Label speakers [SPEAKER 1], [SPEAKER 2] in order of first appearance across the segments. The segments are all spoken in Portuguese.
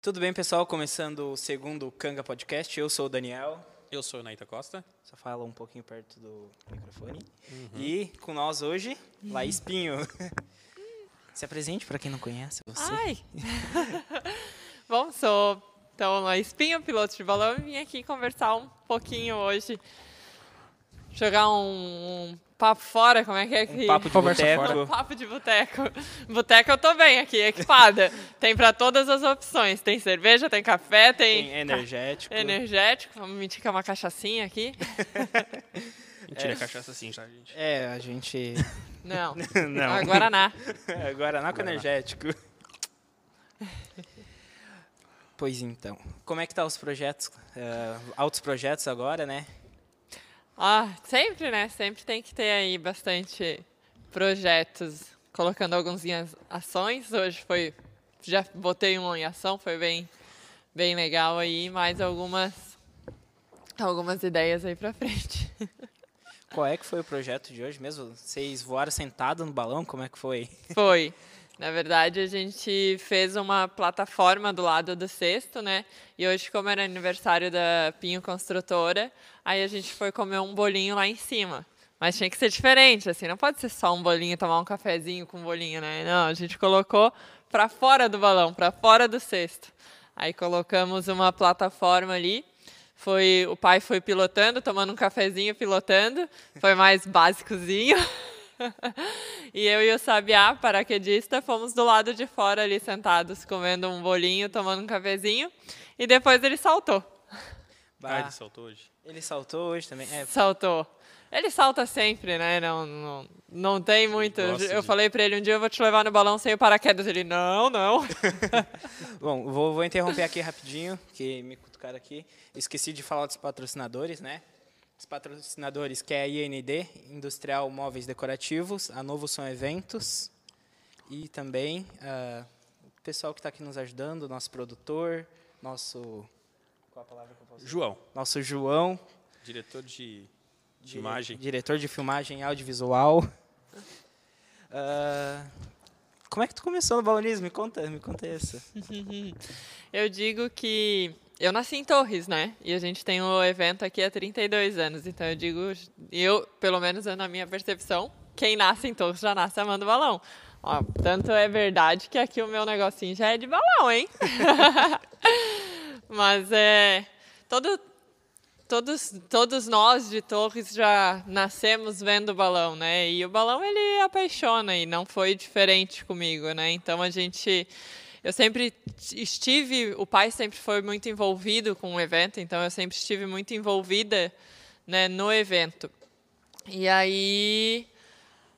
[SPEAKER 1] Tudo bem, pessoal? Começando o segundo Canga Podcast. Eu sou o Daniel.
[SPEAKER 2] Eu sou o Naita Costa.
[SPEAKER 1] Só fala um pouquinho perto do microfone. E com nós hoje, Laís Pinho. Se apresente para quem não conhece você.
[SPEAKER 3] Ai! Bom, sou então Laís Pinho, piloto de balão, e vim aqui conversar um pouquinho hoje. Jogar um, um papo fora, como é que é que.
[SPEAKER 1] Um papo de
[SPEAKER 2] Conversa
[SPEAKER 3] Um
[SPEAKER 1] boteco.
[SPEAKER 3] papo de boteco. Boteco eu tô bem aqui, equipada. tem pra todas as opções. Tem cerveja, tem café, tem,
[SPEAKER 1] Tem é energético.
[SPEAKER 3] energético. Vamos mentir que é uma cachaçinha aqui? É.
[SPEAKER 2] Mentira, cachaça assim já, gente.
[SPEAKER 1] É, a gente...
[SPEAKER 3] Não.
[SPEAKER 1] não.
[SPEAKER 3] Ah, Guaraná.
[SPEAKER 1] Guaraná com
[SPEAKER 2] Guaraná.
[SPEAKER 1] energético. Pois então. Como é que tá os projetos? Ah, altos projetos agora, né?
[SPEAKER 3] Ah, sempre, né? Sempre tem que ter aí bastante projetos, colocando algumas ações. Hoje foi, já botei um em ação, foi bem, bem legal aí, mais algumas, algumas ideias aí pra frente.
[SPEAKER 1] Qual é que foi o projeto de hoje mesmo? Vocês voaram sentado no balão? Como é que foi?
[SPEAKER 3] Foi. Na verdade, a gente fez uma plataforma do lado do cesto, né? E hoje, como era aniversário da Pinho Construtora, aí a gente foi comer um bolinho lá em cima. Mas tinha que ser diferente, assim, não pode ser só um bolinho, tomar um cafezinho com um bolinho, né? Não, a gente colocou para fora do balão, para fora do cesto. Aí colocamos uma plataforma ali. Foi, o pai foi pilotando, tomando um cafezinho, pilotando. Foi mais básicozinho. E eu e o Sabiá, paraquedista, fomos do lado de fora ali sentados, comendo um bolinho, tomando um cafezinho. E depois ele saltou.
[SPEAKER 2] Ah,
[SPEAKER 1] Bah.
[SPEAKER 2] ele soltou hoje.
[SPEAKER 1] Ele saltou hoje também. É,
[SPEAKER 3] Saltou. Ele salta sempre, né? Não, não, não tem muito.
[SPEAKER 2] Gosta
[SPEAKER 3] Eu
[SPEAKER 2] de-
[SPEAKER 3] falei pra ele, um dia eu vou te levar no balão sem o paraquedas. Ele, não, não.
[SPEAKER 1] bom, vou, vou interromper aqui rapidinho, que me cutucaram aqui. Esqueci de falar dos patrocinadores, né? Os patrocinadores que é a IND, Industrial Móveis Decorativos, a Novo São Eventos e também ah, o pessoal que está aqui nos ajudando, nosso produtor, nosso,
[SPEAKER 2] João,
[SPEAKER 1] nosso João,
[SPEAKER 2] diretor de, de imagem.
[SPEAKER 1] diretor de filmagem e audiovisual. Ah, como é que tu começou no balonismo? Me conta, me conta isso.
[SPEAKER 3] Eu digo que eu nasci em Torres, né? E a gente tem o evento aqui há 32 anos. Então eu digo, eu, pelo menos na minha percepção, quem nasce em Torres já nasce amando balão. Ó, tanto é verdade que aqui o meu negocinho já é de balão, hein? Mas é. Todo, todos, todos nós de Torres já nascemos vendo o balão, né? E o balão ele apaixona e não foi diferente comigo, né? Então a gente eu sempre estive, o pai sempre foi muito envolvido com o evento, então eu sempre estive muito envolvida, né, no evento. E aí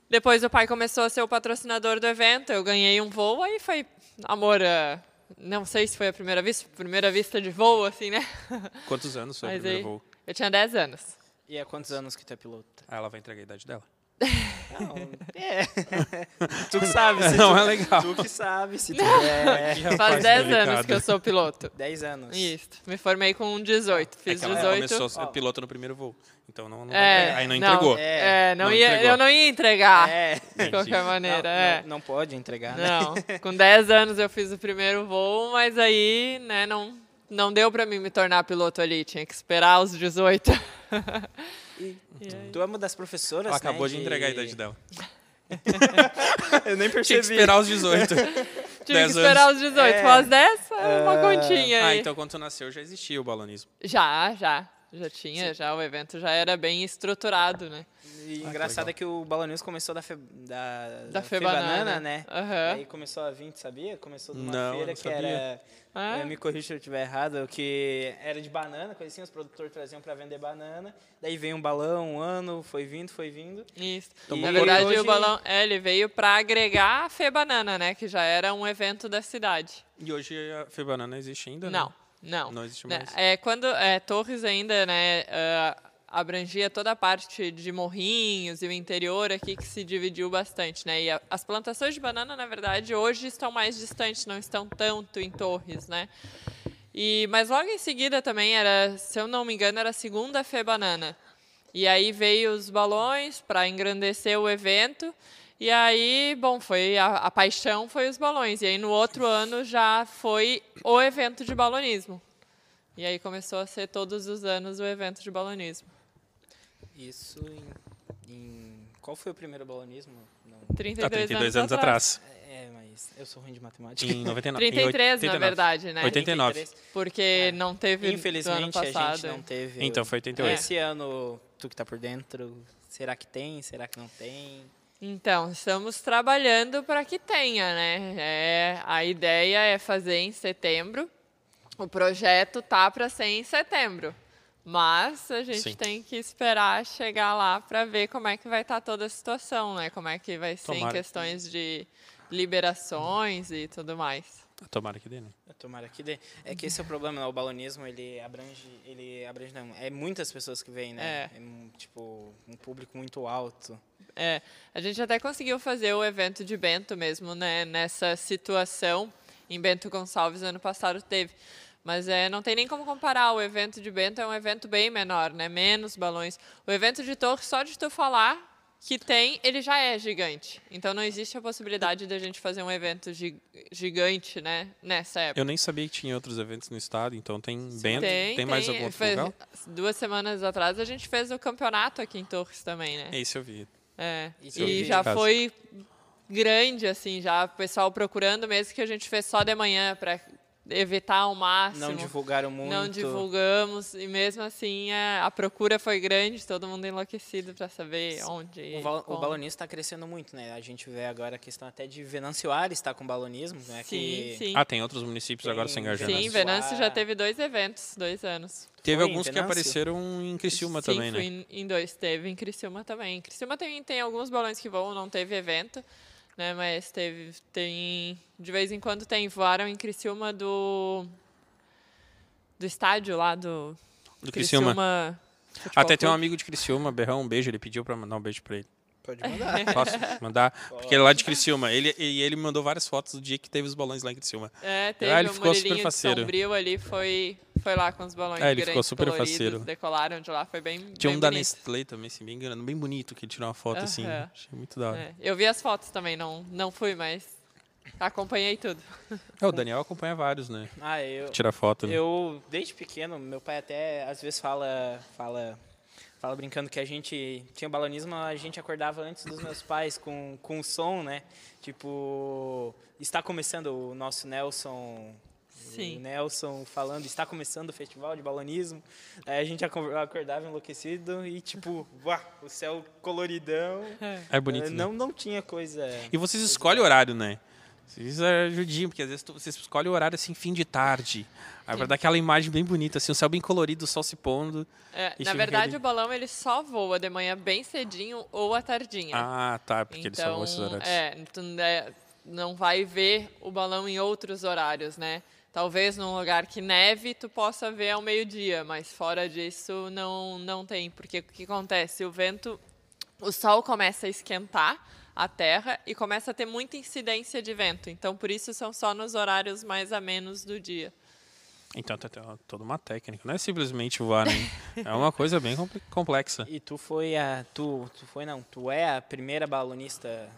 [SPEAKER 3] depois o pai começou a ser o patrocinador do evento, eu ganhei um voo, aí foi amor, ah, não sei se foi a primeira vista, primeira vista de voo assim, né?
[SPEAKER 2] Quantos anos foi o
[SPEAKER 3] Mas
[SPEAKER 2] primeiro
[SPEAKER 3] aí-
[SPEAKER 2] voo?
[SPEAKER 3] Eu tinha 10 anos.
[SPEAKER 1] E há quantos anos que tu é piloto?
[SPEAKER 2] Ah, ela vai entregar a idade dela.
[SPEAKER 1] Não, é. tu que sabe, se
[SPEAKER 2] Não
[SPEAKER 1] tu,
[SPEAKER 2] é legal.
[SPEAKER 1] tu que sabe, se tu é
[SPEAKER 3] Faz 10 anos
[SPEAKER 2] delicado.
[SPEAKER 3] que eu sou piloto.
[SPEAKER 1] 10 anos.
[SPEAKER 3] Isso. Me formei com 18.
[SPEAKER 2] É
[SPEAKER 3] Fiz
[SPEAKER 2] que ela
[SPEAKER 3] 18.
[SPEAKER 2] começou a ser piloto no primeiro voo. Então não, não vai
[SPEAKER 3] É,
[SPEAKER 2] entregar. Aí não entregou.
[SPEAKER 3] É, não
[SPEAKER 2] Não
[SPEAKER 3] ia,
[SPEAKER 2] entregou.
[SPEAKER 3] eu não ia entregar.
[SPEAKER 2] Ah,
[SPEAKER 1] É.
[SPEAKER 3] De qualquer
[SPEAKER 1] Não,
[SPEAKER 3] maneira,
[SPEAKER 1] não,
[SPEAKER 3] é.
[SPEAKER 1] não pode entregar, né?
[SPEAKER 3] Não. Com 10 anos eu fiz o primeiro voo, mas aí, né, não, não deu pra mim me tornar piloto ali. Tinha que esperar os 18.
[SPEAKER 1] Tu é uma das professoras,
[SPEAKER 2] Ela
[SPEAKER 1] né,
[SPEAKER 2] acabou de entregar a idade dela.
[SPEAKER 1] Eu nem
[SPEAKER 2] Tinha que
[SPEAKER 1] percebi.
[SPEAKER 2] esperar os 18.
[SPEAKER 3] Tive que
[SPEAKER 2] 10
[SPEAKER 3] esperar os 18.
[SPEAKER 1] É.
[SPEAKER 3] Faz 10, é uma
[SPEAKER 1] Ah,
[SPEAKER 3] continha
[SPEAKER 2] ah,
[SPEAKER 3] aí.
[SPEAKER 2] então quando tu nasceu já existia o balonismo.
[SPEAKER 3] Já, já. Já tinha, já. O evento já era bem estruturado, né?
[SPEAKER 1] E
[SPEAKER 2] Ah,
[SPEAKER 1] engraçado
[SPEAKER 2] que
[SPEAKER 1] é que o Bala News começou da, fe, da,
[SPEAKER 3] Da
[SPEAKER 1] Febanana,
[SPEAKER 3] Febanana,
[SPEAKER 1] né?
[SPEAKER 2] É.
[SPEAKER 3] Aham.
[SPEAKER 1] Aí começou a vir, tu sabia? Começou de uma
[SPEAKER 2] Não, eu
[SPEAKER 1] feira
[SPEAKER 2] não
[SPEAKER 1] que
[SPEAKER 2] sabia.
[SPEAKER 1] era...
[SPEAKER 3] Ah.
[SPEAKER 2] É?
[SPEAKER 1] eh, Me corrija se eu estiver errado, que era de banana, coisa assim, os produtores traziam pra vender banana. Daí veio um balão, um ano, foi vindo, foi vindo.
[SPEAKER 3] Isso.
[SPEAKER 1] Tomou
[SPEAKER 3] Na
[SPEAKER 1] corpo.
[SPEAKER 3] verdade,
[SPEAKER 1] Hoje-
[SPEAKER 3] o balão é, ele veio para agregar a Febanana, né? Que já era um evento da cidade.
[SPEAKER 2] E hoje a Febanana existe ainda? né?
[SPEAKER 3] Não, não.
[SPEAKER 2] Não existe
[SPEAKER 3] Né,
[SPEAKER 2] mais.
[SPEAKER 3] É, quando é, Torres ainda, né? ah, abrangia toda a parte de morrinhos e o interior aqui que se dividiu bastante, né? E a- as plantações de banana, na verdade, hoje estão mais distantes, não estão tanto em Torres, né? E, mas logo em seguida também era, se eu não me engano, era a segunda Febanana. E aí veio os balões para engrandecer o evento. E aí, bom, foi a, a paixão foi os balões. E aí no outro ano já foi o evento de balonismo. E aí começou a ser todos os anos o evento de balonismo.
[SPEAKER 1] Isso em, em- Qual foi o primeiro balonismo? Não.
[SPEAKER 3] 32,
[SPEAKER 2] Há 32 anos atrás.
[SPEAKER 1] É, mas eu sou ruim de matemática.
[SPEAKER 2] Em 99. em
[SPEAKER 3] 33, na
[SPEAKER 2] 89.
[SPEAKER 3] verdade, né?
[SPEAKER 2] 89.
[SPEAKER 1] 33.
[SPEAKER 3] Porque
[SPEAKER 1] É.
[SPEAKER 3] não teve do ano
[SPEAKER 1] Infelizmente
[SPEAKER 3] passado.
[SPEAKER 1] a gente não teve.
[SPEAKER 2] Então,
[SPEAKER 1] o-
[SPEAKER 2] foi 88.
[SPEAKER 1] Esse ano, tu que tá por dentro, será que tem? Será que não tem?
[SPEAKER 3] Então, estamos trabalhando para que tenha, né? É, a ideia é fazer em setembro. O projeto tá para ser em setembro. Mas a gente
[SPEAKER 2] Sim.
[SPEAKER 3] tem que esperar chegar lá para ver como é que vai estar toda a situação, né? Como é que vai ser em
[SPEAKER 2] Tomara que-
[SPEAKER 3] questões de liberações e tudo mais.
[SPEAKER 2] Tomara que dê, né?
[SPEAKER 1] Tomara que dê. É que esse é o problema, né? O balonismo, ele abrange... Ele abrange, não. É muitas pessoas que vêm, né?
[SPEAKER 3] É.
[SPEAKER 1] um, tipo, um público muito alto.
[SPEAKER 3] É, a gente até conseguiu fazer o evento de Bento mesmo, né? Nessa situação. Em Bento Gonçalves, ano passado teve. Mas é, não tem nem como comparar. O evento de Bento é um evento bem menor, né? Menos balões. O evento de Torres, só de tu falar que tem, ele já é gigante. Então não existe a possibilidade da gente fazer um evento gi- gigante, né? Nessa época.
[SPEAKER 2] Eu nem sabia que tinha outros eventos no estado, então tem Bento, tem, mais algum outro
[SPEAKER 3] Fez-
[SPEAKER 2] lugar?
[SPEAKER 3] Duas semanas atrás a gente fez o campeonato aqui em Torres também, né?
[SPEAKER 2] Esse eu vi.
[SPEAKER 3] É,
[SPEAKER 1] E
[SPEAKER 3] e
[SPEAKER 1] teve-
[SPEAKER 3] já
[SPEAKER 2] Caso.
[SPEAKER 3] foi grande, assim, já o pessoal procurando mesmo que a gente fez só de manhã para evitar ao máximo.
[SPEAKER 1] Não divulgaram muito.
[SPEAKER 3] Ah, Não divulgamos, e mesmo assim é, a procura foi grande, todo mundo enlouquecido para saber onde.
[SPEAKER 1] O, val- o
[SPEAKER 3] como.
[SPEAKER 1] balonismo está crescendo muito, né? A gente vê agora a questão até de Venâncio Aires está com balonismo, né?
[SPEAKER 3] Sim,
[SPEAKER 1] que
[SPEAKER 3] sim.
[SPEAKER 2] Ah, tem outros municípios agora se
[SPEAKER 1] Tem
[SPEAKER 2] engajando.
[SPEAKER 3] Sim,
[SPEAKER 1] Venâncio.
[SPEAKER 2] nessa.
[SPEAKER 3] Venâncio já
[SPEAKER 1] Ah.
[SPEAKER 3] teve dois eventos, dois anos.
[SPEAKER 2] Teve
[SPEAKER 1] Foi em
[SPEAKER 2] alguns que
[SPEAKER 1] Venâncio?
[SPEAKER 2] apareceram em Criciúma
[SPEAKER 3] Sim,
[SPEAKER 2] também,
[SPEAKER 3] fui
[SPEAKER 2] né?
[SPEAKER 3] em- em dois. Teve em Criciúma também. Em Criciúma tem, tem alguns balões que voam, não teve evento, né? Mas teve, tem... De vez em quando tem. Voaram em Criciúma do... Do estádio lá do...
[SPEAKER 2] Do Criciúma.
[SPEAKER 3] Futebol
[SPEAKER 2] Até tem um
[SPEAKER 3] Clube.
[SPEAKER 2] amigo de Criciúma, Berrão, um beijo, ele pediu pra mandar um beijo pra ele.
[SPEAKER 1] Pode mandar.
[SPEAKER 2] Posso mandar? Porque ele é lá de Criciúma. Ele, e ele me mandou várias fotos do dia que teve os balões lá em Criciúma.
[SPEAKER 3] É, teve
[SPEAKER 2] Ah, ele
[SPEAKER 3] um
[SPEAKER 2] ficou super
[SPEAKER 3] Murilinho de
[SPEAKER 2] faceiro.
[SPEAKER 3] Sombrio ali, foi, foi lá com os balões
[SPEAKER 2] É, ele
[SPEAKER 3] grandes,
[SPEAKER 2] ficou super
[SPEAKER 3] coloridos,
[SPEAKER 2] faceiro.
[SPEAKER 3] decolaram de lá, foi bem
[SPEAKER 2] Tinha
[SPEAKER 3] bem
[SPEAKER 2] um da
[SPEAKER 3] bonito.
[SPEAKER 2] Nestlé também, se me engano, bem bonito, que ele tirou uma foto assim.
[SPEAKER 3] Aham.
[SPEAKER 2] Achei muito da hora. É.
[SPEAKER 3] É, Eu vi as fotos também, não, não fui, mas acompanhei tudo.
[SPEAKER 2] É, o Daniel acompanha vários, né?
[SPEAKER 1] ah, eu,
[SPEAKER 2] Tira foto. né?
[SPEAKER 1] Eu, desde pequeno, meu pai até às vezes fala, fala, fala brincando que a gente tinha balonismo, a gente acordava antes dos meus pais com, com o som, né? Tipo, está começando o nosso Nelson.
[SPEAKER 3] Sim.
[SPEAKER 1] O Nelson falando, está começando o festival de balonismo. Aí a gente aco- acordava enlouquecido e, tipo, uá, o céu coloridão.
[SPEAKER 2] É bonito.
[SPEAKER 1] Eh,
[SPEAKER 2] né?
[SPEAKER 1] não, não tinha coisa.
[SPEAKER 2] E vocês escolhem o horário, né? Vocês ajudem, porque às vezes tu- vocês escolhem o horário assim, fim de tarde. Aí vai dar aquela imagem bem bonita, assim, o céu bem colorido, o sol se pondo.
[SPEAKER 3] É,
[SPEAKER 2] E
[SPEAKER 3] na
[SPEAKER 2] chega
[SPEAKER 3] verdade,
[SPEAKER 2] aquele-
[SPEAKER 3] o balão ele só voa de manhã bem cedinho ou à tardinha.
[SPEAKER 2] Ah, tá, porque eles
[SPEAKER 3] então,
[SPEAKER 2] salvou esses horários.
[SPEAKER 3] é, tu não é- não vai ver o balão em outros horários, né? Talvez num lugar que neve tu possa ver ao meio-dia, mas fora disso não não tem, porque o que acontece? O vento, o sol começa a esquentar a terra e começa a ter muita incidência de vento. Então por isso são só nos horários mais a menos do dia.
[SPEAKER 2] Então tá tem toda uma técnica. Não é simplesmente voar, né? É uma coisa bem compli- complexa.
[SPEAKER 1] E tu foi a. Tu, tu foi não, tu é a primeira balonista.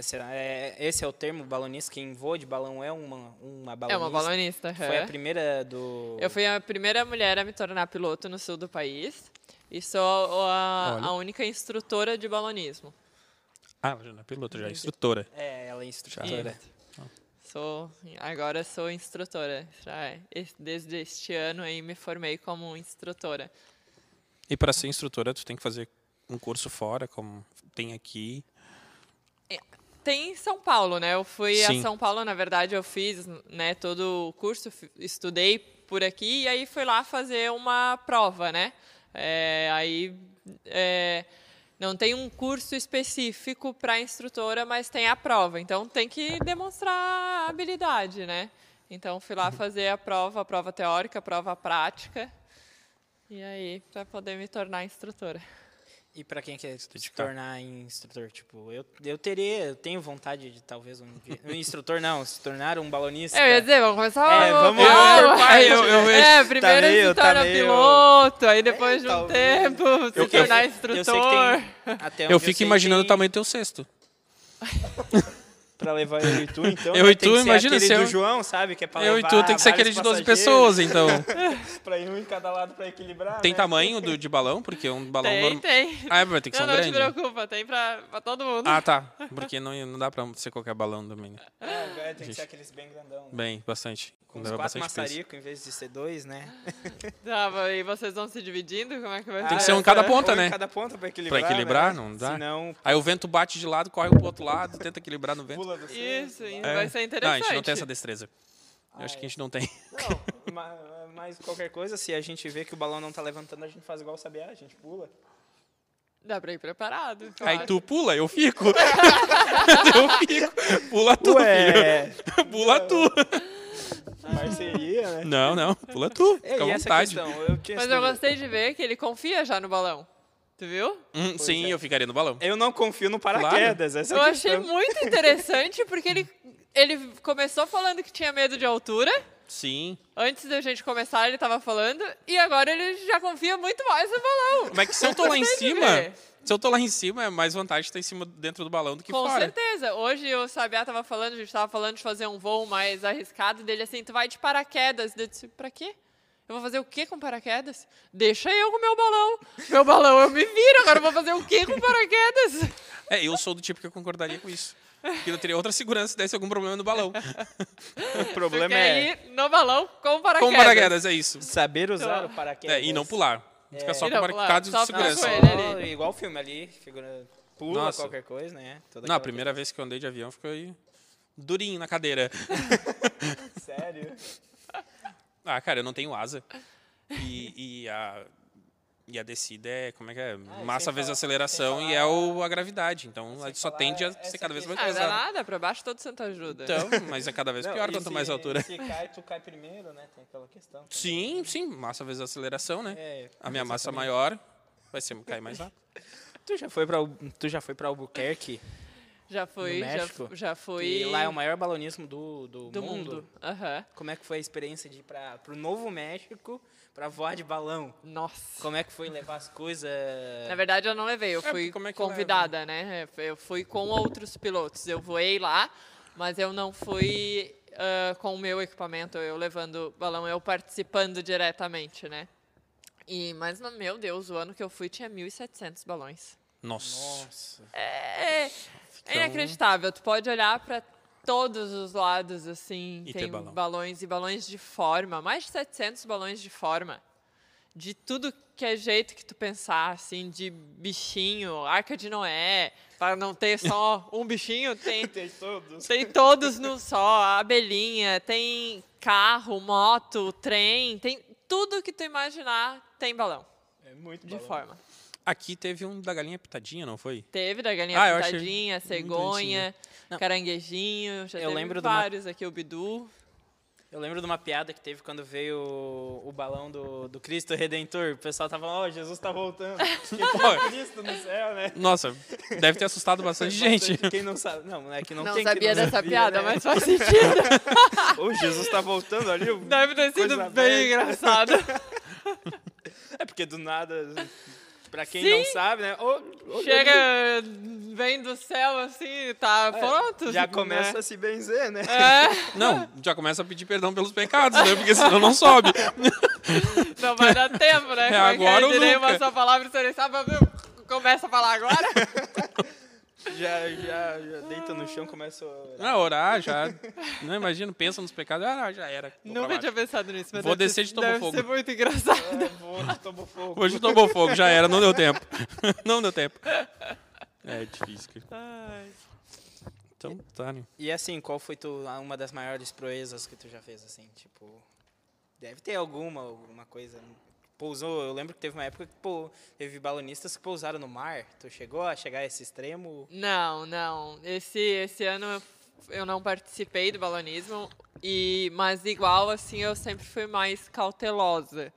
[SPEAKER 1] será- é- Esse é o termo balonista, quem voa de balão é uma, uma balonista.
[SPEAKER 3] É uma balonista.
[SPEAKER 1] Foi
[SPEAKER 3] aham.
[SPEAKER 1] a primeira do.
[SPEAKER 3] Eu fui a primeira mulher a me tornar piloto no sul do país e sou a,
[SPEAKER 2] Olha.
[SPEAKER 3] a única instrutora de balonismo.
[SPEAKER 2] Ah, ela já não é piloto, já é instrutora.
[SPEAKER 1] É, ela é
[SPEAKER 2] né?
[SPEAKER 1] instrutora.
[SPEAKER 3] Sou, agora sou instrutora. Já é- es- desde este ano aí me formei como instrutora.
[SPEAKER 2] E para ser instrutora, tu tem que fazer um curso fora, como tem aqui.
[SPEAKER 3] Tem em São Paulo, né? Eu fui
[SPEAKER 2] Sim.
[SPEAKER 3] a São Paulo, na verdade, eu fiz né, todo o curso, fi- estudei por aqui e aí fui lá fazer uma prova, né? É, aí é, não tem um curso específico para instrutora, mas tem a prova. Então tem que demonstrar habilidade, né? Então fui lá fazer a prova, a prova teórica, a prova prática. E aí, para poder me tornar instrutora.
[SPEAKER 1] E pra quem quer se
[SPEAKER 2] dedicar.
[SPEAKER 1] tornar instrutor, tipo, eu, eu teria, eu tenho vontade de talvez um dia. Um instrutor não, se tornar um balonista.
[SPEAKER 3] É, Eu ia dizer, vamos começar
[SPEAKER 1] É,
[SPEAKER 3] logo, Ah,
[SPEAKER 1] vamos-
[SPEAKER 3] calma.
[SPEAKER 1] vamos por partes, eu- eu-
[SPEAKER 3] É,
[SPEAKER 1] tá
[SPEAKER 3] primeiro
[SPEAKER 1] meio-
[SPEAKER 3] se
[SPEAKER 1] tá
[SPEAKER 3] torna
[SPEAKER 1] meio-
[SPEAKER 3] piloto, aí depois de um
[SPEAKER 1] talvez.
[SPEAKER 3] tempo se
[SPEAKER 1] Eu- eu-
[SPEAKER 3] tornar
[SPEAKER 1] eu sei que tem-
[SPEAKER 3] instrutor.
[SPEAKER 1] até onde
[SPEAKER 2] Eu fico
[SPEAKER 1] Então, sei,
[SPEAKER 2] imaginando o
[SPEAKER 1] tem-
[SPEAKER 2] tamanho do teu cesto.
[SPEAKER 1] Pra levar eu e tu, então.
[SPEAKER 2] Eu
[SPEAKER 1] né?
[SPEAKER 2] e
[SPEAKER 1] tem
[SPEAKER 2] tu,
[SPEAKER 1] que ser
[SPEAKER 2] imagina
[SPEAKER 1] aquele
[SPEAKER 2] se
[SPEAKER 1] do
[SPEAKER 2] eu-
[SPEAKER 1] João, sabe? Que é pra
[SPEAKER 2] Eu e
[SPEAKER 1] levar
[SPEAKER 2] tu tem que ser aquele
[SPEAKER 1] vários
[SPEAKER 2] de 12
[SPEAKER 1] passageiros,
[SPEAKER 2] pessoas, então.
[SPEAKER 1] pra ir um em cada lado pra equilibrar.
[SPEAKER 2] Tem
[SPEAKER 1] né?
[SPEAKER 2] tamanho do, de balão? Porque um balão
[SPEAKER 3] Tem,
[SPEAKER 2] normal.
[SPEAKER 3] tem.
[SPEAKER 2] Ah, é, vai ter que ser
[SPEAKER 3] Não,
[SPEAKER 2] um
[SPEAKER 3] não te
[SPEAKER 2] grande.
[SPEAKER 1] né?
[SPEAKER 3] preocupa, tem pra, pra todo mundo.
[SPEAKER 2] Ah, tá. Porque não, não dá pra ser qualquer balão também. né?
[SPEAKER 1] É, tem que ser aqueles bem grandão. Né?
[SPEAKER 2] Bem, bastante.
[SPEAKER 1] Com uns
[SPEAKER 2] Leva
[SPEAKER 1] quatro
[SPEAKER 2] bastante peso.
[SPEAKER 1] maçarico em vez de ser dois, né?
[SPEAKER 3] Tá, e vocês vão se dividindo? Como é que vai
[SPEAKER 2] Tem que
[SPEAKER 1] Ah,
[SPEAKER 2] ser um em
[SPEAKER 1] é,
[SPEAKER 2] cada
[SPEAKER 1] é,
[SPEAKER 2] ponta,
[SPEAKER 1] um em
[SPEAKER 2] né?
[SPEAKER 1] cada ponta pra equilibrar.
[SPEAKER 2] equilibrar,
[SPEAKER 1] né?
[SPEAKER 2] não dá.
[SPEAKER 1] Senão,
[SPEAKER 2] Aí o vento bate de lado, corre pro outro lado, tenta equilibrar no vento.
[SPEAKER 1] pula do centro.
[SPEAKER 3] Isso, isso
[SPEAKER 2] É.
[SPEAKER 3] vai ser
[SPEAKER 2] Não, a
[SPEAKER 3] interessante.
[SPEAKER 2] gente não tem essa destreza. Eu acho
[SPEAKER 1] Ah,
[SPEAKER 2] que a gente não tem.
[SPEAKER 1] Não, ma- mas qualquer coisa, se a gente vê que o balão não tá levantando, a gente faz igual o Sabiá, a gente pula.
[SPEAKER 3] Dá pra ir preparado. eu
[SPEAKER 2] Aí
[SPEAKER 3] acho.
[SPEAKER 2] tu pula, eu fico. eu fico. Pula tu,
[SPEAKER 1] Ué,
[SPEAKER 2] filho. Pula tu.
[SPEAKER 1] parceria, né?
[SPEAKER 2] Não, não. Pula tu. Fica
[SPEAKER 1] e
[SPEAKER 2] à
[SPEAKER 1] essa
[SPEAKER 2] vontade.
[SPEAKER 1] questão, eu tinha
[SPEAKER 3] Mas
[SPEAKER 1] essa
[SPEAKER 3] eu
[SPEAKER 1] dúvida.
[SPEAKER 3] gostei de ver que ele confia já no balão. Tu viu?
[SPEAKER 2] Hum, sim,
[SPEAKER 1] é.
[SPEAKER 2] eu ficaria no balão.
[SPEAKER 1] Eu não confio no paraquedas, essa é
[SPEAKER 3] Eu
[SPEAKER 1] a
[SPEAKER 3] achei
[SPEAKER 1] questão.
[SPEAKER 3] muito interessante porque ele, ele começou falando que tinha medo de altura.
[SPEAKER 2] Sim.
[SPEAKER 3] Antes da gente começar, ele tava falando. E agora ele já confia muito mais no balão.
[SPEAKER 2] Mas que se eu tô lá em
[SPEAKER 3] Gostei de
[SPEAKER 2] cima.
[SPEAKER 3] ver.
[SPEAKER 2] Se eu tô lá em cima, é mais vantagem estar em cima dentro do balão do que
[SPEAKER 3] Com
[SPEAKER 2] fora.
[SPEAKER 3] certeza. Hoje o Sabiá tava falando, a gente tava falando de fazer um voo mais arriscado dele assim, tu vai de paraquedas. Eu disse, pra quê? Eu vou fazer o quê com paraquedas? Deixa eu com o meu balão. Meu balão, eu me viro, agora eu vou fazer o quê com paraquedas?
[SPEAKER 2] É, eu sou do tipo que eu concordaria com isso. Porque eu teria outra segurança se desse algum problema no balão.
[SPEAKER 1] O problema
[SPEAKER 3] Porque
[SPEAKER 1] é
[SPEAKER 3] aí, no balão, com paraquedas.
[SPEAKER 2] Com
[SPEAKER 1] Tá
[SPEAKER 2] paraquedas, é isso.
[SPEAKER 1] saber usar
[SPEAKER 3] Então-
[SPEAKER 1] o paraquedas.
[SPEAKER 2] É, e não pular. Fica só
[SPEAKER 1] É.
[SPEAKER 3] E
[SPEAKER 2] com
[SPEAKER 3] não pular,
[SPEAKER 2] marcado
[SPEAKER 3] só
[SPEAKER 2] de
[SPEAKER 3] ficar com
[SPEAKER 2] segurança.
[SPEAKER 3] ele.
[SPEAKER 1] Igual, igual o filme ali, figura, pula
[SPEAKER 2] Nossa.
[SPEAKER 1] qualquer coisa, né? Toda
[SPEAKER 2] Não, a
[SPEAKER 1] aquela
[SPEAKER 2] primeira vez que eu andei de avião, fiquei durinho na cadeira.
[SPEAKER 1] coisa. Sério?
[SPEAKER 2] Ah, cara, eu não tenho asa. E, e a, e a descida é, como é que é? Massa
[SPEAKER 1] Ah, sem
[SPEAKER 2] vezes
[SPEAKER 1] falar-
[SPEAKER 2] a aceleração
[SPEAKER 1] sem
[SPEAKER 2] e é
[SPEAKER 1] falar-
[SPEAKER 2] o, a gravidade. Então, ela só
[SPEAKER 1] falar é
[SPEAKER 2] tende a
[SPEAKER 1] essa
[SPEAKER 2] ser cada vez mais
[SPEAKER 3] Ah, não dá
[SPEAKER 2] pesada.
[SPEAKER 3] nada, pra baixo todo santo ajuda.
[SPEAKER 2] Então, mas é cada vez
[SPEAKER 1] Não,
[SPEAKER 2] pior
[SPEAKER 1] e
[SPEAKER 2] quanto
[SPEAKER 1] se-
[SPEAKER 2] mais altura.
[SPEAKER 1] Se cai, tu cai primeiro, né? Tem aquela questão. também.
[SPEAKER 2] Sim, sim, massa vezes a aceleração, né?
[SPEAKER 1] É,
[SPEAKER 2] a minha massa maior vai ser cair mais rápido.
[SPEAKER 1] Tu já foi pra, Al- tu já foi pra Albuquerque?
[SPEAKER 3] já
[SPEAKER 1] No
[SPEAKER 3] fui, já,
[SPEAKER 1] México?
[SPEAKER 3] já
[SPEAKER 1] E
[SPEAKER 3] fui
[SPEAKER 1] lá é o maior balonismo do, do,
[SPEAKER 3] do
[SPEAKER 1] mundo.
[SPEAKER 3] mundo. Aham.
[SPEAKER 1] Como é que foi a experiência de ir pra, pro Novo México pra voar de balão?
[SPEAKER 3] Nossa.
[SPEAKER 1] Como é que foi levar as coisas?
[SPEAKER 3] Na verdade, eu não levei, eu
[SPEAKER 2] É,
[SPEAKER 3] fui
[SPEAKER 2] como é que leva,
[SPEAKER 3] convidada, né? Eu fui com outros pilotos. Eu voei lá, mas eu não fui ah, com o meu equipamento, eu levando balão, eu participando diretamente, né? E, mas, no- meu Deus, o ano que eu fui tinha 1.700 balões.
[SPEAKER 2] Nossa.
[SPEAKER 1] Nossa.
[SPEAKER 3] É,
[SPEAKER 2] um
[SPEAKER 3] é inacreditável. Tu pode olhar para todos os lados, assim.
[SPEAKER 2] E
[SPEAKER 3] tem
[SPEAKER 2] ter balão.
[SPEAKER 3] balões e balões de forma. Mais de 700 balões de forma. De tudo que é jeito que tu pensar, assim, de bichinho, arca de Noé, para não ter só um bichinho, tem,
[SPEAKER 1] Tem todos.
[SPEAKER 3] tem todos num só, a abelhinha, tem carro, moto, trem, tem tudo que tu imaginar tem balão,
[SPEAKER 1] É muito
[SPEAKER 3] de forma.
[SPEAKER 2] Aqui teve um da galinha pitadinha, não foi?
[SPEAKER 3] Teve da galinha
[SPEAKER 2] Ah, eu achei
[SPEAKER 3] pintadinha,
[SPEAKER 2] muito bonitinho.
[SPEAKER 3] cegonha,
[SPEAKER 1] Não.
[SPEAKER 3] caranguejinho, já
[SPEAKER 1] Eu
[SPEAKER 3] teve
[SPEAKER 1] lembro de uma-
[SPEAKER 3] vários aqui, o Bidu.
[SPEAKER 1] Eu lembro de uma piada que teve quando veio o, o balão do, do Cristo Redentor. O pessoal tava falando, ó, Jesus tá voltando. Que tá Cristo no céu, né?
[SPEAKER 2] Nossa, deve ter assustado bastante gente.
[SPEAKER 1] Quem não sabe. Não, é que não,
[SPEAKER 3] Não
[SPEAKER 1] tem
[SPEAKER 3] sabia
[SPEAKER 1] quem não
[SPEAKER 3] dessa
[SPEAKER 1] sabia,
[SPEAKER 3] piada,
[SPEAKER 1] né?
[SPEAKER 3] mas faz sentido.
[SPEAKER 1] Ô, Jesus tá voltando ali. o-
[SPEAKER 3] Deve ter sido
[SPEAKER 1] Coisa
[SPEAKER 3] bem engraçado.
[SPEAKER 1] É porque do nada, pra quem
[SPEAKER 3] Sim.
[SPEAKER 1] não sabe, né? Ô, ô,
[SPEAKER 3] Chega, vem do céu assim, tá pronto.
[SPEAKER 1] É, Já
[SPEAKER 3] né?
[SPEAKER 1] começa a se benzer, né?
[SPEAKER 3] É,
[SPEAKER 2] Não, já começa a pedir perdão pelos pecados, né? Porque senão não sobe.
[SPEAKER 3] não vai dar tempo, né?
[SPEAKER 2] É
[SPEAKER 3] Como que
[SPEAKER 2] agora
[SPEAKER 3] eu
[SPEAKER 2] ou
[SPEAKER 3] direi uma
[SPEAKER 2] nunca.
[SPEAKER 3] só palavra e você nem sabe, viu? começa a falar agora.
[SPEAKER 1] Já, já, já deita no chão, começa a orar.
[SPEAKER 2] Ah, orar já. Não imagino, pensa nos pecados. Ah, já era. Vou pra
[SPEAKER 3] Nunca
[SPEAKER 2] baixo.
[SPEAKER 3] tinha pensado nisso, mas
[SPEAKER 2] Vou
[SPEAKER 3] deve
[SPEAKER 2] descer
[SPEAKER 3] ser-
[SPEAKER 2] de tomar
[SPEAKER 3] deve
[SPEAKER 2] fogo.
[SPEAKER 3] ser muito engraçado.
[SPEAKER 1] Ah, vou, tomo fogo.
[SPEAKER 2] Hoje tomou fogo, já era, não deu tempo. Não deu tempo. É difícil. cara.
[SPEAKER 1] É.
[SPEAKER 3] Ai.
[SPEAKER 2] Então, tá, né?
[SPEAKER 1] E assim, qual foi tu, a- uma das maiores proezas que tu já fez, assim, tipo... Deve ter alguma, alguma coisa... né? Pousou, eu lembro que teve uma época que pô, teve balonistas que pousaram no mar. Tu chegou a chegar a esse extremo?
[SPEAKER 3] Não, não. Esse, esse ano eu f- eu não participei do balonismo, e, mas igual assim eu sempre fui mais cautelosa.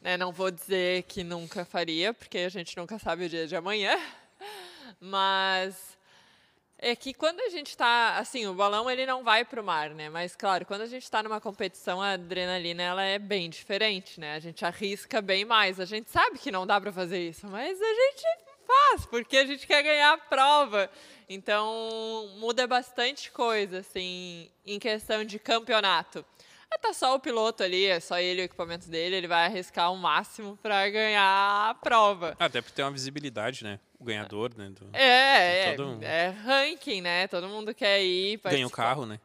[SPEAKER 3] Né? Não vou dizer que nunca faria, porque a gente nunca sabe o dia de amanhã. Mas é que quando a gente está assim, o balão ele não vai para o mar, né? Mas claro, quando a gente está numa competição, a adrenalina ela é bem diferente, né? A gente arrisca bem mais. A gente sabe que não dá para fazer isso, mas a gente faz, porque a gente quer ganhar a prova. Então, muda bastante coisa, assim, em questão de campeonato. Ah, tá só o piloto ali, é só ele o equipamento dele, ele vai arriscar o máximo para ganhar a prova.
[SPEAKER 2] Ah, Até porque tem uma visibilidade, né? O ganhador, né? do-
[SPEAKER 3] É, é,
[SPEAKER 2] Todo mundo.
[SPEAKER 3] é ranking, né? Todo mundo quer
[SPEAKER 2] Ganha
[SPEAKER 3] ir.
[SPEAKER 2] o
[SPEAKER 3] participar.
[SPEAKER 2] carro, né?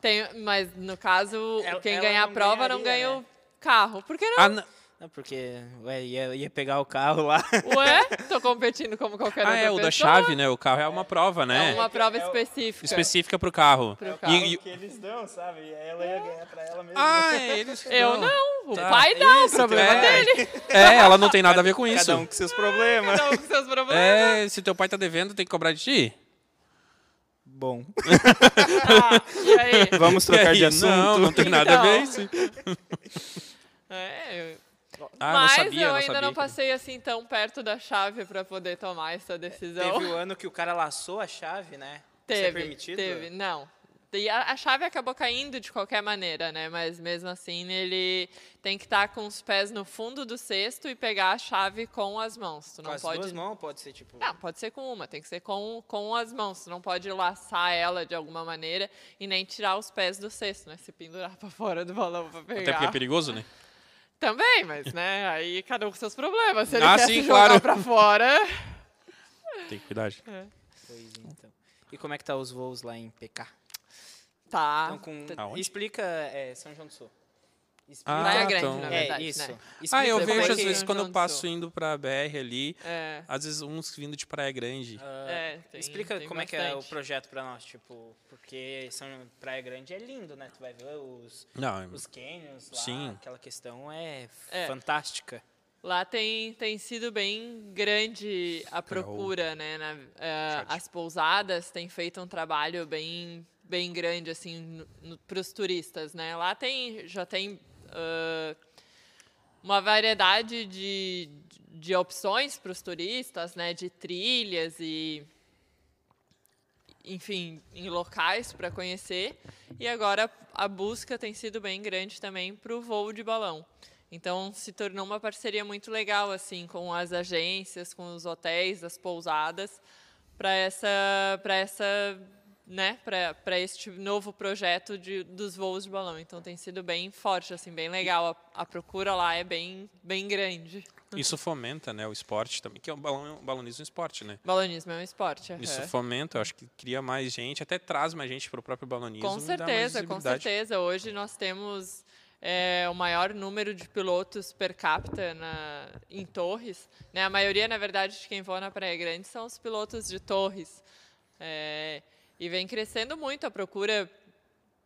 [SPEAKER 3] Tem, mas no caso,
[SPEAKER 1] Ela-
[SPEAKER 3] quem
[SPEAKER 1] É, ela
[SPEAKER 3] ganhar a
[SPEAKER 1] não
[SPEAKER 3] prova não
[SPEAKER 1] ganharia,
[SPEAKER 3] ganha o
[SPEAKER 1] né?
[SPEAKER 3] carro. Por que não?
[SPEAKER 2] Ah, na-
[SPEAKER 1] Não, porque ué, ia, ia pegar o carro lá.
[SPEAKER 3] Ué, tô competindo como qualquer
[SPEAKER 2] ah,
[SPEAKER 3] outra
[SPEAKER 2] é, o da
[SPEAKER 3] pessoa.
[SPEAKER 2] chave, né? O carro é uma prova, né?
[SPEAKER 3] É uma prova
[SPEAKER 1] É o-
[SPEAKER 3] específica.
[SPEAKER 2] Específica pro carro.
[SPEAKER 3] Pro
[SPEAKER 2] E-
[SPEAKER 3] carro.
[SPEAKER 2] e-
[SPEAKER 1] eles dão, sabe? E ela ia ganhar pra ela mesma.
[SPEAKER 2] Ah, é eles. que
[SPEAKER 3] Eu
[SPEAKER 2] dão.
[SPEAKER 3] não, o
[SPEAKER 2] Tá.
[SPEAKER 3] pai dá, o
[SPEAKER 2] Isso,
[SPEAKER 3] problema
[SPEAKER 2] é.
[SPEAKER 3] dele.
[SPEAKER 2] É, ela não tem nada a ver com isso.
[SPEAKER 1] Cada um com seus problemas.
[SPEAKER 3] Cada um com seus problemas.
[SPEAKER 2] É, se teu pai tá devendo, tem que cobrar de ti.
[SPEAKER 1] Bom,
[SPEAKER 2] É.
[SPEAKER 3] Ah, e aí?
[SPEAKER 1] vamos trocar
[SPEAKER 2] E
[SPEAKER 1] de
[SPEAKER 2] aí,
[SPEAKER 1] assunto.
[SPEAKER 2] Não, não tem nada a ver
[SPEAKER 3] Então.
[SPEAKER 2] isso.
[SPEAKER 3] É, eu-
[SPEAKER 2] Ah,
[SPEAKER 3] Mas
[SPEAKER 2] não sabia,
[SPEAKER 3] eu
[SPEAKER 2] não
[SPEAKER 3] ainda
[SPEAKER 2] sabia.
[SPEAKER 3] não
[SPEAKER 2] que-
[SPEAKER 3] passei assim tão perto da chave pra poder tomar essa decisão.
[SPEAKER 1] Teve o ano que o cara laçou a chave, né? Isso é
[SPEAKER 3] Teve,
[SPEAKER 1] permitido?
[SPEAKER 3] teve, não. E a, a chave acabou caindo de qualquer maneira, né? Mas mesmo assim, ele tem que estar com os pés no fundo do cesto e pegar a chave com as mãos. Tu
[SPEAKER 1] Com
[SPEAKER 3] não
[SPEAKER 1] as
[SPEAKER 3] pode.
[SPEAKER 1] duas mãos pode ser tipo.
[SPEAKER 3] Não, pode ser com uma, tem que ser com, com as mãos. Tu não pode laçar ela de alguma maneira e nem tirar os pés do cesto, né? Se pendurar pra fora do balão pra
[SPEAKER 2] Até
[SPEAKER 3] pegar.
[SPEAKER 2] porque é perigoso, né?
[SPEAKER 3] Também, mas, né? Aí cada um com seus problemas. Se ele
[SPEAKER 2] Ah,
[SPEAKER 3] quer
[SPEAKER 2] sim,
[SPEAKER 3] se jogar
[SPEAKER 2] claro.
[SPEAKER 3] pra fora.
[SPEAKER 2] Tem que cuidar.
[SPEAKER 1] Pois então. E como é que tá os voos lá em PK?
[SPEAKER 3] Tá.
[SPEAKER 1] Então, com-
[SPEAKER 2] Aonde?
[SPEAKER 1] explica é, São João do Sul.
[SPEAKER 2] Ah,
[SPEAKER 3] Praia
[SPEAKER 2] tá.
[SPEAKER 3] Grande,
[SPEAKER 2] então.
[SPEAKER 3] na
[SPEAKER 1] é,
[SPEAKER 3] verdade.
[SPEAKER 1] isso.
[SPEAKER 3] Né?
[SPEAKER 2] Ah, eu
[SPEAKER 1] Explica é
[SPEAKER 3] Depois
[SPEAKER 2] vejo às
[SPEAKER 1] que-
[SPEAKER 3] que
[SPEAKER 2] vezes quando eu
[SPEAKER 3] aconteceu.
[SPEAKER 2] passo indo pra BR ali,
[SPEAKER 3] É.
[SPEAKER 2] às vezes uns vindo de Praia Grande.
[SPEAKER 3] É, tem-
[SPEAKER 1] Ah, Explica
[SPEAKER 3] tem
[SPEAKER 1] como é que é o
[SPEAKER 3] bastante.
[SPEAKER 1] projeto pra nós, tipo, porque São Praia Grande é lindo, né? Tu vai ver os,
[SPEAKER 2] Não,
[SPEAKER 1] os canyons lá,
[SPEAKER 2] Sim.
[SPEAKER 1] aquela questão é,
[SPEAKER 3] É.
[SPEAKER 1] fantástica.
[SPEAKER 3] Lá tem, tem sido bem grande a procura, né? na- eh, as pousadas têm feito um trabalho bem, bem grande, assim, para os turistas, né? Lá tem, já tem ah, uma variedade de, de opções para os turistas, né? De trilhas e enfim, em locais para conhecer. E agora a busca tem sido bem grande também para o voo de balão. Então se tornou uma parceria muito legal assim com as agências, com os hotéis, as pousadas para essa para essa né, para este novo projeto de, dos voos de balão. Então tem sido bem forte, assim, bem legal. A, a procura lá é bem, bem grande.
[SPEAKER 2] Isso fomenta, né, o esporte também, que é um balão, um balonismo esporte, né?
[SPEAKER 3] Balonismo é um esporte. aham.
[SPEAKER 2] Isso fomenta, eu acho que cria mais gente, até traz mais gente pro próprio balonismo.
[SPEAKER 3] Com
[SPEAKER 2] e dá mais
[SPEAKER 3] certeza, com
[SPEAKER 2] visibilidade.
[SPEAKER 3] certeza. Hoje nós temos é, o maior número de pilotos per capita na, em Torres. Né? A maioria, na verdade, de quem voa na Praia Grande são os pilotos de Torres. É, e vem crescendo muito a procura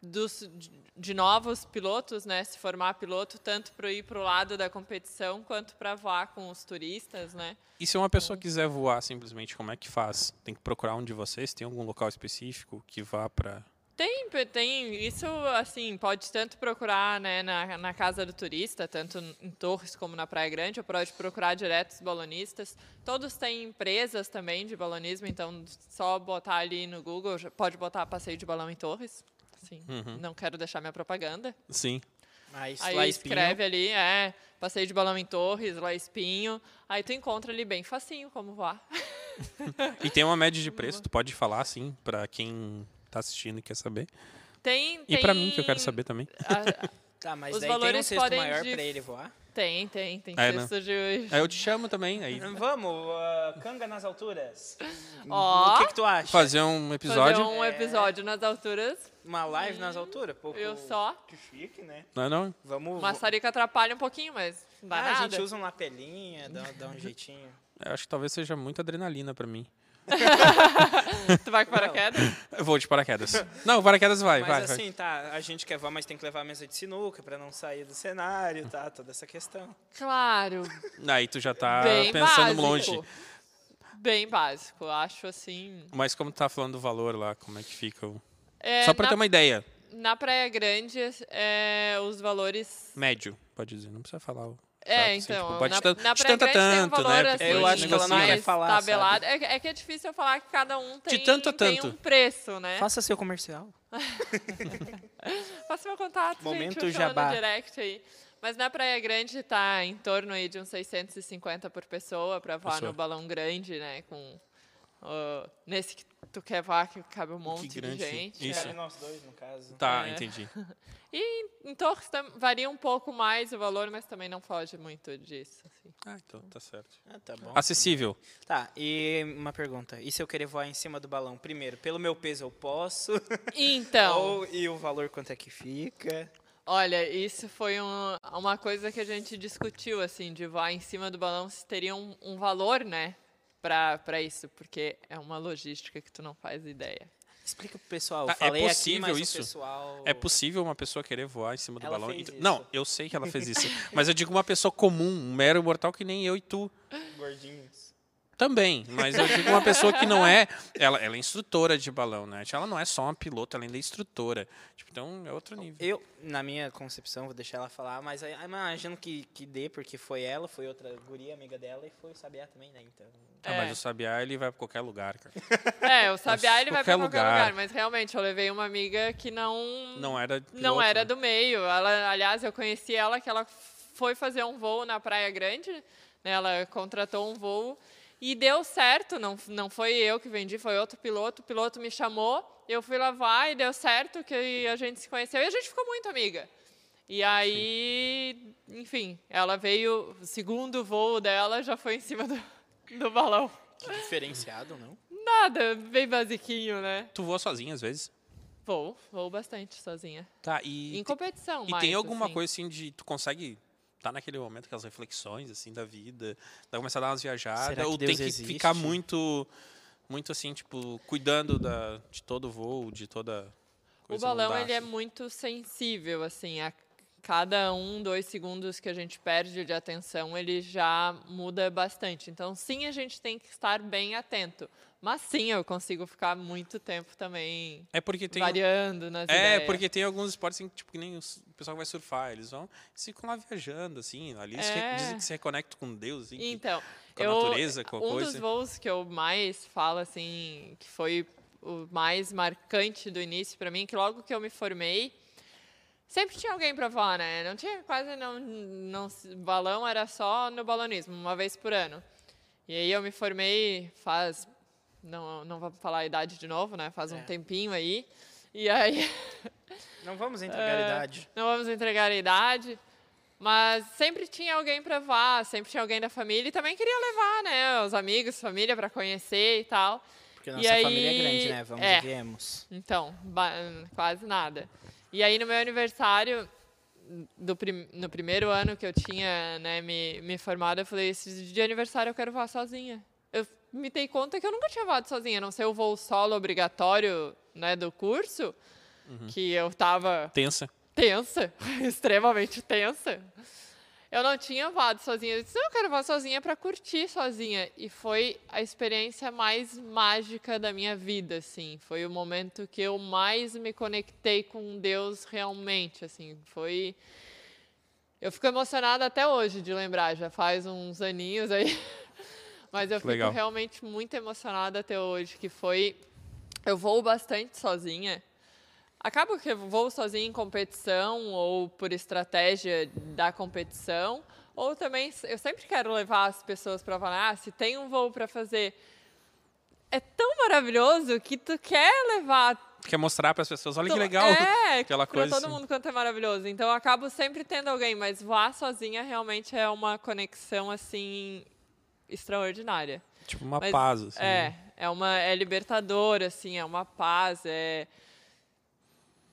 [SPEAKER 3] dos, de, de novos pilotos, né? se formar piloto, tanto para ir para o lado da competição quanto para voar com os turistas. Né?
[SPEAKER 2] E se uma pessoa quiser voar simplesmente, como é que faz? Tem que procurar um de vocês? Tem algum local específico que vá para
[SPEAKER 3] Tem, pe- tem. Isso, assim, pode tanto procurar né, na, na Casa do Turista, tanto em Torres como na Praia Grande, ou pode procurar direto os balonistas. Todos têm empresas também de balonismo, então só botar ali no Google, já- pode botar passeio de balão em Torres. Sim,
[SPEAKER 2] Uhum.
[SPEAKER 3] não quero deixar minha propaganda.
[SPEAKER 2] Sim.
[SPEAKER 1] Mas
[SPEAKER 3] Aí
[SPEAKER 1] lá espinho,
[SPEAKER 3] escreve ali, é, passeio de balão em Torres, lá é espinho. Aí tu encontra ali bem facinho como voar.
[SPEAKER 2] E tem uma média de preço, tu pode falar assim para quem tá assistindo e quer saber.
[SPEAKER 3] Tem,
[SPEAKER 2] E para mim que eu quero
[SPEAKER 3] tem-
[SPEAKER 2] saber também.
[SPEAKER 3] Ah,
[SPEAKER 1] Tá, mas
[SPEAKER 3] Os
[SPEAKER 1] daí tem um
[SPEAKER 3] valores
[SPEAKER 1] cesto
[SPEAKER 3] podem
[SPEAKER 1] maior
[SPEAKER 3] de-
[SPEAKER 1] pra ele voar.
[SPEAKER 3] tem, tem, tem
[SPEAKER 2] É,
[SPEAKER 3] cesto de...
[SPEAKER 2] Aí eu te chamo também, aí
[SPEAKER 3] Uhum.
[SPEAKER 1] Vamos, ah, canga nas alturas.
[SPEAKER 3] Ó.
[SPEAKER 1] O que, que tu acha?
[SPEAKER 2] fazer um episódio.
[SPEAKER 3] Fazer um episódio nas alturas.
[SPEAKER 1] Uma live nas alturas? Pô,
[SPEAKER 3] Eu
[SPEAKER 1] pô,
[SPEAKER 3] só.
[SPEAKER 1] Que chique, né?
[SPEAKER 2] Não, é não.
[SPEAKER 1] Vamos.
[SPEAKER 3] Maçarica atrapalha um pouquinho, mas não dá
[SPEAKER 1] Ah,
[SPEAKER 3] nada.
[SPEAKER 1] a gente usa um lapelinha, dá, dá um jeitinho.
[SPEAKER 2] Eu acho que talvez seja muita adrenalina para mim.
[SPEAKER 3] Tu vai com paraquedas?
[SPEAKER 2] Eu vou de paraquedas. Não, paraquedas vai,
[SPEAKER 1] Mas
[SPEAKER 2] vai, vai.
[SPEAKER 1] assim, tá, a gente quer voar, mas tem que levar a mesa de sinuca pra não sair do cenário, tá? Toda essa questão.
[SPEAKER 3] Claro.
[SPEAKER 2] Aí tu já tá
[SPEAKER 3] bem
[SPEAKER 2] pensando
[SPEAKER 3] básico.
[SPEAKER 2] longe.
[SPEAKER 3] Bem básico. Acho assim.
[SPEAKER 2] Mas como tu tá falando do valor lá, como é que fica? o-
[SPEAKER 3] É,
[SPEAKER 2] Só pra
[SPEAKER 3] na,
[SPEAKER 2] ter um- uma ideia.
[SPEAKER 3] na Praia Grande, é, os valores.
[SPEAKER 2] Médio, pode dizer. Não precisa falar. o exato,
[SPEAKER 3] É,
[SPEAKER 2] assim,
[SPEAKER 3] então.
[SPEAKER 2] tipo, bate
[SPEAKER 3] na,
[SPEAKER 2] tanto,
[SPEAKER 3] na
[SPEAKER 2] de
[SPEAKER 3] Praia
[SPEAKER 2] tanto a
[SPEAKER 3] Grande tem um
[SPEAKER 2] tanto,
[SPEAKER 3] valor,
[SPEAKER 2] né?
[SPEAKER 3] assim,
[SPEAKER 2] Porque
[SPEAKER 1] Eu acho que ela não
[SPEAKER 3] mais
[SPEAKER 1] quer falar, sabe?
[SPEAKER 3] tabelado. É, que- é que é difícil eu falar que cada um tem,
[SPEAKER 2] tanto a
[SPEAKER 3] tem
[SPEAKER 2] tanto.
[SPEAKER 3] um preço, né?
[SPEAKER 1] É. Faça seu comercial.
[SPEAKER 3] Faça meu contato,
[SPEAKER 1] Momento
[SPEAKER 3] gente. eu chamo no
[SPEAKER 1] jabá.
[SPEAKER 3] direct aí. Mas na Praia Grande tá em torno aí de uns 650 por pessoa para voar
[SPEAKER 2] Pessoa.
[SPEAKER 3] no balão grande, né? Com, ó, nesse que tu quer voar, que cabe um monte de
[SPEAKER 2] grande,
[SPEAKER 3] gente.
[SPEAKER 2] isso.
[SPEAKER 3] é.
[SPEAKER 1] nós dois, no caso.
[SPEAKER 2] Tá,
[SPEAKER 3] É.
[SPEAKER 2] entendi.
[SPEAKER 3] E em torno tam- varia um pouco mais o valor, mas também não foge muito disso. assim.
[SPEAKER 2] Ah, então tá certo.
[SPEAKER 1] Ah, tá bom.
[SPEAKER 2] Acessível.
[SPEAKER 1] Tá, e uma pergunta. E se eu querer voar em cima do balão? Primeiro, pelo meu peso eu posso?
[SPEAKER 3] Então.
[SPEAKER 1] Ou, e o valor quanto é que fica?
[SPEAKER 3] Olha, isso foi um- uma coisa que a gente discutiu, assim, de voar em cima do balão, se teria um, um valor, né, pra, pra isso, porque é uma logística que tu não faz ideia.
[SPEAKER 1] Explica pro pessoal.
[SPEAKER 2] Tá,
[SPEAKER 1] eu
[SPEAKER 2] é
[SPEAKER 1] falei
[SPEAKER 2] possível
[SPEAKER 1] aqui, mas
[SPEAKER 2] isso?
[SPEAKER 1] o pessoal...
[SPEAKER 2] É possível uma pessoa querer voar em cima do
[SPEAKER 1] Ela
[SPEAKER 2] balão?
[SPEAKER 1] fez
[SPEAKER 2] Então-
[SPEAKER 1] isso.
[SPEAKER 2] Não, eu sei que ela fez isso. mas eu digo uma pessoa comum, um mero mortal que nem eu e tu.
[SPEAKER 1] Gordinhos.
[SPEAKER 2] Também, mas eu digo uma pessoa que não é. Ela, ela é instrutora de balão, né? Ela não é só uma piloto, ela ainda é instrutora. Tipo, então é outro nível.
[SPEAKER 1] Eu, na minha concepção, vou deixar ela falar, mas eu imagino que, que dê, porque foi ela, foi outra guria amiga dela e foi o Sabiá também, né? Então...
[SPEAKER 2] Ah,
[SPEAKER 3] É.
[SPEAKER 2] mas o Sabiá, ele vai pra qualquer lugar, cara.
[SPEAKER 3] É, o Sabiá, ele vai pra
[SPEAKER 2] qualquer
[SPEAKER 3] qualquer lugar.
[SPEAKER 2] lugar,
[SPEAKER 3] mas realmente, eu levei uma amiga que não...
[SPEAKER 2] Não era. Piloto,
[SPEAKER 3] Hum. não era
[SPEAKER 2] né?
[SPEAKER 3] do meio. Ela, aliás, eu conheci ela que ela foi fazer um voo na Praia Grande, né? Ela contratou um voo e deu certo. Não, não foi eu que vendi, foi outro piloto. O piloto me chamou, eu fui lavar e deu certo que a gente se conheceu e a gente ficou muito amiga. E aí, enfim, ela veio, o segundo voo dela já foi em cima do, do balão.
[SPEAKER 1] Que diferenciado, não?
[SPEAKER 3] Nada, bem basiquinho, né?
[SPEAKER 2] Tu voa sozinha às vezes.
[SPEAKER 3] Vou, vou bastante sozinha.
[SPEAKER 2] Tá, e.
[SPEAKER 3] Em
[SPEAKER 2] te-
[SPEAKER 3] competição,
[SPEAKER 2] E
[SPEAKER 3] mais,
[SPEAKER 2] tem alguma
[SPEAKER 3] assim.
[SPEAKER 2] coisa assim de tu consegue estar naquele momento com as reflexões assim da vida, dá começar a dar umas viajadas
[SPEAKER 1] Será que
[SPEAKER 2] ou tem
[SPEAKER 1] Deus
[SPEAKER 2] que
[SPEAKER 1] existe?
[SPEAKER 2] ficar muito muito assim, tipo, cuidando da, de todo o voo, de toda
[SPEAKER 3] O
[SPEAKER 2] coisa
[SPEAKER 3] balão
[SPEAKER 2] mudar,
[SPEAKER 3] ele é
[SPEAKER 2] assim?
[SPEAKER 3] muito sensível, assim, a cada um, dois segundos que a gente perde de atenção, ele já muda bastante. Então, sim, a gente tem que estar bem atento. Mas sim, eu consigo ficar muito tempo também
[SPEAKER 2] É porque tem
[SPEAKER 3] variando nas
[SPEAKER 2] É,
[SPEAKER 3] ideias.
[SPEAKER 2] porque tem alguns esportes assim, tipo, que nem os- o pessoal que vai surfar, eles vão eles ficam lá viajando, assim, ali eles re-
[SPEAKER 3] É.
[SPEAKER 2] dizem que se reconectam com Deus, assim, que-
[SPEAKER 3] Então,
[SPEAKER 2] com a
[SPEAKER 3] eu-
[SPEAKER 2] natureza, com a
[SPEAKER 3] um dos
[SPEAKER 2] coisa.
[SPEAKER 3] voos que eu mais falo, assim, que foi o mais marcante do início para mim, que logo que eu me formei, sempre tinha alguém para voar, né? Não tinha quase não, não se- balão era só no balonismo, uma vez por ano. E aí eu me formei faz não não vou falar a idade de novo, né? Faz um
[SPEAKER 1] É.
[SPEAKER 3] tempinho aí. E aí
[SPEAKER 1] Não vamos
[SPEAKER 3] É,
[SPEAKER 1] entregar a idade.
[SPEAKER 3] não vamos entregar a idade. Mas sempre tinha alguém para vá, sempre tinha alguém da família e também queria levar, né, os amigos, família para conhecer e tal.
[SPEAKER 1] Porque
[SPEAKER 3] E
[SPEAKER 1] nossa
[SPEAKER 3] aí-
[SPEAKER 1] família é grande, né? Vamos
[SPEAKER 3] é.
[SPEAKER 1] e viemos.
[SPEAKER 3] Então, ba- quase nada. E aí no meu aniversário, do prim- no primeiro ano que eu tinha né, me, me formado, eu falei, esse dia de aniversário eu quero voar sozinha. Eu me dei conta que eu nunca tinha voado sozinha, a não ser o voo solo obrigatório né, do curso, que eu tava
[SPEAKER 2] Tensa.
[SPEAKER 3] tensa, extremamente tensa. Eu não tinha voado sozinha. Eu disse, não, eu quero voar sozinha para curtir sozinha. E foi a experiência mais mágica da minha vida, assim. Foi o momento que eu mais me conectei com Deus realmente, assim. Foi... Eu fico emocionada até hoje de lembrar, já faz uns aninhos aí. Mas eu fico
[SPEAKER 2] Legal.
[SPEAKER 3] realmente muito emocionada até hoje, que foi... Eu voo bastante sozinha. Acabo que eu vou sozinha em competição ou por estratégia da competição, ou também s- eu sempre quero levar as pessoas para falar, ah, se tem um voo para fazer. É tão maravilhoso que tu quer levar.
[SPEAKER 2] Quer mostrar para as pessoas, olha
[SPEAKER 3] to-
[SPEAKER 2] que legal.
[SPEAKER 3] É,
[SPEAKER 2] Aquela
[SPEAKER 3] pra
[SPEAKER 2] coisa
[SPEAKER 3] todo
[SPEAKER 2] assim.
[SPEAKER 3] mundo quanto é maravilhoso. Então eu acabo sempre tendo alguém, mas voar sozinha realmente é uma conexão assim extraordinária.
[SPEAKER 2] Tipo uma
[SPEAKER 3] Mas,
[SPEAKER 2] paz, assim. né?
[SPEAKER 3] É, é uma é libertador assim, é uma paz, é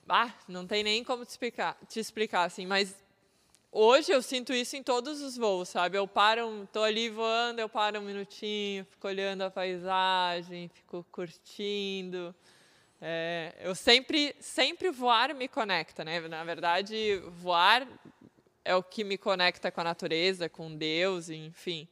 [SPEAKER 3] Ah, não tem nem como te explicar, te explicar assim, mas hoje eu sinto isso em todos os voos, sabe? Eu paro, um- tô ali voando, eu paro um minutinho, fico olhando a paisagem, fico curtindo. É, eu sempre, sempre voar me conecta, né? Na verdade, voar é o que me conecta com a natureza, com Deus, enfim.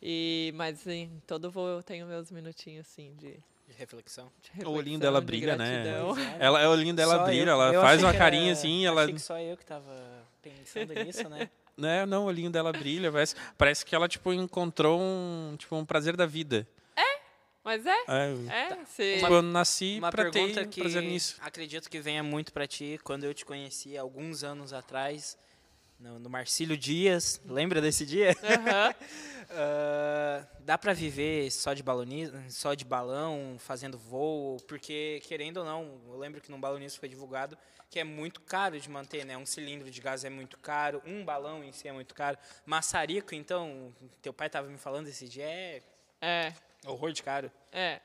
[SPEAKER 3] E, mas em todo voo eu tenho meus minutinhos, assim, de,
[SPEAKER 1] De reflexão.
[SPEAKER 2] O
[SPEAKER 3] de É reflexão,
[SPEAKER 2] olhinho dela
[SPEAKER 3] de
[SPEAKER 2] brilha,
[SPEAKER 3] gratidão.
[SPEAKER 2] né? Ela, o olhinho dela
[SPEAKER 1] é. Só
[SPEAKER 2] brilha,
[SPEAKER 1] eu-
[SPEAKER 2] ela
[SPEAKER 1] eu
[SPEAKER 2] faz
[SPEAKER 1] achei
[SPEAKER 2] uma
[SPEAKER 1] que era-
[SPEAKER 2] carinha assim, ela.
[SPEAKER 1] Achei que só eu que tava pensando nisso, né?
[SPEAKER 2] Né, não, o olhinho dela brilha, parece, parece que ela, tipo, encontrou um, tipo, um prazer da vida.
[SPEAKER 3] Mas é,
[SPEAKER 2] É,
[SPEAKER 3] é, se...
[SPEAKER 2] tipo, eu nasci
[SPEAKER 1] Uma
[SPEAKER 2] pra
[SPEAKER 1] pergunta
[SPEAKER 2] ter um
[SPEAKER 1] que
[SPEAKER 2] prazer nisso.
[SPEAKER 1] acredito que venha muito pra ti. Quando eu te conheci alguns anos atrás, no, no Marcílio Dias. Lembra desse dia?
[SPEAKER 3] Aham.
[SPEAKER 1] Ah, dá para viver só de balonismo, só de balão, fazendo voo, porque querendo ou não, eu lembro que num balonismo foi divulgado que é muito caro de manter, né? Um cilindro de gás é muito caro, um balão em si é muito caro, maçarico, então, teu pai tava me falando esse dia, é
[SPEAKER 3] É,
[SPEAKER 1] horror de caro.
[SPEAKER 3] é.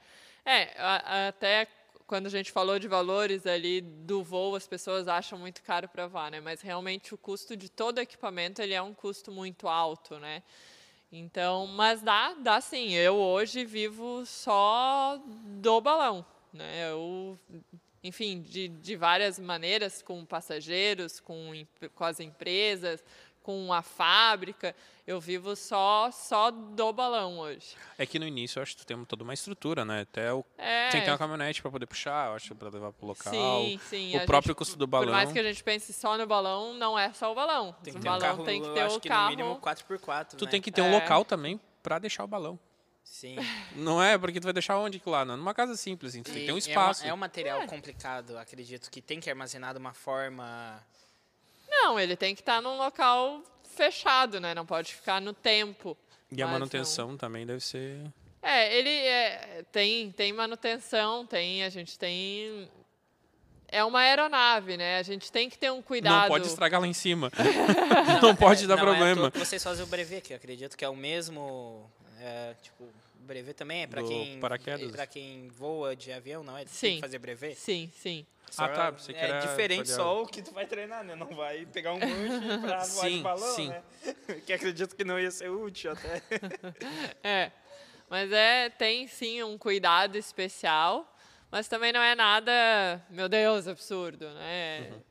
[SPEAKER 3] É, a- a- até quando a gente falou de valores ali do voo, as pessoas acham muito caro para voar, né? Mas realmente o custo de todo equipamento, ele é um custo muito alto, né? Então, mas dá, dá sim. Eu hoje vivo só do balão, né? Eu, enfim, de, de várias maneiras, com passageiros, com, em- com as empresas, com a fábrica, eu vivo só só do balão hoje.
[SPEAKER 2] É que no início eu acho que tu tem toda uma estrutura, né? Até o...
[SPEAKER 3] É.
[SPEAKER 2] tem que ter uma caminhonete pra poder puxar, eu acho, pra levar pro local.
[SPEAKER 3] Sim, sim.
[SPEAKER 2] o
[SPEAKER 3] a
[SPEAKER 2] próprio
[SPEAKER 3] gente-
[SPEAKER 2] custo do balão.
[SPEAKER 3] Por mais que a gente pense só no balão, não é só o balão.
[SPEAKER 1] Tem que
[SPEAKER 3] o
[SPEAKER 1] ter um
[SPEAKER 3] balão
[SPEAKER 1] carro,
[SPEAKER 3] tem que
[SPEAKER 1] eu
[SPEAKER 3] ter
[SPEAKER 1] acho
[SPEAKER 3] o
[SPEAKER 1] que
[SPEAKER 3] carro.
[SPEAKER 1] no mínimo 4x4,
[SPEAKER 2] Tu
[SPEAKER 1] né?
[SPEAKER 2] tem que ter um
[SPEAKER 3] É.
[SPEAKER 2] local também pra deixar o balão.
[SPEAKER 1] Sim.
[SPEAKER 2] Não é? Porque tu vai deixar onde que lá? Não, Numa casa simples, assim. Tu tem que ter um
[SPEAKER 1] E é uma-
[SPEAKER 2] espaço.
[SPEAKER 1] É, um material complicado, acredito, que tem que armazenar de uma forma...
[SPEAKER 3] Não, ele tem que estar num local fechado, né? Não pode ficar no tempo.
[SPEAKER 2] E a
[SPEAKER 3] Mas não-
[SPEAKER 2] manutenção também deve ser.
[SPEAKER 3] É, ele é, tem, tem manutenção, tem, a gente tem. É uma aeronave, né? A gente tem que ter um cuidado.
[SPEAKER 2] Não pode estragar lá em cima. não pode dar
[SPEAKER 1] Não, é à
[SPEAKER 2] problema.
[SPEAKER 1] toa que vocês fazem o brevet, que eu acredito que é o mesmo. é, tipo, o brevet também é para
[SPEAKER 2] Do
[SPEAKER 1] quem.
[SPEAKER 2] paraquedas.
[SPEAKER 1] Para quem voa de avião, não é? Tem
[SPEAKER 3] Sim.
[SPEAKER 1] que fazer brevet?
[SPEAKER 3] Sim, sim.
[SPEAKER 1] Só
[SPEAKER 2] tá, você
[SPEAKER 1] é
[SPEAKER 2] quer a-
[SPEAKER 1] diferente
[SPEAKER 2] olhar.
[SPEAKER 1] só o que tu vai treinar, né? Não vai pegar um gancho pra voar de
[SPEAKER 2] Sim,
[SPEAKER 1] balão,
[SPEAKER 2] sim.
[SPEAKER 1] né? Que acredito que não ia ser útil até.
[SPEAKER 3] É. Mas é, tem sim um cuidado especial, mas também não é nada, meu Deus, absurdo, né?
[SPEAKER 1] Uhum.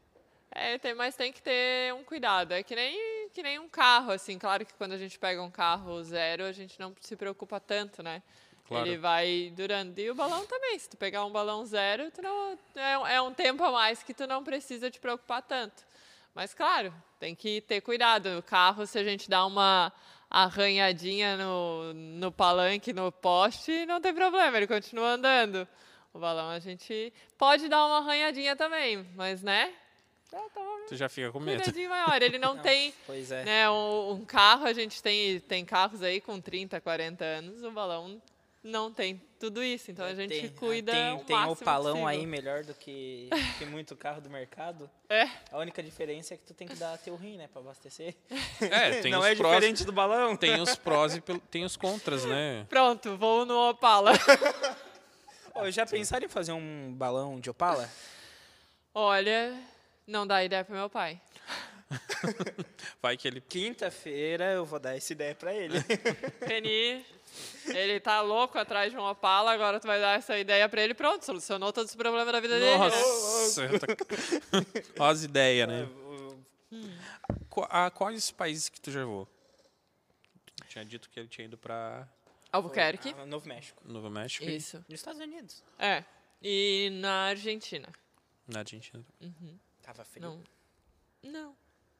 [SPEAKER 3] É, tem, mas tem que ter um cuidado. É que nem, que nem um carro, assim. Claro que quando a gente pega um carro zero, a gente não se preocupa tanto, né?
[SPEAKER 2] Claro.
[SPEAKER 3] Ele vai durando. E o balão também. Se tu pegar um balão zero, tu não, é, um- é um tempo a mais que tu não precisa te preocupar tanto. Mas, claro, tem que ter cuidado. O carro, se a gente dá uma arranhadinha no, no palanque, no poste, não tem problema, ele continua andando. O balão a gente pode dar uma arranhadinha também, mas, né? Dá dá um
[SPEAKER 2] Tu já fica com medo.
[SPEAKER 3] cuidadinho maior. Ele não tem
[SPEAKER 1] Pois é.
[SPEAKER 3] né, um, um carro, a gente tem, tem carros aí com 30, 40 anos, o balão não tem tudo isso, então a gente
[SPEAKER 1] É, Tem-
[SPEAKER 3] cuida
[SPEAKER 1] Tem,
[SPEAKER 3] o
[SPEAKER 1] tem
[SPEAKER 3] máximo
[SPEAKER 1] opalão
[SPEAKER 3] possível.
[SPEAKER 1] aí melhor do que, que muito carro do mercado.
[SPEAKER 3] É,
[SPEAKER 1] A única diferença é que tu tem que dar teu rim, né? Pra abastecer.
[SPEAKER 2] É, tem
[SPEAKER 1] não
[SPEAKER 2] os
[SPEAKER 1] é
[SPEAKER 2] prós,
[SPEAKER 1] diferente do balão.
[SPEAKER 2] tem os prós e pel- tem os contras, né?
[SPEAKER 3] pronto, vou no Opala.
[SPEAKER 1] Ô, já pensaram em fazer um balão de opala?
[SPEAKER 3] Olha, não dá ideia pro meu pai.
[SPEAKER 2] Vai que ele
[SPEAKER 1] Quinta-feira eu vou dar essa ideia pra ele.
[SPEAKER 3] Reni, ele tá louco atrás de um Opala, agora tu vai dar essa ideia pra ele, pronto, solucionou todos os problemas da vida dele. né?
[SPEAKER 2] Nossa, eu tô- Ó as ideias, né? Qu- A quais países que tu já voou? Tu tinha dito que ele tinha ido pra
[SPEAKER 3] Albuquerque.
[SPEAKER 1] Ah, Novo México.
[SPEAKER 2] Novo México e
[SPEAKER 3] Isso.
[SPEAKER 1] Nos Estados Unidos.
[SPEAKER 3] É. E na Argentina.
[SPEAKER 2] na Argentina.
[SPEAKER 1] Tava frio.
[SPEAKER 3] Não. Não.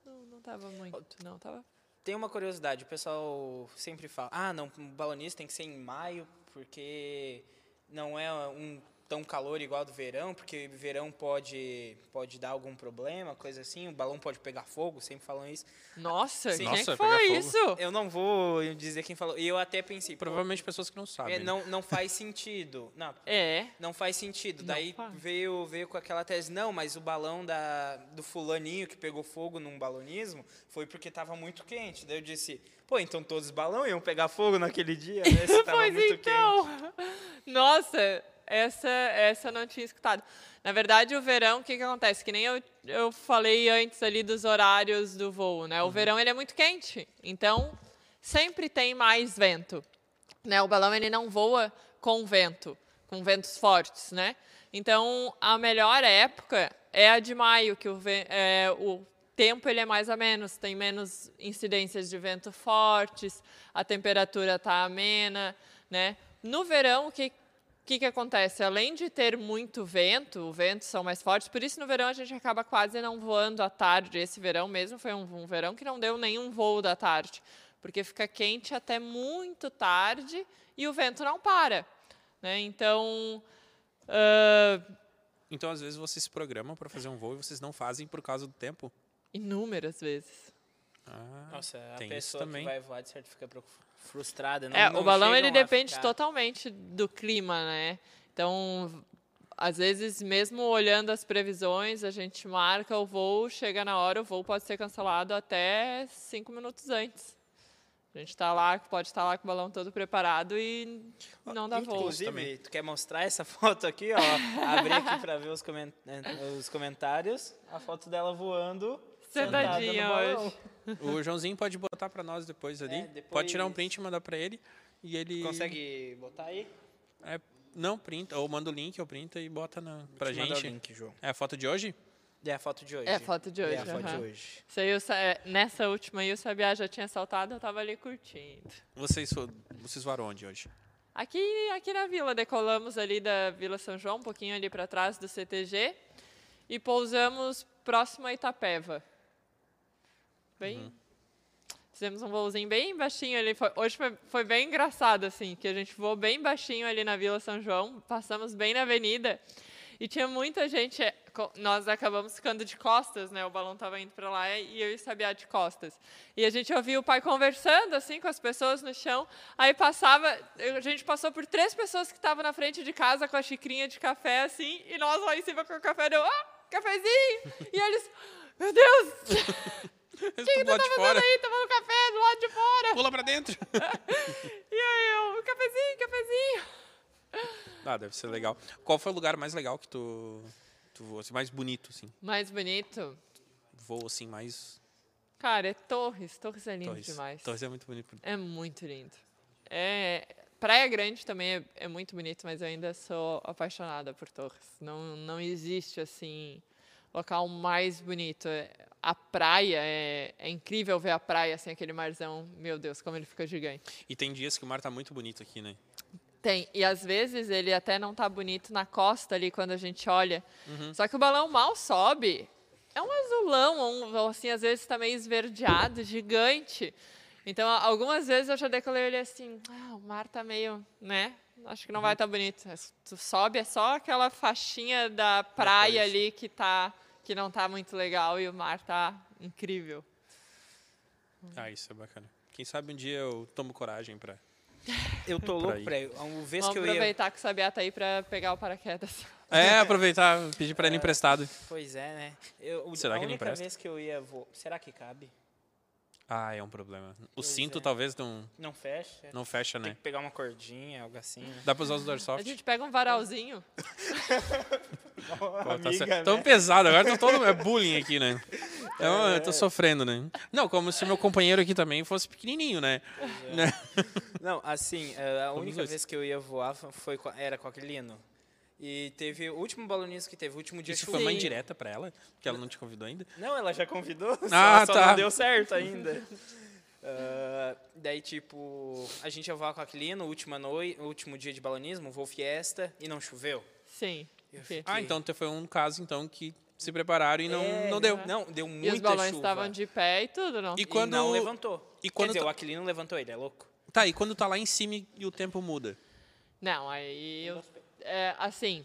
[SPEAKER 3] Não, não tava muito. Não, tava.
[SPEAKER 1] Tem uma curiosidade, o pessoal sempre fala, ah, não, um balonista tem que ser em maio, porque não é um tão calor igual do verão, porque verão pode, pode dar algum problema, coisa assim, o balão pode pegar fogo, sempre falam isso.
[SPEAKER 3] Nossa,
[SPEAKER 1] Sim.
[SPEAKER 3] quem é
[SPEAKER 2] Nossa,
[SPEAKER 3] que
[SPEAKER 2] pegar
[SPEAKER 3] foi
[SPEAKER 2] fogo.
[SPEAKER 3] isso?
[SPEAKER 1] Eu não vou dizer quem falou, e eu até pensei, pô,
[SPEAKER 2] Provavelmente pessoas que não sabem. né?
[SPEAKER 1] é, não, não faz sentido, não,
[SPEAKER 3] É.
[SPEAKER 1] Não faz sentido.
[SPEAKER 3] Não
[SPEAKER 1] Daí
[SPEAKER 3] faz.
[SPEAKER 1] Veio, veio com aquela tese, não, mas o balão da, do fulaninho que pegou fogo num balonismo foi porque estava muito quente. Daí eu disse, pô, então todos os balões iam pegar fogo naquele dia, né? Se tava
[SPEAKER 3] pois
[SPEAKER 1] muito
[SPEAKER 3] então.
[SPEAKER 1] quente.
[SPEAKER 3] Nossa, essa, essa eu não tinha escutado. Na verdade, o verão, o que, que acontece? Que nem eu, eu falei antes ali dos horários do voo, né? O
[SPEAKER 2] Uhum.
[SPEAKER 3] verão ele é muito quente, então sempre tem mais vento. Né? O balão ele não voa com vento, com ventos fortes, né? Então, a melhor época é a de maio, que o, ve- é, o tempo ele é mais a menos, tem menos incidências de vento fortes, a temperatura está amena, né? No verão, o que, que, que acontece? Além de ter muito vento, os ventos são mais fortes, por isso no verão a gente acaba quase não voando à tarde. Esse verão mesmo foi um, um verão que não deu nenhum voo da tarde, porque fica quente até muito tarde e o vento não para. Né? Então, ah,
[SPEAKER 2] Então, às vezes, vocês se programam pra fazer um voo e vocês não fazem por causa do tempo.
[SPEAKER 3] inúmeras vezes.
[SPEAKER 2] Ah,
[SPEAKER 1] Nossa, a
[SPEAKER 2] tem isso
[SPEAKER 1] pessoa que
[SPEAKER 2] também.
[SPEAKER 1] vai voar de certo fica pro- frustrada. Não,
[SPEAKER 3] É,
[SPEAKER 1] não
[SPEAKER 3] o balão
[SPEAKER 1] chegam
[SPEAKER 3] ele
[SPEAKER 1] a
[SPEAKER 3] depende
[SPEAKER 1] ficar-
[SPEAKER 3] totalmente do clima, né? Então, às vezes, mesmo olhando as previsões, a gente marca o voo, chega na hora, o voo pode ser cancelado até cinco minutos antes. A gente tá lá, pode estar lá com o balão todo preparado e não dá voo.
[SPEAKER 1] Inclusive,
[SPEAKER 2] também.
[SPEAKER 1] tu quer mostrar essa foto aqui, ó? Abri aqui pra ver os, comen- eh, os comentários. A foto dela voando. sentada no
[SPEAKER 3] Sedadinha
[SPEAKER 1] balão.
[SPEAKER 3] tá hoje.
[SPEAKER 2] O Joãozinho pode botar pra nós depois ali.
[SPEAKER 1] É, depois-
[SPEAKER 2] Pode tirar um print e mandar pra ele. E ele.
[SPEAKER 1] Consegue botar aí?
[SPEAKER 2] É, não, printa. Ou manda o link, ou printa e bota na, pra
[SPEAKER 1] Te mandar o
[SPEAKER 2] gente.
[SPEAKER 1] link, João.
[SPEAKER 2] É a foto de hoje?
[SPEAKER 1] É a foto de hoje.
[SPEAKER 3] É a foto de hoje.
[SPEAKER 1] É a foto
[SPEAKER 3] aham.
[SPEAKER 1] de hoje.
[SPEAKER 3] Isso aí, o Sa- é, nessa última aí, o Sabiá já tinha saltado, eu tava ali curtindo.
[SPEAKER 2] Vocês, fo- vocês voaram onde hoje?
[SPEAKER 3] Aqui, aqui na vila, decolamos ali da Vila São João, um pouquinho ali para trás do CTG, e pousamos próximo a Itapeva. Bem. Fizemos um voozinho bem baixinho ali. Foi- hoje foi, foi bem engraçado, assim, que a gente voou bem baixinho ali na Vila São João, passamos bem na avenida. E tinha muita gente. é, co- Nós acabamos ficando de costas, né? O balão tava indo para lá e eu e o Sabiá de costas. E a gente ouvia o pai conversando, assim, com as pessoas no chão. Aí passava. eu- A gente passou por três pessoas que estavam na frente de casa com a xicrinha de café, assim, e nós lá em cima com o café, deu, ah, cafezinho! E eles, meu Deus,
[SPEAKER 2] Quem
[SPEAKER 3] eu tava fazendo aí, tomando café do lado de fora.
[SPEAKER 2] Pula pra dentro.
[SPEAKER 3] E aí, eu, cafezinho, cafezinho.
[SPEAKER 2] ah, deve ser legal. Qual foi o lugar mais legal que tu, tu voou? Assim, mais bonito, assim.
[SPEAKER 3] Mais bonito.
[SPEAKER 2] Voo, assim, mais...
[SPEAKER 3] Cara, é Torres. Torres é lindo
[SPEAKER 2] Torres.
[SPEAKER 3] demais.
[SPEAKER 2] Torres é muito bonito.
[SPEAKER 3] É muito lindo. É, Praia Grande também é, é muito bonito, mas eu ainda sou apaixonada por Torres. Não, não existe, assim, local mais bonito. É- A praia, é, é incrível ver a praia, assim, aquele marzão. Meu Deus, como ele fica gigante.
[SPEAKER 2] E tem dias que o mar tá muito bonito aqui, né?
[SPEAKER 3] Tem, e às vezes ele até não tá bonito na costa ali quando a gente olha.
[SPEAKER 1] Uhum.
[SPEAKER 3] Só que o balão mal sobe. É um azulão, um, assim, às vezes também esverdeado, gigante. Então, a- algumas vezes eu já decolei ele assim, ah, o mar tá meio, né? Acho que não
[SPEAKER 1] Uhum.
[SPEAKER 3] vai estar tá bonito. Mas Tu sobe, é só aquela faixinha da praia
[SPEAKER 2] parece.
[SPEAKER 3] ali que tá que não tá muito legal e o mar tá incrível.
[SPEAKER 2] Ah, isso é bacana. Quem sabe um dia eu tomo coragem pra...
[SPEAKER 1] Eu tô
[SPEAKER 2] Pra
[SPEAKER 1] louco
[SPEAKER 2] ir.
[SPEAKER 1] pra ir. Uma vez
[SPEAKER 3] Vamos
[SPEAKER 1] que eu ia.
[SPEAKER 3] aproveitar que o Sabiá tá aí para pegar o paraquedas.
[SPEAKER 2] É, aproveitar, pedir pra ele emprestado.
[SPEAKER 1] Pois é, né? Eu, o-
[SPEAKER 2] Será
[SPEAKER 1] a
[SPEAKER 2] que ele
[SPEAKER 1] única
[SPEAKER 2] empresta?
[SPEAKER 1] vez que eu ia voar. Será que cabe?
[SPEAKER 2] Ah, é um problema. O cinto
[SPEAKER 1] é.
[SPEAKER 2] talvez não,
[SPEAKER 1] Não fecha?
[SPEAKER 2] não fecha,
[SPEAKER 1] Tem
[SPEAKER 2] né?
[SPEAKER 1] que pegar uma cordinha, algo assim. Né?
[SPEAKER 2] Dá pra usar os
[SPEAKER 3] A
[SPEAKER 2] Doorsoft?
[SPEAKER 3] gente pega um varalzinho.
[SPEAKER 2] Pô, tá
[SPEAKER 1] né?
[SPEAKER 2] certo. Tão pesado, agora tô todo. É bullying aqui, né? Então, eu tô sofrendo, né? Não, como se meu companheiro aqui também fosse pequenininho, né? Né?
[SPEAKER 1] Não, assim, eh, a única
[SPEAKER 2] dois.
[SPEAKER 1] vez que eu ia voar fo- foi com- era com aquele Lino. E teve o último balonismo que teve, o último dia
[SPEAKER 2] Isso
[SPEAKER 1] choveu.
[SPEAKER 2] foi uma
[SPEAKER 3] Sim.
[SPEAKER 2] indireta pra ela, porque ela não te convidou ainda.
[SPEAKER 1] Não, ela já convidou, só,
[SPEAKER 2] Ah,
[SPEAKER 1] só
[SPEAKER 2] tá.
[SPEAKER 1] não deu certo ainda. Ah, daí, tipo, a gente ia voar com aquele Lino, última noite, último dia de balonismo, voo fiesta, e não choveu.
[SPEAKER 3] Sim.
[SPEAKER 1] Eu
[SPEAKER 3] ok.
[SPEAKER 1] fiquei-
[SPEAKER 2] Ah, então te- foi um caso então que se prepararam e não,
[SPEAKER 1] É,
[SPEAKER 2] não deu.
[SPEAKER 1] Não, deu muita
[SPEAKER 3] E os balões
[SPEAKER 1] chuva.
[SPEAKER 3] estavam de pé e tudo, não?
[SPEAKER 2] E
[SPEAKER 1] E
[SPEAKER 2] quando.
[SPEAKER 1] não levantou.
[SPEAKER 2] e quando
[SPEAKER 1] Quer dizer,
[SPEAKER 2] tá-
[SPEAKER 1] o Aquilino levantou, ele é louco.
[SPEAKER 2] Tá, e quando tá lá em cima e- e o tempo muda?
[SPEAKER 3] Não, aí eu, é, assim,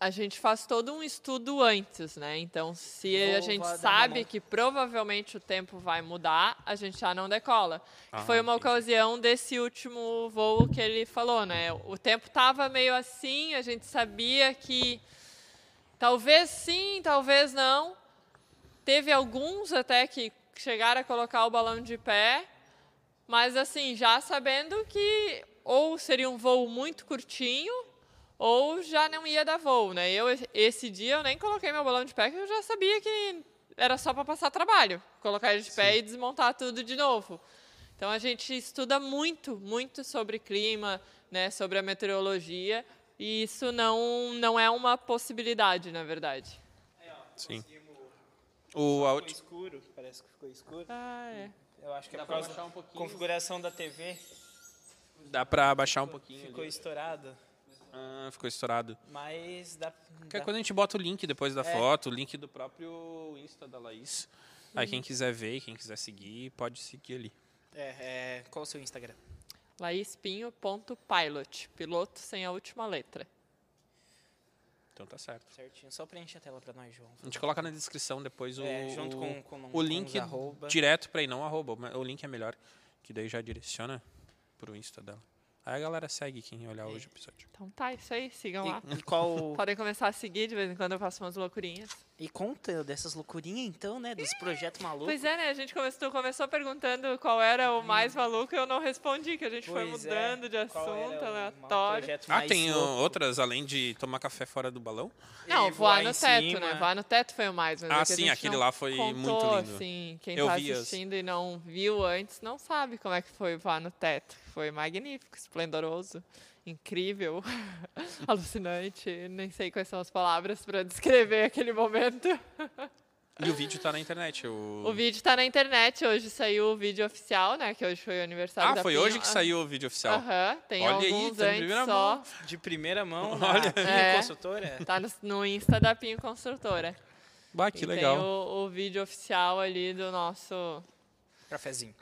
[SPEAKER 3] a gente faz todo um estudo antes, né? Então, se
[SPEAKER 1] Vou
[SPEAKER 3] a gente
[SPEAKER 1] voar da
[SPEAKER 3] sabe
[SPEAKER 1] mamão.
[SPEAKER 3] que provavelmente o tempo vai mudar, a gente já não decola. Que
[SPEAKER 2] Ah,
[SPEAKER 3] foi uma
[SPEAKER 2] entendi.
[SPEAKER 3] ocasião desse último voo que ele falou, né? O tempo tava meio assim, a gente sabia que talvez sim, talvez não. Teve alguns até que chegaram a colocar o balão de pé, mas assim, já sabendo que ou seria um voo muito curtinho, ou já não ia dar voo, né? Eu esse dia eu nem coloquei meu balão de pé, que eu já sabia que era só para passar trabalho, colocar ele de pé e desmontar tudo de novo. Então a gente estuda muito, muito sobre clima, né, sobre a meteorologia, e isso não não é uma possibilidade, na verdade.
[SPEAKER 2] Sim. O, a, ulti-
[SPEAKER 1] escuro, parece que ficou escuro.
[SPEAKER 3] Ah, é.
[SPEAKER 1] Eu acho que é
[SPEAKER 2] Dá
[SPEAKER 1] por
[SPEAKER 2] pra
[SPEAKER 1] causa
[SPEAKER 2] baixar
[SPEAKER 1] da
[SPEAKER 2] um pouquinho?
[SPEAKER 1] configuração da TV.
[SPEAKER 2] dá pra abaixar um pouquinho.
[SPEAKER 1] Ficou
[SPEAKER 2] ali.
[SPEAKER 1] estourado,
[SPEAKER 2] Ah, ficou estourado.
[SPEAKER 1] mas dá,
[SPEAKER 2] Qualquer
[SPEAKER 1] dá-
[SPEAKER 2] coisa a gente bota o link depois da
[SPEAKER 1] É.
[SPEAKER 2] foto, o link do próprio Insta da Laís. Aí quem quiser ver, quem quiser seguir, pode seguir ali.
[SPEAKER 1] É, é, qual o seu Instagram?
[SPEAKER 3] Laispinho.pilot, piloto sem a última letra.
[SPEAKER 2] Então tá certo.
[SPEAKER 1] Certinho. Só preenche a tela para nós, João.
[SPEAKER 2] A gente coloca na descrição depois o,
[SPEAKER 1] É, junto
[SPEAKER 2] o-
[SPEAKER 1] com- com- com
[SPEAKER 2] o
[SPEAKER 1] os
[SPEAKER 2] link
[SPEAKER 1] arroba.
[SPEAKER 2] direto pra ir, não arroba. mas O link é melhor, que daí já direciona pro Insta dela. Aí a galera segue quem olhar hoje o episódio.
[SPEAKER 3] Então tá, isso aí, sigam lá.
[SPEAKER 1] E, e qual
[SPEAKER 3] Podem começar a seguir, de vez em quando eu faço umas loucurinhas.
[SPEAKER 1] e conta dessas loucurinhas então, né, dos projetos malucos.
[SPEAKER 3] Pois é, né? A gente começou, tu começou perguntando qual era o
[SPEAKER 2] Hum.
[SPEAKER 3] mais maluco e eu não respondi, que a gente foi
[SPEAKER 1] Pois é.
[SPEAKER 3] mudando de
[SPEAKER 1] Qual era
[SPEAKER 3] assunto
[SPEAKER 1] o maior
[SPEAKER 3] aleatório.
[SPEAKER 1] projeto
[SPEAKER 2] Ah,
[SPEAKER 1] mais
[SPEAKER 2] tem ó,
[SPEAKER 1] louco?
[SPEAKER 2] outras além de tomar café fora do balão?
[SPEAKER 3] Não,
[SPEAKER 1] E
[SPEAKER 3] voar
[SPEAKER 1] voar
[SPEAKER 3] no
[SPEAKER 1] em
[SPEAKER 3] teto,
[SPEAKER 1] cima.
[SPEAKER 3] né? Voar no teto foi o mais. Mas
[SPEAKER 2] Ah,
[SPEAKER 3] é que a
[SPEAKER 2] sim,
[SPEAKER 3] gente
[SPEAKER 2] aquele
[SPEAKER 3] não
[SPEAKER 2] lá foi
[SPEAKER 3] contou,
[SPEAKER 2] muito lindo.
[SPEAKER 3] Assim, quem
[SPEAKER 2] Eu
[SPEAKER 3] tá
[SPEAKER 2] vi as-
[SPEAKER 3] assistindo e não viu antes não sabe como é que foi voar no teto. Foi magnífico, esplendoroso, incrível, alucinante. Nem sei quais são as palavras para descrever aquele momento.
[SPEAKER 2] E o vídeo tá na internet. O...
[SPEAKER 3] O vídeo tá na internet, hoje saiu o vídeo oficial, né? Que hoje foi o aniversário
[SPEAKER 2] ah,
[SPEAKER 3] da
[SPEAKER 2] foi
[SPEAKER 3] Pinho.
[SPEAKER 2] hoje que saiu o vídeo oficial.
[SPEAKER 3] Aham, tem
[SPEAKER 2] Então, Olha aí,
[SPEAKER 3] alguns
[SPEAKER 2] tá em primeira
[SPEAKER 3] antes só.
[SPEAKER 2] mão.
[SPEAKER 1] De primeira mão,
[SPEAKER 2] Olha.
[SPEAKER 1] Olha, da
[SPEAKER 3] É.
[SPEAKER 1] minha consultora.
[SPEAKER 3] Tá no, no Insta da Pinho Construtora.
[SPEAKER 2] Bah, que
[SPEAKER 3] E Tem
[SPEAKER 2] legal.
[SPEAKER 3] o, o vídeo oficial ali do nosso.
[SPEAKER 1] Cafezinho.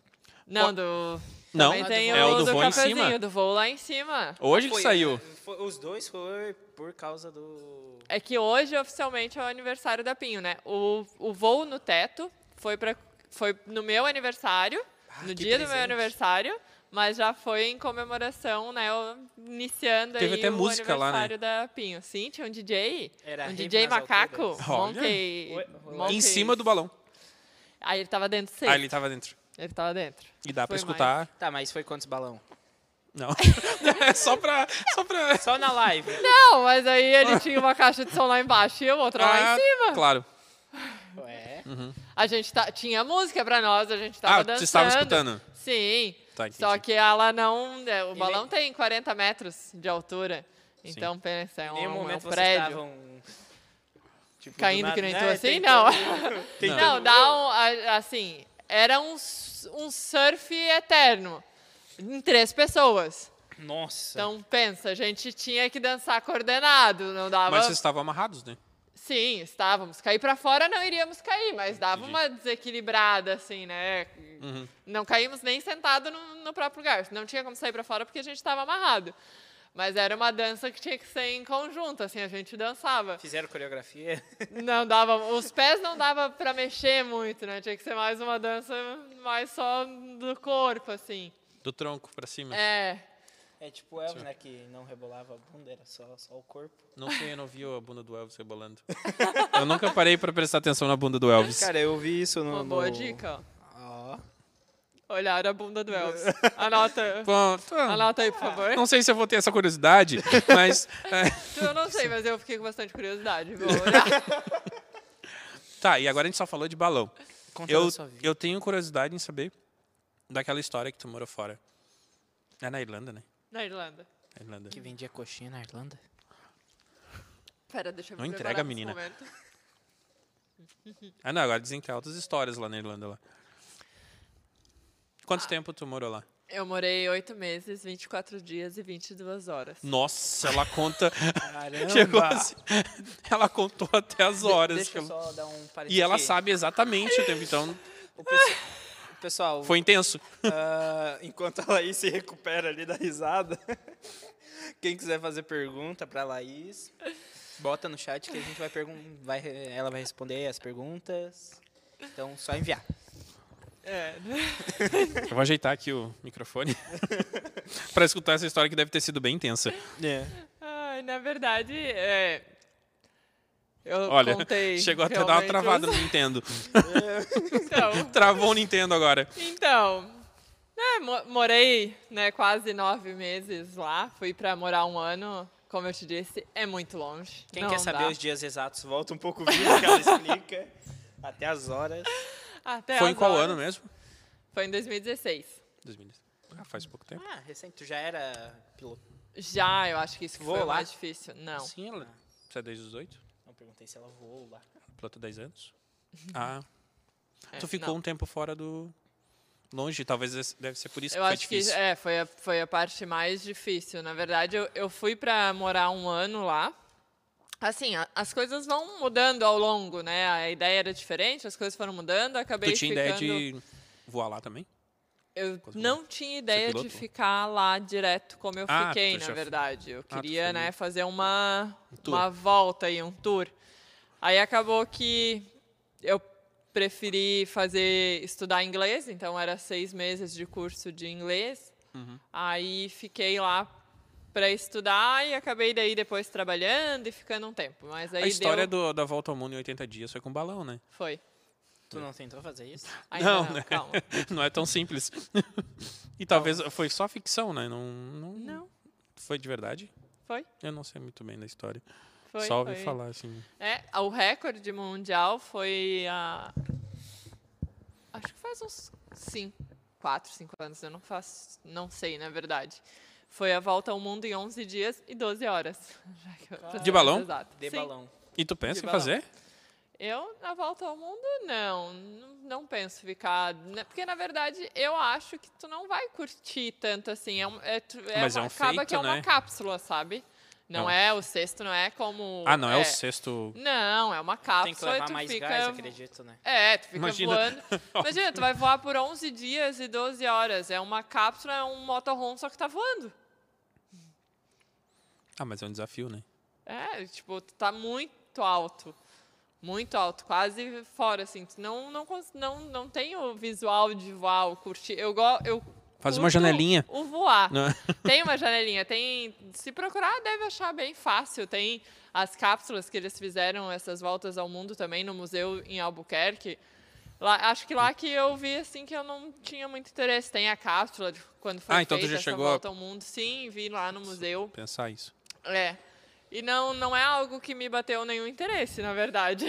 [SPEAKER 3] Não, do.
[SPEAKER 2] Não,
[SPEAKER 3] também tem
[SPEAKER 2] então, é
[SPEAKER 3] o
[SPEAKER 2] o do voo em
[SPEAKER 3] cafezinho,
[SPEAKER 2] cima.
[SPEAKER 3] do voo lá em cima.
[SPEAKER 2] Hoje que
[SPEAKER 1] Foi,
[SPEAKER 2] saiu.
[SPEAKER 1] é, foi- os dois foi por causa do.
[SPEAKER 3] É que hoje oficialmente é o aniversário da Pinho, né? O, o voo no teto foi, pra, foi no meu aniversário,
[SPEAKER 1] Ah,
[SPEAKER 3] no
[SPEAKER 1] que
[SPEAKER 3] dia do meu
[SPEAKER 1] presente.
[SPEAKER 3] aniversário, mas já foi em comemoração, né? eu- Iniciando
[SPEAKER 2] Teve
[SPEAKER 3] aí
[SPEAKER 2] até
[SPEAKER 3] o
[SPEAKER 2] música lá, né?
[SPEAKER 3] aniversário da Pinho. Sim, tinha um DJ.
[SPEAKER 1] Era
[SPEAKER 3] um
[SPEAKER 1] rave
[SPEAKER 3] DJ
[SPEAKER 1] nas
[SPEAKER 3] macaco.
[SPEAKER 1] alturas.
[SPEAKER 2] Olha.
[SPEAKER 3] Monkey,
[SPEAKER 1] Oi,
[SPEAKER 3] monkey.
[SPEAKER 2] Em cima do balão.
[SPEAKER 3] Aí ele tava dentro do
[SPEAKER 2] Ah,
[SPEAKER 3] safe.
[SPEAKER 2] ele tava dentro.
[SPEAKER 3] Ele tava dentro.
[SPEAKER 2] E dá pra
[SPEAKER 3] Foi
[SPEAKER 2] escutar.
[SPEAKER 1] Tá, mas foi quantos balão?
[SPEAKER 2] Não. é só pra. Só pra...
[SPEAKER 1] Só na live.
[SPEAKER 3] Não, mas aí ele tinha uma caixa de som lá embaixo e eu outra lá
[SPEAKER 2] Ah,
[SPEAKER 3] em cima.
[SPEAKER 2] Claro.
[SPEAKER 1] Ué.
[SPEAKER 3] A gente tá, tinha música pra nós, a gente tava
[SPEAKER 2] Ah,
[SPEAKER 3] dançando.
[SPEAKER 2] vocês estavam escutando?
[SPEAKER 3] Sim.
[SPEAKER 2] Tá, entendi.
[SPEAKER 3] Só que ela não. é, O
[SPEAKER 1] E
[SPEAKER 3] balão
[SPEAKER 1] nem-
[SPEAKER 3] tem 40 metros de altura. Então, pensa, é
[SPEAKER 1] Em
[SPEAKER 3] um,
[SPEAKER 1] nenhum
[SPEAKER 3] é um
[SPEAKER 1] momento vocês
[SPEAKER 3] prédio.
[SPEAKER 1] estavam. tipo, do
[SPEAKER 3] Caindo
[SPEAKER 1] nada,
[SPEAKER 3] que nem tu
[SPEAKER 1] né,
[SPEAKER 3] assim?
[SPEAKER 1] tentando-
[SPEAKER 3] Não. Não, dá um. a- Assim, era um, s- um surf eterno. Em três pessoas.
[SPEAKER 1] Nossa.
[SPEAKER 3] Então, pensa, a gente tinha que dançar coordenado, não dava.
[SPEAKER 2] Mas vocês estavam amarrados, né?
[SPEAKER 3] Sim, estávamos. Cair para fora não iríamos cair, mas dava
[SPEAKER 2] Entendi.
[SPEAKER 3] uma desequilibrada, assim, né? Não caímos nem sentado no, no próprio lugar. Não tinha como sair para fora porque a gente estava amarrado. Mas era uma dança que tinha que ser em conjunto, assim, a gente dançava.
[SPEAKER 1] Fizeram coreografia.
[SPEAKER 3] Não dava, os pés não dava para mexer muito, né? Tinha que ser mais uma dança mais só do corpo, assim.
[SPEAKER 2] Do tronco pra cima.
[SPEAKER 3] É.
[SPEAKER 1] É tipo Elvis, né? Que não rebolava a bunda, era só, só o corpo.
[SPEAKER 2] Não sei, eu não vi a bunda do Elvis rebolando. eu nunca parei pra prestar atenção na bunda do Elvis.
[SPEAKER 1] Cara, eu vi isso no.
[SPEAKER 3] Uma boa dica, ó.
[SPEAKER 1] Ó.
[SPEAKER 3] Olhar a bunda do Elvis. Anota.
[SPEAKER 2] Bom, tá.
[SPEAKER 3] Anota aí, por favor.
[SPEAKER 2] não sei se eu vou ter essa curiosidade, mas. é.
[SPEAKER 3] Eu não sei, mas eu fiquei com bastante curiosidade. Vou olhar.
[SPEAKER 2] Tá, e agora a gente só falou de balão.
[SPEAKER 1] Conta
[SPEAKER 2] Eu,
[SPEAKER 1] da sua vida.
[SPEAKER 2] eu tenho curiosidade em saber daquela história que tu morou fora. É na Irlanda, né?
[SPEAKER 3] Na Irlanda.
[SPEAKER 2] Na Irlanda.
[SPEAKER 1] Que vendia coxinha na Irlanda.
[SPEAKER 3] Pera, deixa eu me
[SPEAKER 2] Não entrega,
[SPEAKER 3] preparar nesse
[SPEAKER 2] menina.
[SPEAKER 3] momento.
[SPEAKER 2] Ah, não, agora dizem que tem altas histórias lá na Irlanda. Lá.
[SPEAKER 1] Ah.
[SPEAKER 2] Quanto tempo tu morou lá?
[SPEAKER 3] Eu morei oito meses, 24 dias e 22 horas.
[SPEAKER 2] Nossa, ela conta.
[SPEAKER 1] Caramba.
[SPEAKER 2] chegou assim, ela contou até as horas.
[SPEAKER 1] Deixa eu
[SPEAKER 2] que-
[SPEAKER 1] só dar um parênteses
[SPEAKER 2] E ela
[SPEAKER 1] aqui.
[SPEAKER 2] sabe exatamente o tempo, então
[SPEAKER 1] O pessoal- o pessoal,
[SPEAKER 2] foi intenso.
[SPEAKER 1] ah, enquanto a Laís se recupera ali da risada, quem quiser fazer pergunta pra Laís, bota no chat que a gente vai perguntar, ela vai responder as perguntas. Então, só enviar.
[SPEAKER 3] É.
[SPEAKER 2] Eu vou ajeitar aqui o microfone pra escutar essa história que deve ter sido bem intensa.
[SPEAKER 3] Ai, na verdade, é... Eu
[SPEAKER 2] Olha,
[SPEAKER 3] contei
[SPEAKER 2] chegou até a dar uma
[SPEAKER 3] realmente
[SPEAKER 2] travada
[SPEAKER 3] os-
[SPEAKER 2] no Nintendo.
[SPEAKER 3] Então,
[SPEAKER 2] Travou o Nintendo agora.
[SPEAKER 3] então né, mo- morei né, quase nove meses lá. Fui pra morar um ano. Como eu te disse, é muito longe.
[SPEAKER 1] Quem
[SPEAKER 3] Não
[SPEAKER 1] quer saber
[SPEAKER 3] dá.
[SPEAKER 1] os dias exatos, volta um pouco o vídeo que ela explica. Até as horas. É
[SPEAKER 3] Até
[SPEAKER 2] Foi em
[SPEAKER 3] as
[SPEAKER 2] qual
[SPEAKER 3] horas.
[SPEAKER 2] ano mesmo?
[SPEAKER 3] Foi em 2016.
[SPEAKER 2] 2010. Ah, faz pouco tempo.
[SPEAKER 1] Ah, recente, tu já era piloto.
[SPEAKER 3] Já, eu acho que isso que
[SPEAKER 1] Vou
[SPEAKER 3] foi o
[SPEAKER 1] lá.
[SPEAKER 3] mais difícil. Não.
[SPEAKER 2] Sim, ela. Você é desde os 18?
[SPEAKER 1] Não perguntei se ela voou lá.
[SPEAKER 2] Pilota 10 anos?
[SPEAKER 1] Uhum.
[SPEAKER 2] Ah.
[SPEAKER 3] É,
[SPEAKER 2] Tu ficou
[SPEAKER 3] não.
[SPEAKER 2] um tempo fora do. Longe, talvez esse- deve ser por isso
[SPEAKER 3] Eu
[SPEAKER 2] que foi
[SPEAKER 3] acho
[SPEAKER 2] difícil.
[SPEAKER 3] que é, foi, a, foi a parte mais difícil. Na verdade, eu, eu fui para morar um ano lá. Assim, a- as coisas vão mudando ao longo, né? A ideia era diferente, as coisas foram mudando, acabei
[SPEAKER 2] Tu tinha
[SPEAKER 3] ficando...
[SPEAKER 2] ideia de voar lá também?
[SPEAKER 3] Eu não tinha ideia de
[SPEAKER 2] piloto?
[SPEAKER 3] ficar lá direto como eu
[SPEAKER 2] Ah,
[SPEAKER 3] fiquei,
[SPEAKER 2] tu
[SPEAKER 3] na
[SPEAKER 2] já- Ah,
[SPEAKER 3] verdade. Eu
[SPEAKER 2] tu
[SPEAKER 3] queria,
[SPEAKER 2] foi-
[SPEAKER 3] né, fazer uma,
[SPEAKER 2] tour.
[SPEAKER 3] uma volta e um tour. Aí acabou que eu preferi fazer estudar inglês, então era seis meses de curso de inglês.
[SPEAKER 2] Uhum.
[SPEAKER 3] Aí fiquei lá para estudar e acabei daí depois trabalhando e ficando um tempo. Mas aí
[SPEAKER 2] A história
[SPEAKER 3] deu...
[SPEAKER 2] do- da volta ao mundo em 80 dias foi com balão, né?
[SPEAKER 3] foi.
[SPEAKER 1] Tu não tentou fazer isso?
[SPEAKER 3] Ainda não,
[SPEAKER 2] né?
[SPEAKER 3] calma.
[SPEAKER 2] Não é tão simples. e talvez foi só ficção, né? Não, não,
[SPEAKER 3] Não,
[SPEAKER 2] foi de verdade.
[SPEAKER 3] foi.
[SPEAKER 2] Eu não sei muito bem da história.
[SPEAKER 3] Foi,
[SPEAKER 2] só ouvi
[SPEAKER 3] foi.
[SPEAKER 2] falar assim.
[SPEAKER 3] É, o recorde mundial foi a. Acho que faz uns 5, 4, 5 anos, eu não faço, não sei, na verdade. Foi a volta ao mundo em 11 dias e 12 horas. Já que eu- pra ser mais
[SPEAKER 2] balão?
[SPEAKER 3] exata.
[SPEAKER 1] De
[SPEAKER 3] Sim.
[SPEAKER 1] balão.
[SPEAKER 2] E tu pensa
[SPEAKER 1] De
[SPEAKER 2] em
[SPEAKER 1] balão.
[SPEAKER 2] fazer?
[SPEAKER 3] Eu, na volta ao mundo, não. Não, não penso ficar. né, Porque, na verdade, eu acho que tu não vai curtir tanto assim. É um, é, tu- é
[SPEAKER 2] Mas é
[SPEAKER 3] uma-
[SPEAKER 2] um
[SPEAKER 3] acaba que é
[SPEAKER 2] feito,
[SPEAKER 3] uma
[SPEAKER 2] né?
[SPEAKER 3] cápsula, sabe? Não,
[SPEAKER 2] Não.
[SPEAKER 3] é o sexto, não é como.
[SPEAKER 2] Ah, não, é, o sexto.
[SPEAKER 3] Não, é uma cápsula.
[SPEAKER 1] Tem que
[SPEAKER 3] e
[SPEAKER 1] levar
[SPEAKER 3] tu
[SPEAKER 1] mais
[SPEAKER 3] fica...
[SPEAKER 1] gás, acredito, né?
[SPEAKER 3] É, tu fica
[SPEAKER 2] Imagina.
[SPEAKER 3] voando. Imagina, tu vai voar por 11 dias e 12 horas. É uma cápsula, é um motorhome, só que tá voando.
[SPEAKER 2] Ah, mas é um desafio, né?
[SPEAKER 3] É, tipo, tu tá muito alto. Muito alto, quase fora, assim. Tu não, não, cons- não, não tem o visual de voar, o curtir. Eu, go, eu
[SPEAKER 2] Faz
[SPEAKER 3] curto
[SPEAKER 2] uma janelinha.
[SPEAKER 3] O voar.
[SPEAKER 2] Não. é?
[SPEAKER 3] Tem uma janelinha, tem. Se procurar, deve achar bem fácil. Tem as cápsulas que eles fizeram, essas voltas ao mundo também, no museu em Albuquerque. Lá, acho que lá que eu vi assim que eu não tinha muito interesse. Tem a cápsula de quando foi
[SPEAKER 2] Ah, então tu
[SPEAKER 3] feita
[SPEAKER 2] já
[SPEAKER 3] essa
[SPEAKER 2] chegou a-
[SPEAKER 3] volta ao mundo. Sim, vi lá no museu.
[SPEAKER 2] Pensar isso.
[SPEAKER 3] É. E não, não é algo que me bateu nenhum interesse, na verdade.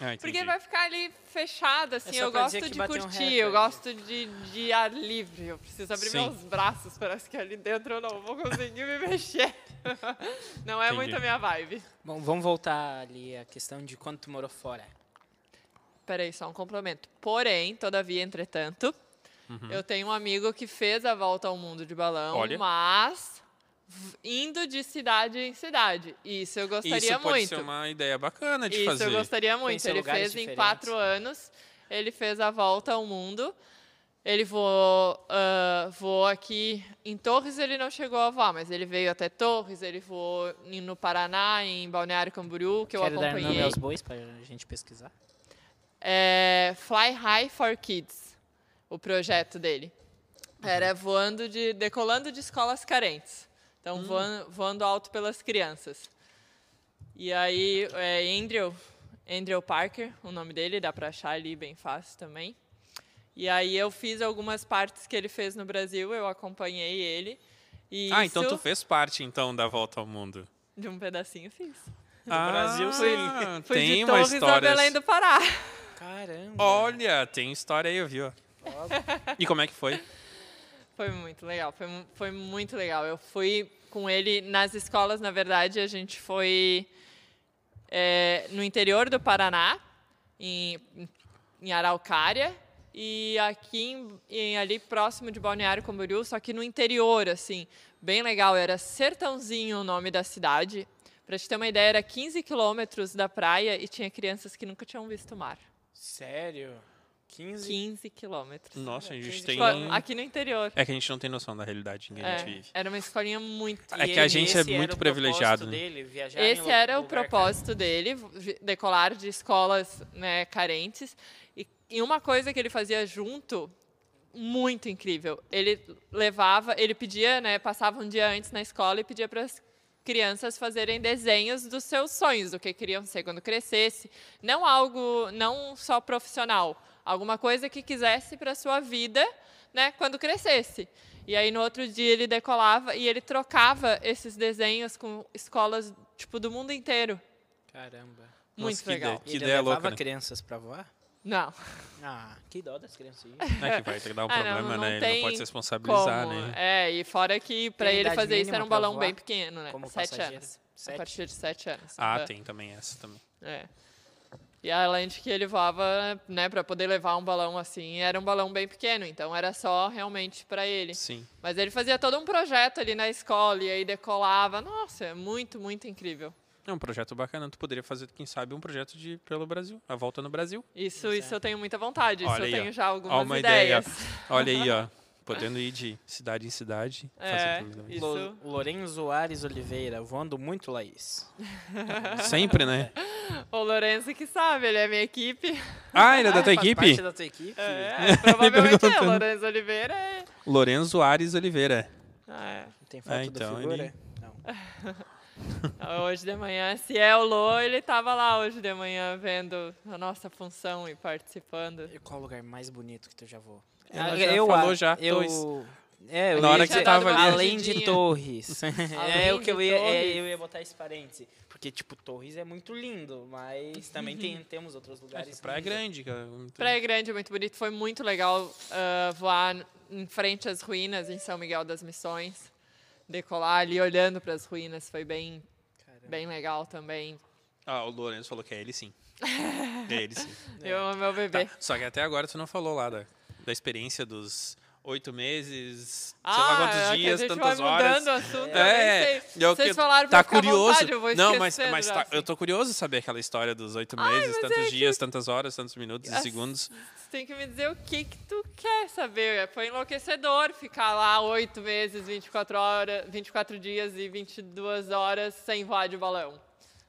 [SPEAKER 2] Ah, entendi.
[SPEAKER 3] Porque vai ficar ali fechado, assim.
[SPEAKER 1] É só
[SPEAKER 3] eu
[SPEAKER 1] pra
[SPEAKER 3] gosto
[SPEAKER 1] dizer que
[SPEAKER 3] de
[SPEAKER 1] bateu um
[SPEAKER 3] curtir,
[SPEAKER 1] recorde.
[SPEAKER 3] eu gosto de, de ar livre. Eu preciso abrir
[SPEAKER 2] Sim.
[SPEAKER 3] meus braços, parece que ali dentro eu não vou conseguir me mexer. Não é
[SPEAKER 2] Entendi.
[SPEAKER 3] muito a minha vibe.
[SPEAKER 1] Bom, vamos voltar ali à questão de quando tu morou fora.
[SPEAKER 3] Peraí, só um complemento. Porém, todavia, entretanto, eu tenho um amigo que fez a volta ao mundo de balão,
[SPEAKER 2] Uhum. Olha.
[SPEAKER 3] mas v- indo de cidade em cidade. Isso eu gostaria
[SPEAKER 2] isso pode
[SPEAKER 3] muito.
[SPEAKER 2] ser uma ideia bacana de
[SPEAKER 3] Isso
[SPEAKER 2] fazer.
[SPEAKER 3] eu gostaria muito.
[SPEAKER 1] Conhecer
[SPEAKER 3] Ele
[SPEAKER 1] lugares
[SPEAKER 3] fez em
[SPEAKER 1] diferentes.
[SPEAKER 3] quatro anos. Ele fez a volta ao mundo. Ele voou, ah, voou aqui em Torres, ele não chegou a voar, mas ele veio até Torres, ele voou em- no Paraná, em Balneário Camboriú, que eu
[SPEAKER 1] Quero dar nome
[SPEAKER 3] acompanhei.
[SPEAKER 1] aos bois para a gente pesquisar.
[SPEAKER 3] É, Fly High for Kids, o projeto dele. Era voando de, decolando de escolas carentes. Então, voando, voando alto pelas crianças. E aí, é, Andrew, Andrew Parker, o nome dele, dá para achar ali bem fácil também. E aí, eu fiz algumas partes que ele fez no Brasil, eu acompanhei ele. E
[SPEAKER 2] Ah, então
[SPEAKER 3] isso-
[SPEAKER 2] tu fez parte então da volta ao mundo.
[SPEAKER 3] De um pedacinho, fiz.
[SPEAKER 2] ah,
[SPEAKER 1] Brasil, sim.
[SPEAKER 3] Fui
[SPEAKER 2] Tem
[SPEAKER 3] de
[SPEAKER 2] uma
[SPEAKER 3] Torres a
[SPEAKER 2] história. assim.
[SPEAKER 3] Belém do Pará.
[SPEAKER 1] Caramba!
[SPEAKER 2] Olha, tem história aí, viu? E como é que foi?
[SPEAKER 3] Foi muito legal, foi, mu- foi muito legal. Eu fui com ele nas escolas, na verdade, a gente foi é, no interior do Paraná, em, em Araucária, e aqui em, em- ali próximo de Balneário Camboriú, só que no interior, assim, bem legal. Era Sertãozinho o nome da cidade. Pra te ter uma ideia, era 15 quilômetros da praia e tinha crianças que nunca tinham visto o mar.
[SPEAKER 1] Sério? 15?
[SPEAKER 3] 15 quilômetros.
[SPEAKER 2] Nossa, a gente
[SPEAKER 1] Tipo,
[SPEAKER 2] tem. um
[SPEAKER 3] Tipo, Aqui no interior.
[SPEAKER 2] É que a gente não tem noção da realidade em que a gente
[SPEAKER 3] É,
[SPEAKER 2] vive.
[SPEAKER 3] era uma escolinha muito
[SPEAKER 2] É
[SPEAKER 1] E
[SPEAKER 2] que a
[SPEAKER 1] ele-
[SPEAKER 2] gente é
[SPEAKER 1] esse era
[SPEAKER 2] muito
[SPEAKER 1] o propósito
[SPEAKER 2] privilegiado, né?
[SPEAKER 1] Dele, viajar em
[SPEAKER 3] Esse
[SPEAKER 1] lu-
[SPEAKER 3] era o
[SPEAKER 1] lugar
[SPEAKER 3] propósito dele, vi- decolar de escolas né, carentes. E, e uma coisa que ele fazia junto, muito incrível. Ele levava, ele pedia, né, passava um dia antes na escola e pedia para as crianças fazerem desenhos dos seus sonhos, do que queriam ser quando crescesse. Não algo, não só profissional, alguma coisa que quisesse para sua vida, né, quando crescesse. E aí no outro dia ele decolava e ele trocava esses desenhos com escolas tipo do mundo inteiro.
[SPEAKER 1] Caramba.
[SPEAKER 2] Nossa,
[SPEAKER 3] Muito
[SPEAKER 2] que
[SPEAKER 3] legal.
[SPEAKER 2] ideia.
[SPEAKER 1] E ele
[SPEAKER 2] ideia
[SPEAKER 1] levava
[SPEAKER 2] louca, né?
[SPEAKER 1] crianças pra voar?
[SPEAKER 3] Não.
[SPEAKER 1] Ah, que dó das crianças. aí.
[SPEAKER 2] É que vai ter que dar um
[SPEAKER 3] Ah, não,
[SPEAKER 2] problema,
[SPEAKER 3] não
[SPEAKER 2] né? Ele
[SPEAKER 3] tem
[SPEAKER 2] não pode se responsabilizar,
[SPEAKER 3] Como?
[SPEAKER 2] né?
[SPEAKER 3] É, e fora que para
[SPEAKER 1] Tem
[SPEAKER 3] ele
[SPEAKER 1] idade
[SPEAKER 3] fazer isso
[SPEAKER 1] mínima
[SPEAKER 3] era um
[SPEAKER 1] pra
[SPEAKER 3] balão
[SPEAKER 1] voar?
[SPEAKER 3] bem pequeno, né?
[SPEAKER 1] Como
[SPEAKER 3] sete
[SPEAKER 1] passageiro?
[SPEAKER 3] anos. A
[SPEAKER 1] Sete?
[SPEAKER 3] partir de sete anos.
[SPEAKER 2] Ah,
[SPEAKER 3] Aham.
[SPEAKER 2] tem também essa também.
[SPEAKER 3] É. E além de que ele voava, né, para poder levar um balão assim, era um balão bem pequeno, então era só realmente para ele.
[SPEAKER 2] Sim.
[SPEAKER 3] Mas ele fazia todo um projeto ali na escola e aí decolava. Nossa, é muito, muito incrível.
[SPEAKER 2] É um projeto bacana. Tu poderia fazer, quem sabe, um projeto de pelo Brasil. A volta no Brasil.
[SPEAKER 1] é.
[SPEAKER 3] Isso, isso eu tenho muita vontade, isso
[SPEAKER 2] Olha
[SPEAKER 3] eu
[SPEAKER 2] aí,
[SPEAKER 3] tenho
[SPEAKER 2] ó.
[SPEAKER 3] já
[SPEAKER 2] Ó,
[SPEAKER 3] algumas
[SPEAKER 2] uma ideia.
[SPEAKER 3] ideias.
[SPEAKER 2] Olha aí, ó. Podendo ir de cidade em cidade.
[SPEAKER 3] É,
[SPEAKER 2] fazendo tudo.
[SPEAKER 3] isso.
[SPEAKER 1] Lo- Lorenzo Ares Oliveira, voando muito, Laís.
[SPEAKER 2] Sempre, né?
[SPEAKER 3] O Lourenço que sabe, ele é minha equipe.
[SPEAKER 2] Ah, ele é da tua
[SPEAKER 1] Ah, faz parte
[SPEAKER 2] equipe?
[SPEAKER 1] da tua equipe?
[SPEAKER 3] É, provavelmente é.
[SPEAKER 2] tá perguntando.
[SPEAKER 3] O Lourenço Oliveira é.
[SPEAKER 2] Lorenzo Ares Oliveira.
[SPEAKER 3] Ah, é.
[SPEAKER 1] Tem foto
[SPEAKER 2] Ah, então,
[SPEAKER 1] da figura?
[SPEAKER 2] ele-
[SPEAKER 1] Não.
[SPEAKER 3] Hoje de manhã, se é o Lô, ele tava lá hoje de manhã vendo a nossa função e participando.
[SPEAKER 1] E Qual o lugar mais bonito que tu já voou?
[SPEAKER 2] Ela
[SPEAKER 1] Ah,
[SPEAKER 2] já falou
[SPEAKER 1] ah,
[SPEAKER 2] já,
[SPEAKER 1] eu,
[SPEAKER 2] dois.
[SPEAKER 1] É, eu
[SPEAKER 2] Na
[SPEAKER 1] ia
[SPEAKER 2] hora que
[SPEAKER 1] dizer-
[SPEAKER 2] você tava ali.
[SPEAKER 1] Além de Torres. é
[SPEAKER 3] Além
[SPEAKER 1] o que eu
[SPEAKER 3] de
[SPEAKER 1] ia, é,
[SPEAKER 3] Torres.
[SPEAKER 1] eu ia botar esse parêntese. Porque, tipo, Torres é muito lindo, mas também tem, temos outros lugares.
[SPEAKER 2] Essa praia é
[SPEAKER 1] lindos.
[SPEAKER 2] grande, cara.
[SPEAKER 3] Praia Grande é muito bonito, foi muito legal ah, voar em frente às ruínas em São Miguel das Missões, decolar ali olhando para as ruínas, foi bem,
[SPEAKER 1] Caramba.
[SPEAKER 3] bem legal também.
[SPEAKER 2] Ah, o Lourenço falou que é ele sim. É ele sim.
[SPEAKER 3] Eu amo meu bebê.
[SPEAKER 2] Tá, Só que até agora tu não falou lá da, da experiência dos oito meses,
[SPEAKER 3] Ah,
[SPEAKER 2] sei lá quantos
[SPEAKER 3] é que
[SPEAKER 2] dias,
[SPEAKER 3] a gente
[SPEAKER 2] tantas
[SPEAKER 3] vai
[SPEAKER 2] horas.
[SPEAKER 3] mudando o assunto, eu nem
[SPEAKER 2] É,
[SPEAKER 3] sei.
[SPEAKER 2] eu
[SPEAKER 3] Vocês
[SPEAKER 2] que-
[SPEAKER 3] falaram pra
[SPEAKER 2] tá
[SPEAKER 3] ficar à
[SPEAKER 2] curioso.
[SPEAKER 3] vontade, eu vou
[SPEAKER 2] não, mas,
[SPEAKER 3] esquecendo
[SPEAKER 2] mas
[SPEAKER 3] já,
[SPEAKER 2] tá-
[SPEAKER 3] assim.
[SPEAKER 2] eu tô curioso de saber aquela história dos oito
[SPEAKER 3] Ai,
[SPEAKER 2] meses,
[SPEAKER 3] mas
[SPEAKER 2] tantos
[SPEAKER 3] é que-
[SPEAKER 2] dias, tantas horas, tantos minutos
[SPEAKER 3] As-
[SPEAKER 2] e segundos.
[SPEAKER 3] Tu tem que me dizer o que que tu quer saber. Foi enlouquecedor ficar lá oito meses, 24 horas, 24 dias e 22 horas sem voar de balão.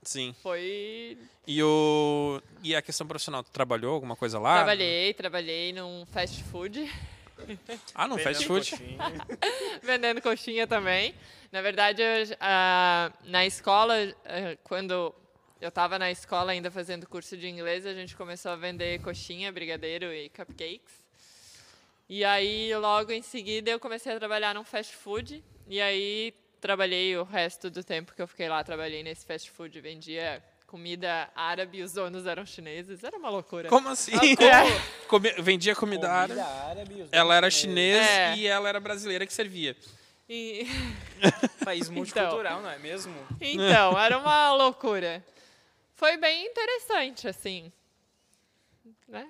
[SPEAKER 2] Sim.
[SPEAKER 3] Foi
[SPEAKER 2] E o e a questão profissional, tu trabalhou alguma coisa lá?
[SPEAKER 3] Trabalhei, trabalhei num fast food,
[SPEAKER 2] Ah, não, fast food.
[SPEAKER 3] vendendo coxinha também. Na verdade, eu, ah, na escola, ah, quando eu estava na escola ainda fazendo curso de inglês, a gente começou a vender coxinha, brigadeiro e cupcakes. E aí, logo em seguida, eu comecei a trabalhar num fast food. E aí, trabalhei o resto do tempo que eu fiquei lá, trabalhei nesse fast food, vendia comida árabe, os donos eram chineses, era uma loucura.
[SPEAKER 2] Como assim?
[SPEAKER 3] É.
[SPEAKER 2] Come- vendia comida árabe.
[SPEAKER 1] Comida árabe, os
[SPEAKER 2] Ela era
[SPEAKER 1] dois
[SPEAKER 2] chinesa
[SPEAKER 3] É.
[SPEAKER 2] e ela era brasileira que servia.
[SPEAKER 3] E-
[SPEAKER 1] primeiros. País multicultural, não é mesmo?
[SPEAKER 3] Então, era uma loucura. Foi bem interessante, assim. Né?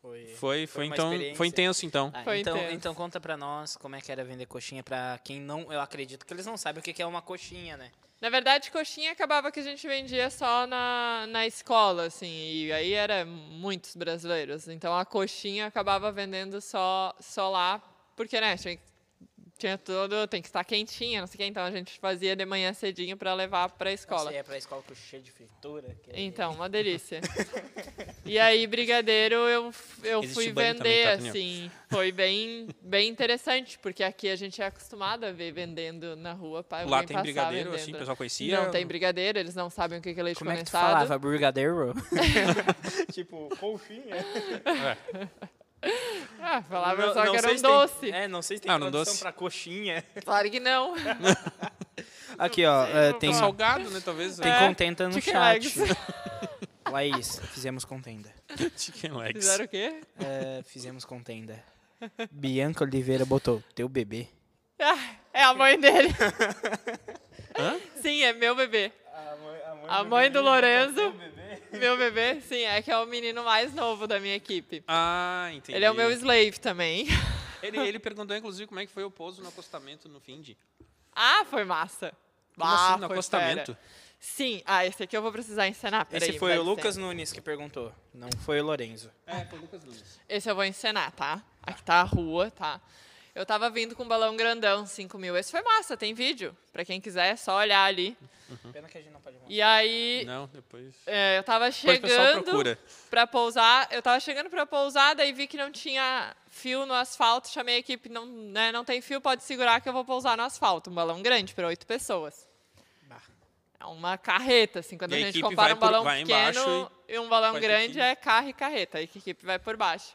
[SPEAKER 1] Foi,
[SPEAKER 2] Foi, foi,
[SPEAKER 1] uma
[SPEAKER 2] então, foi
[SPEAKER 1] experiência.
[SPEAKER 2] intenso então.
[SPEAKER 1] Ah,
[SPEAKER 3] Foi
[SPEAKER 1] então,
[SPEAKER 3] intenso.
[SPEAKER 1] então conta pra nós como é que era vender coxinha pra quem não. Eu acredito que eles não sabem o que que é uma coxinha, né?
[SPEAKER 3] Na verdade, coxinha acabava que a gente vendia só na, na escola, assim. E aí era muitos brasileiros. Então a coxinha acabava vendendo só, só lá, porque, né, tinha, tinha tudo, tem que estar quentinha, não sei o quê. Então a gente fazia de manhã cedinho para levar para a escola.
[SPEAKER 1] Você é pra escola com cheio de fritura. que- é
[SPEAKER 3] Então, uma delícia. e aí, brigadeiro, eu, f- eu
[SPEAKER 2] Existe
[SPEAKER 3] fui
[SPEAKER 2] banho também,
[SPEAKER 3] vender,
[SPEAKER 2] tá, Daniel?
[SPEAKER 3] assim. Foi bem, bem interessante, porque aqui a gente é acostumado a ver vendendo na rua. Pra
[SPEAKER 2] Lá
[SPEAKER 3] alguém
[SPEAKER 2] tem
[SPEAKER 3] passar
[SPEAKER 2] brigadeiro,
[SPEAKER 3] vendendo.
[SPEAKER 2] assim, o pessoal conhecia?
[SPEAKER 3] Não tem brigadeiro, eles não sabem o que que é leite
[SPEAKER 1] Como é que tu
[SPEAKER 3] condensado.
[SPEAKER 1] falava? Brigadeiro? tipo, coxinha?
[SPEAKER 3] Ah, falava
[SPEAKER 1] Não-
[SPEAKER 3] só
[SPEAKER 1] não
[SPEAKER 3] que era
[SPEAKER 1] sei
[SPEAKER 3] um
[SPEAKER 1] se tem-
[SPEAKER 3] doce.
[SPEAKER 1] é, não sei se tem
[SPEAKER 2] Ah,
[SPEAKER 1] ah,
[SPEAKER 2] num
[SPEAKER 1] tradução
[SPEAKER 2] doce.
[SPEAKER 1] pra coxinha.
[SPEAKER 3] Claro que não.
[SPEAKER 1] Aqui, ó, é,
[SPEAKER 3] não
[SPEAKER 1] tem,
[SPEAKER 2] Tem salgado, né, talvez?
[SPEAKER 1] tem
[SPEAKER 3] É.
[SPEAKER 1] contenta no
[SPEAKER 3] Chicken
[SPEAKER 1] chat.
[SPEAKER 3] legs.
[SPEAKER 1] Laís, fizemos contenda.
[SPEAKER 2] Chicken legs.
[SPEAKER 3] Fizeram o quê?
[SPEAKER 1] É, fizemos contenda. Bianca Oliveira botou, teu bebê.
[SPEAKER 3] Ah, é a mãe dele.
[SPEAKER 2] Hã?
[SPEAKER 3] Sim, é meu bebê.
[SPEAKER 1] A mãe, né?
[SPEAKER 3] A do mãe do bebê botou, Lorenzo. "Teu Meu bebê, sim, é que é o menino mais novo da minha equipe.
[SPEAKER 2] Ah, entendi.
[SPEAKER 3] Ele é o meu slave também.
[SPEAKER 2] Ele, ele perguntou, inclusive, como é que foi o pouso no acostamento no fim de.
[SPEAKER 3] Ah, foi massa.
[SPEAKER 2] Como
[SPEAKER 3] ah,
[SPEAKER 2] assim, no
[SPEAKER 3] foi
[SPEAKER 2] acostamento?
[SPEAKER 3] fera. Sim, ah, esse aqui eu vou precisar encenar. Peraí,
[SPEAKER 1] Esse foi
[SPEAKER 3] vai
[SPEAKER 1] o
[SPEAKER 3] ser.
[SPEAKER 1] Lucas Nunes que perguntou, não foi o Lorenzo.
[SPEAKER 2] É, foi Lucas Nunes.
[SPEAKER 3] Esse eu vou encenar, tá? Aqui tá a rua, tá? Eu tava vindo com um balão grandão, 5 mil. Esse foi massa, tem vídeo. Pra quem quiser, é só olhar ali.
[SPEAKER 1] Pena que a gente não pode mostrar.
[SPEAKER 3] Hum. E aí,
[SPEAKER 2] Não, depois.
[SPEAKER 3] é, eu tava
[SPEAKER 2] Depois o pessoal
[SPEAKER 3] chegando
[SPEAKER 2] procura.
[SPEAKER 3] pra pousar. Eu tava chegando pra pousar, daí vi que não tinha fio no asfalto. Chamei a equipe, não, né, não tem fio, pode segurar que eu vou pousar no asfalto. Um balão grande pra oito pessoas.
[SPEAKER 1] Bah.
[SPEAKER 3] É uma carreta, assim, quando
[SPEAKER 2] E
[SPEAKER 3] a
[SPEAKER 2] a
[SPEAKER 3] gente
[SPEAKER 2] equipe vai
[SPEAKER 3] compara um
[SPEAKER 2] por-
[SPEAKER 3] balão
[SPEAKER 2] vai
[SPEAKER 3] pequeno
[SPEAKER 2] embaixo
[SPEAKER 3] e, um balão
[SPEAKER 2] faz o
[SPEAKER 3] grande
[SPEAKER 2] quê?
[SPEAKER 3] é carro e carreta, aí que a equipe vai por baixo.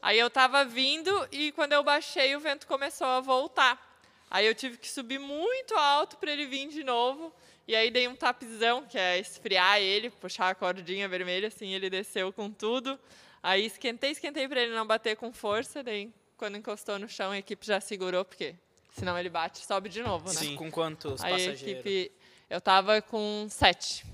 [SPEAKER 3] Aí eu tava vindo e quando eu baixei o vento começou a voltar. Aí eu tive que subir muito alto para ele vir de novo. E aí dei um tapizão, que é esfriar ele, puxar a cordinha vermelha, assim, ele desceu com tudo. Aí esquentei, esquentei para ele não bater com força, daí quando encostou no chão a equipe já segurou, porque senão ele bate e sobe de novo, né?
[SPEAKER 1] Sim. Com quantos
[SPEAKER 3] Aí a
[SPEAKER 1] passageiros?
[SPEAKER 3] equipe. Eu tava com sete.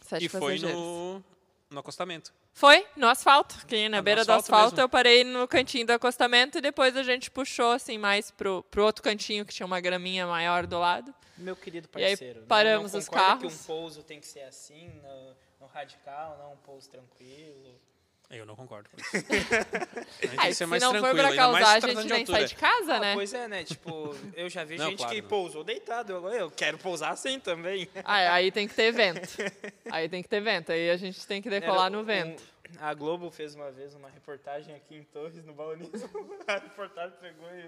[SPEAKER 3] Sete
[SPEAKER 2] E foi
[SPEAKER 3] passageiros.
[SPEAKER 2] no, no acostamento.
[SPEAKER 3] Foi, no asfalto. Aqui na
[SPEAKER 2] Ah, no
[SPEAKER 3] beira do
[SPEAKER 2] asfalto
[SPEAKER 3] asfalto,
[SPEAKER 2] mesmo.
[SPEAKER 3] eu parei no cantinho do acostamento e depois a gente puxou assim mais pro, pro outro cantinho que tinha uma graminha maior do lado.
[SPEAKER 1] Meu querido
[SPEAKER 3] E aí
[SPEAKER 1] parceiro, não-
[SPEAKER 3] paramos
[SPEAKER 1] não
[SPEAKER 3] os
[SPEAKER 1] concorda que
[SPEAKER 3] carros.
[SPEAKER 1] um pouso tem que ser assim, no, no radical, não um pouso tranquilo?
[SPEAKER 2] Eu não concordo com isso. Aí tem que
[SPEAKER 3] Ah, e
[SPEAKER 2] ser
[SPEAKER 3] se
[SPEAKER 2] é mais
[SPEAKER 3] não for
[SPEAKER 2] tranquilo,
[SPEAKER 3] pra
[SPEAKER 2] ainda mais
[SPEAKER 3] causar, a
[SPEAKER 2] se tratando
[SPEAKER 3] gente nem
[SPEAKER 2] de altura. Ah,
[SPEAKER 3] sai de casa, né?
[SPEAKER 1] Pois é, né? Tipo, eu já vi
[SPEAKER 2] Não,
[SPEAKER 1] gente
[SPEAKER 2] claro,
[SPEAKER 1] que
[SPEAKER 2] não.
[SPEAKER 1] pousou deitado. Agora eu quero pousar assim também.
[SPEAKER 2] é.
[SPEAKER 3] Ah, aí tem que ter vento. Aí tem que ter vento. Aí a gente tem que decolar
[SPEAKER 1] Era
[SPEAKER 3] no
[SPEAKER 1] um-
[SPEAKER 3] vento.
[SPEAKER 1] a Globo fez uma vez uma reportagem aqui em Torres, no balonismo. A reportagem pegou e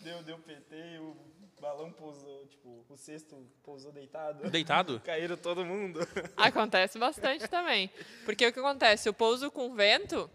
[SPEAKER 1] deu, deu PT e o balão pousou, tipo, o cesto pousou deitado.
[SPEAKER 2] Deitado?
[SPEAKER 1] Caíram todo mundo.
[SPEAKER 3] Acontece bastante também. Porque o que acontece? O pouso com vento,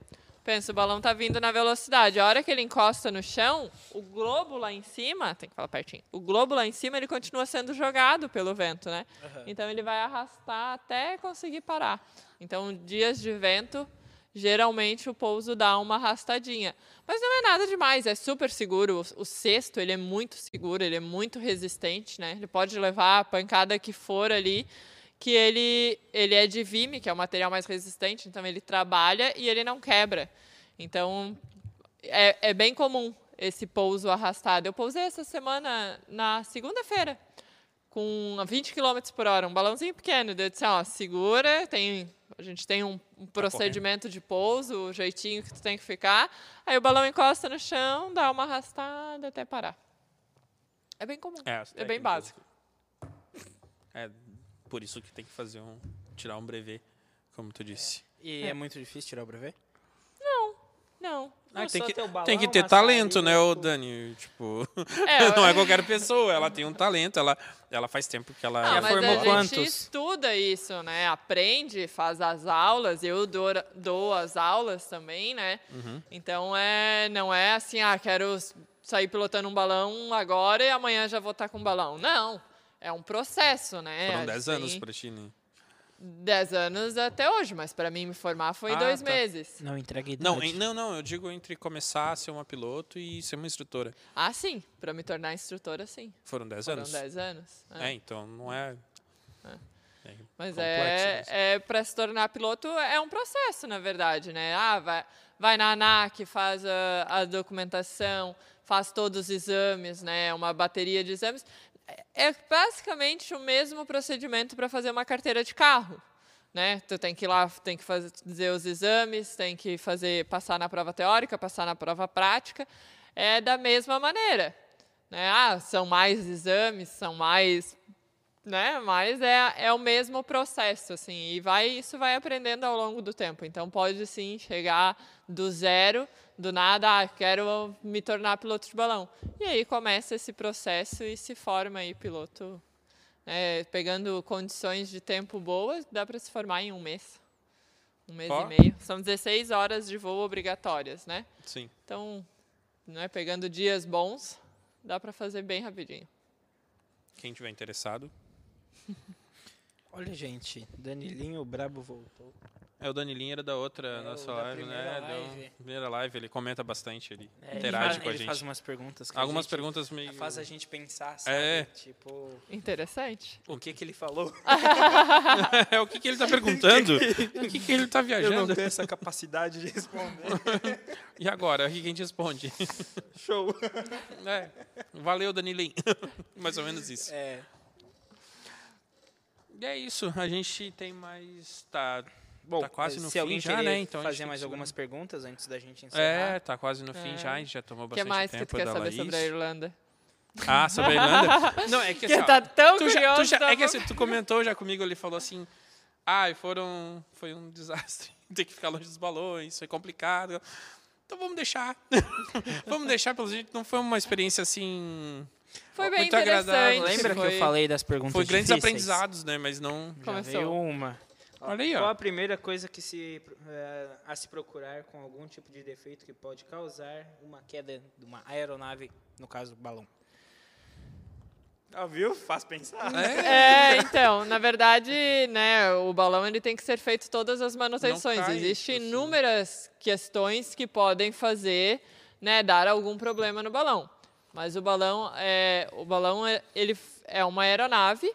[SPEAKER 3] pensa, o balão tá vindo na velocidade. A hora que ele encosta no chão, o globo lá em cima, tem que falar pertinho, o globo lá em cima, ele continua sendo jogado pelo vento, né? Então ele vai arrastar até conseguir parar. Então, dias de vento, geralmente o pouso dá uma arrastadinha. Mas não é nada demais, é super seguro. O, o cesto, ele é muito seguro, ele é muito resistente, né? Ele pode levar a pancada que for ali, que ele, ele é de vime, que é o material mais resistente, então ele trabalha e ele não quebra. Então, é, é bem comum esse pouso arrastado. Eu pousei essa semana, na segunda-feira, com 20 km por hora, um balãozinho pequeno. Daí Eu disse, ó, segura, tem, a gente tem um, um
[SPEAKER 2] Tá
[SPEAKER 3] procedimento de pouso, o jeitinho que tu tem que ficar. Aí o balão encosta no chão, dá uma arrastada até parar. É bem comum,
[SPEAKER 2] É,
[SPEAKER 3] é,
[SPEAKER 2] as
[SPEAKER 3] bem
[SPEAKER 2] técnicas-
[SPEAKER 3] básico.
[SPEAKER 2] É, por isso que tem que fazer um. tirar um brevet, como tu disse. Ah,
[SPEAKER 1] E é, muito difícil tirar o brevet?
[SPEAKER 3] Não.
[SPEAKER 2] Ah, tem,
[SPEAKER 1] só
[SPEAKER 2] que,
[SPEAKER 1] ter o balão,
[SPEAKER 2] tem que ter
[SPEAKER 1] maçarico,
[SPEAKER 2] talento, né, ô Dani? Tipo,
[SPEAKER 3] É,
[SPEAKER 2] não é qualquer pessoa, ela tem um talento, ela, ela faz tempo que ela.
[SPEAKER 3] Não,
[SPEAKER 1] Já
[SPEAKER 3] Ah, mas é,
[SPEAKER 1] formou
[SPEAKER 3] a gente
[SPEAKER 1] quantos?
[SPEAKER 3] estuda isso, né? Aprende, faz as aulas. Eu dou, dou as aulas também, né?
[SPEAKER 2] Uhum.
[SPEAKER 3] Então é, não é assim, ah, quero s- sair pilotando um balão agora e amanhã já vou estar com um balão. Não. É um processo, né?
[SPEAKER 2] Foram
[SPEAKER 3] A
[SPEAKER 2] 10
[SPEAKER 3] gente
[SPEAKER 2] anos
[SPEAKER 3] tem
[SPEAKER 2] pra ti, né?
[SPEAKER 3] 10 anos até hoje, mas para mim me formar foi
[SPEAKER 2] Ah,
[SPEAKER 3] dois
[SPEAKER 2] tá.
[SPEAKER 3] meses.
[SPEAKER 1] Não entreguei
[SPEAKER 2] Não, em- não, não, eu digo entre começar a ser uma piloto e ser uma instrutora.
[SPEAKER 3] Ah, sim. Para me tornar instrutora, sim.
[SPEAKER 2] Foram 10
[SPEAKER 3] Foram
[SPEAKER 2] anos?
[SPEAKER 3] 10 anos. Ah.
[SPEAKER 2] É, então não é. é
[SPEAKER 3] Mas
[SPEAKER 2] complexo
[SPEAKER 3] é,
[SPEAKER 2] isso.
[SPEAKER 3] é para se tornar piloto é um processo, na verdade, né? Ah, vai, vai na ANAC, faz a, a documentação, faz todos os exames, né? Uma bateria de exames. É- É basicamente o mesmo procedimento para fazer uma carteira de carro, né? Tu tem que ir lá, tem que fazer fazer os exames, tem que fazer passar na prova teórica, passar na prova prática, é da mesma maneira. Né? Ah, são mais exames, são mais né? Mas é, é o mesmo processo, assim, e vai isso vai aprendendo ao longo do tempo. Então pode sim chegar do zero, do nada, ah, quero me tornar piloto de balão. E aí começa esse processo e se forma aí piloto. né? pegando condições de tempo boas, dá para se formar em um mês. Um mês
[SPEAKER 2] Ó.
[SPEAKER 3] e meio. São 16 horas de voo obrigatórias, né?
[SPEAKER 2] Sim.
[SPEAKER 3] Então, né, pegando dias bons, dá para fazer bem rapidinho.
[SPEAKER 2] Quem tiver interessado.
[SPEAKER 1] Olha, gente, Danilinho Brabo voltou.
[SPEAKER 2] É o Danilinho era da outra
[SPEAKER 1] É, o
[SPEAKER 2] nossa
[SPEAKER 1] da
[SPEAKER 2] live, né?
[SPEAKER 1] primeira
[SPEAKER 2] Da
[SPEAKER 1] live. É,
[SPEAKER 2] primeira live, ele comenta bastante, ele
[SPEAKER 1] ele
[SPEAKER 2] É, interage
[SPEAKER 1] faz,
[SPEAKER 2] com a
[SPEAKER 1] ele
[SPEAKER 2] gente.
[SPEAKER 1] faz umas perguntas que a
[SPEAKER 2] Algumas
[SPEAKER 1] gente- É,
[SPEAKER 2] perguntas meio.
[SPEAKER 1] faz a gente pensar, sabe?
[SPEAKER 2] É.
[SPEAKER 1] Tipo,
[SPEAKER 3] Interessante.
[SPEAKER 1] o que que ele falou?
[SPEAKER 2] É o que, que ele tá perguntando? o que, que ele tá viajando?
[SPEAKER 1] essa capacidade de responder.
[SPEAKER 2] E agora? O que que a gente responde?
[SPEAKER 1] Show.
[SPEAKER 2] É, valeu, Danilinho. Mais ou menos isso.
[SPEAKER 1] É,
[SPEAKER 2] E é isso. A gente tem mais. Tá,
[SPEAKER 1] bom,
[SPEAKER 2] tá quase no
[SPEAKER 1] se alguém
[SPEAKER 2] fim já,
[SPEAKER 1] querer
[SPEAKER 2] né? Então a gente
[SPEAKER 1] fazer
[SPEAKER 2] tem
[SPEAKER 1] mais
[SPEAKER 2] que
[SPEAKER 1] algumas perguntas antes da gente
[SPEAKER 2] segurar.
[SPEAKER 1] encerrar.
[SPEAKER 2] É, tá quase no fim já. A gente já tomou
[SPEAKER 3] O que
[SPEAKER 2] bastante
[SPEAKER 3] mais que
[SPEAKER 2] tempo
[SPEAKER 3] tu quer
[SPEAKER 2] da
[SPEAKER 3] saber
[SPEAKER 2] Laís.
[SPEAKER 3] sobre a Irlanda?
[SPEAKER 2] Ah, sobre a Irlanda? Não, é que assim,
[SPEAKER 3] Porque
[SPEAKER 2] ó,
[SPEAKER 3] tá tão
[SPEAKER 2] tu já, tu
[SPEAKER 3] curioso.
[SPEAKER 2] já-
[SPEAKER 3] tá
[SPEAKER 2] é que
[SPEAKER 3] bom.
[SPEAKER 2] assim, tu comentou já comigo, ele falou assim, ai, foram, foi um desastre, tem que ficar longe dos balões, foi complicado. Então vamos deixar. vamos deixar, pelo jeito, não foi uma experiência assim...
[SPEAKER 3] Foi bem
[SPEAKER 2] muito
[SPEAKER 3] interessante.
[SPEAKER 2] agradável.
[SPEAKER 1] Lembra que
[SPEAKER 3] foi-
[SPEAKER 1] eu falei das perguntas
[SPEAKER 2] Foi grandes
[SPEAKER 1] difíceis?
[SPEAKER 2] aprendizados, né, mas não...
[SPEAKER 1] Já
[SPEAKER 3] Começou.
[SPEAKER 1] veio uma.
[SPEAKER 2] Olha aí, ó.
[SPEAKER 1] Qual a primeira coisa que se eh, a se procurar com algum tipo de defeito que pode causar uma queda de uma aeronave, no caso, balão? Ah, viu? Faz pensar.
[SPEAKER 2] É,
[SPEAKER 3] É, então, na verdade, né, o balão ele tem que ser feito todas as
[SPEAKER 2] Não
[SPEAKER 3] manutenções.
[SPEAKER 2] cai,
[SPEAKER 3] Existem
[SPEAKER 2] assim.
[SPEAKER 3] inúmeras questões que podem fazer, né, dar algum problema no balão. Mas o balão é, o balão é, ele f- é uma aeronave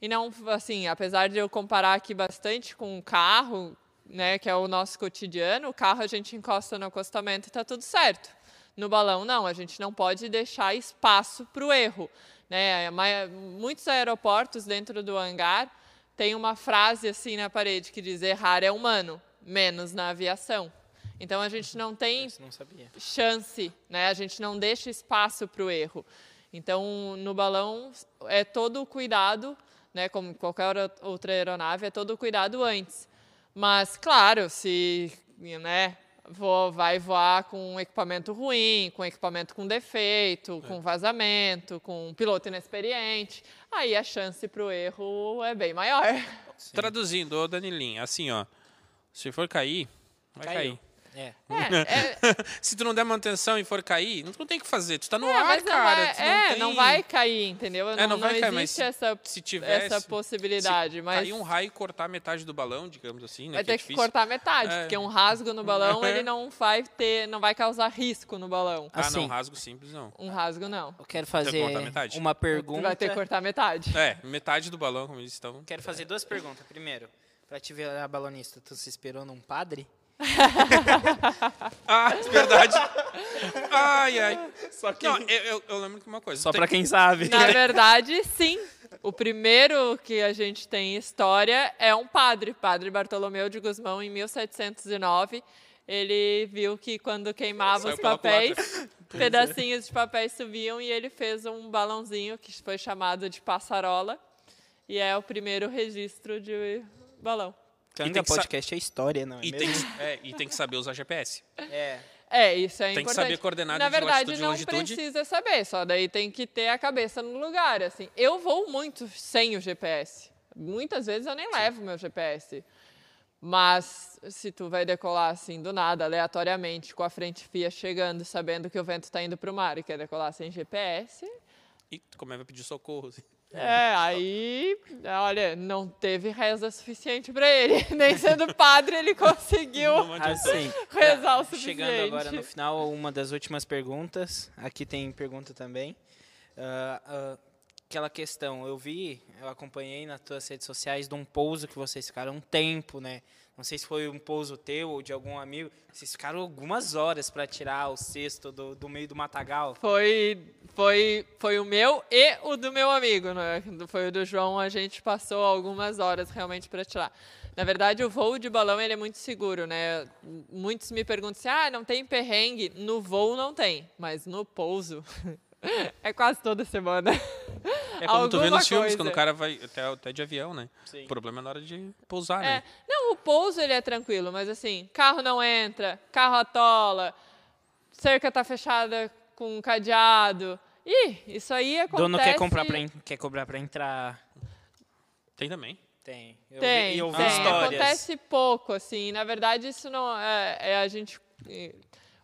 [SPEAKER 3] e não, assim, apesar de eu comparar aqui bastante com o carro, né, que é o nosso cotidiano, o carro a gente encosta no acostamento e tá tudo certo. No balão, não, a gente não pode deixar espaço para o erro. Né? Ma- Muitos aeroportos dentro do hangar tem uma frase assim na parede que diz errar é humano. menos na aviação. Então a gente não tem
[SPEAKER 1] Isso não sabia.
[SPEAKER 3] chance, né? A gente não deixa espaço para o erro. Então, no balão é todo o cuidado, né? Como qualquer outra- outra aeronave, é todo o cuidado antes. Mas, claro, se, né? vo- vai voar com um equipamento ruim, com equipamento com defeito,
[SPEAKER 2] É.
[SPEAKER 3] com vazamento, com um piloto inexperiente, aí a chance para o erro é bem maior.
[SPEAKER 2] Traduzindo, ô Danilinho, assim, ó. Se for cair, vai
[SPEAKER 1] Caiu.
[SPEAKER 2] cair.
[SPEAKER 1] É.
[SPEAKER 3] É, é,
[SPEAKER 2] Se tu não der manutenção e for cair, não tu não tem o que fazer. Tu tá no
[SPEAKER 3] É,
[SPEAKER 2] ar,
[SPEAKER 3] mas não
[SPEAKER 2] cara.
[SPEAKER 3] vai-
[SPEAKER 2] tu
[SPEAKER 3] é,
[SPEAKER 2] tem- É,
[SPEAKER 3] não vai cair, entendeu?
[SPEAKER 2] não
[SPEAKER 3] não,
[SPEAKER 2] vai
[SPEAKER 3] não
[SPEAKER 2] cair, mas
[SPEAKER 3] existe essa,
[SPEAKER 2] Se tivesse,
[SPEAKER 3] essa possibilidade.
[SPEAKER 2] se
[SPEAKER 3] mas
[SPEAKER 2] cair um raio e cortar metade do balão, digamos assim, né?
[SPEAKER 3] vai
[SPEAKER 2] que é
[SPEAKER 3] ter que
[SPEAKER 2] difícil.
[SPEAKER 3] cortar metade,
[SPEAKER 2] É.
[SPEAKER 3] porque um rasgo no balão ele não vai ter, não vai causar risco no balão.
[SPEAKER 2] Ah, não,
[SPEAKER 1] Assim.
[SPEAKER 2] rasgo simples não.
[SPEAKER 3] Um rasgo não.
[SPEAKER 1] Eu quero
[SPEAKER 2] Tem
[SPEAKER 1] fazer
[SPEAKER 2] que contar metade?
[SPEAKER 1] uma pergunta.
[SPEAKER 3] Tu Vai ter que cortar metade.
[SPEAKER 2] É, metade do balão, como eles estão.
[SPEAKER 1] Quero fazer duas perguntas. Primeiro, pra te virar balonista, tu se esperou num padre?
[SPEAKER 2] Ah, verdade. ai, ai. Só que... Não, eu, eu- eu lembro de uma coisa.
[SPEAKER 1] Só
[SPEAKER 2] Tem-
[SPEAKER 1] pra quem sabe.
[SPEAKER 3] Na verdade, sim. O primeiro que a gente tem em história é um padre, Padre Bartolomeu de Guzmão, em 1709. Ele viu que quando queimava
[SPEAKER 2] Saiu
[SPEAKER 3] os
[SPEAKER 2] pela
[SPEAKER 3] papéis, pedacinhos de papéis subiam e ele fez um balãozinho que foi chamado de passarola. E é o primeiro registro de balão.
[SPEAKER 2] E
[SPEAKER 1] Canga
[SPEAKER 2] tem que sa-
[SPEAKER 1] Podcast é história, não é
[SPEAKER 2] E tem,
[SPEAKER 1] mesmo?
[SPEAKER 2] que, é, e tem que saber usar GPS.
[SPEAKER 1] É.
[SPEAKER 3] É, isso é
[SPEAKER 2] Tem que
[SPEAKER 3] importante.
[SPEAKER 2] saber coordenada
[SPEAKER 3] Na
[SPEAKER 2] de
[SPEAKER 3] verdade,
[SPEAKER 2] latitude e
[SPEAKER 3] não
[SPEAKER 2] longitude.
[SPEAKER 3] precisa saber, só daí tem que ter a cabeça no lugar, assim. Eu vou muito sem o GPS. Muitas vezes eu nem levo meu GPS. Mas se tu vai decolar assim do nada, aleatoriamente, com a frente fia chegando, sabendo que o vento tá indo pro mar e quer decolar sem GPS,
[SPEAKER 2] E como é que vai pedir socorro? assim?
[SPEAKER 3] é, aí, olha, não teve reza suficiente para ele. Nem sendo padre ele conseguiu
[SPEAKER 2] Não é, adianta.
[SPEAKER 1] Assim,
[SPEAKER 3] rezar o suficiente.
[SPEAKER 1] chegando agora no final, uma das últimas perguntas. Aqui tem pergunta também. Ah, ah, aquela questão, eu vi, eu acompanhei nas tuas redes sociais de um pouso que vocês ficaram um tempo, né? Não sei se foi um pouso teu ou de algum amigo. Vocês ficaram algumas horas para tirar o cesto do, do meio do matagal.
[SPEAKER 3] Foi, foi, foi o meu e o do meu amigo, né? Foi o do João, a gente passou algumas horas realmente para tirar. Na verdade, o voo de balão ele é muito seguro, né? Muitos me perguntam se ah, não tem perrengue. No voo não tem, mas no pouso é quase toda semana.
[SPEAKER 2] É como tu vê
[SPEAKER 3] Alguma
[SPEAKER 2] nos filmes,
[SPEAKER 3] coisa.
[SPEAKER 2] quando o cara vai até, até de avião, né?
[SPEAKER 1] Sim.
[SPEAKER 2] O problema é na hora de pousar,
[SPEAKER 3] É,
[SPEAKER 2] né?
[SPEAKER 3] não, o pouso ele é tranquilo, mas assim, carro não entra, carro atola, cerca tá fechada com um cadeado. Ih, isso aí acontece...
[SPEAKER 1] Dono quer comprar pra en- quer cobrar para entrar.
[SPEAKER 2] Tem também.
[SPEAKER 1] Tem. Eu
[SPEAKER 3] Tem,
[SPEAKER 1] vi, e eu vi
[SPEAKER 3] tem.
[SPEAKER 1] histórias.
[SPEAKER 3] acontece pouco, assim. Na verdade, isso não é, é a gente. é,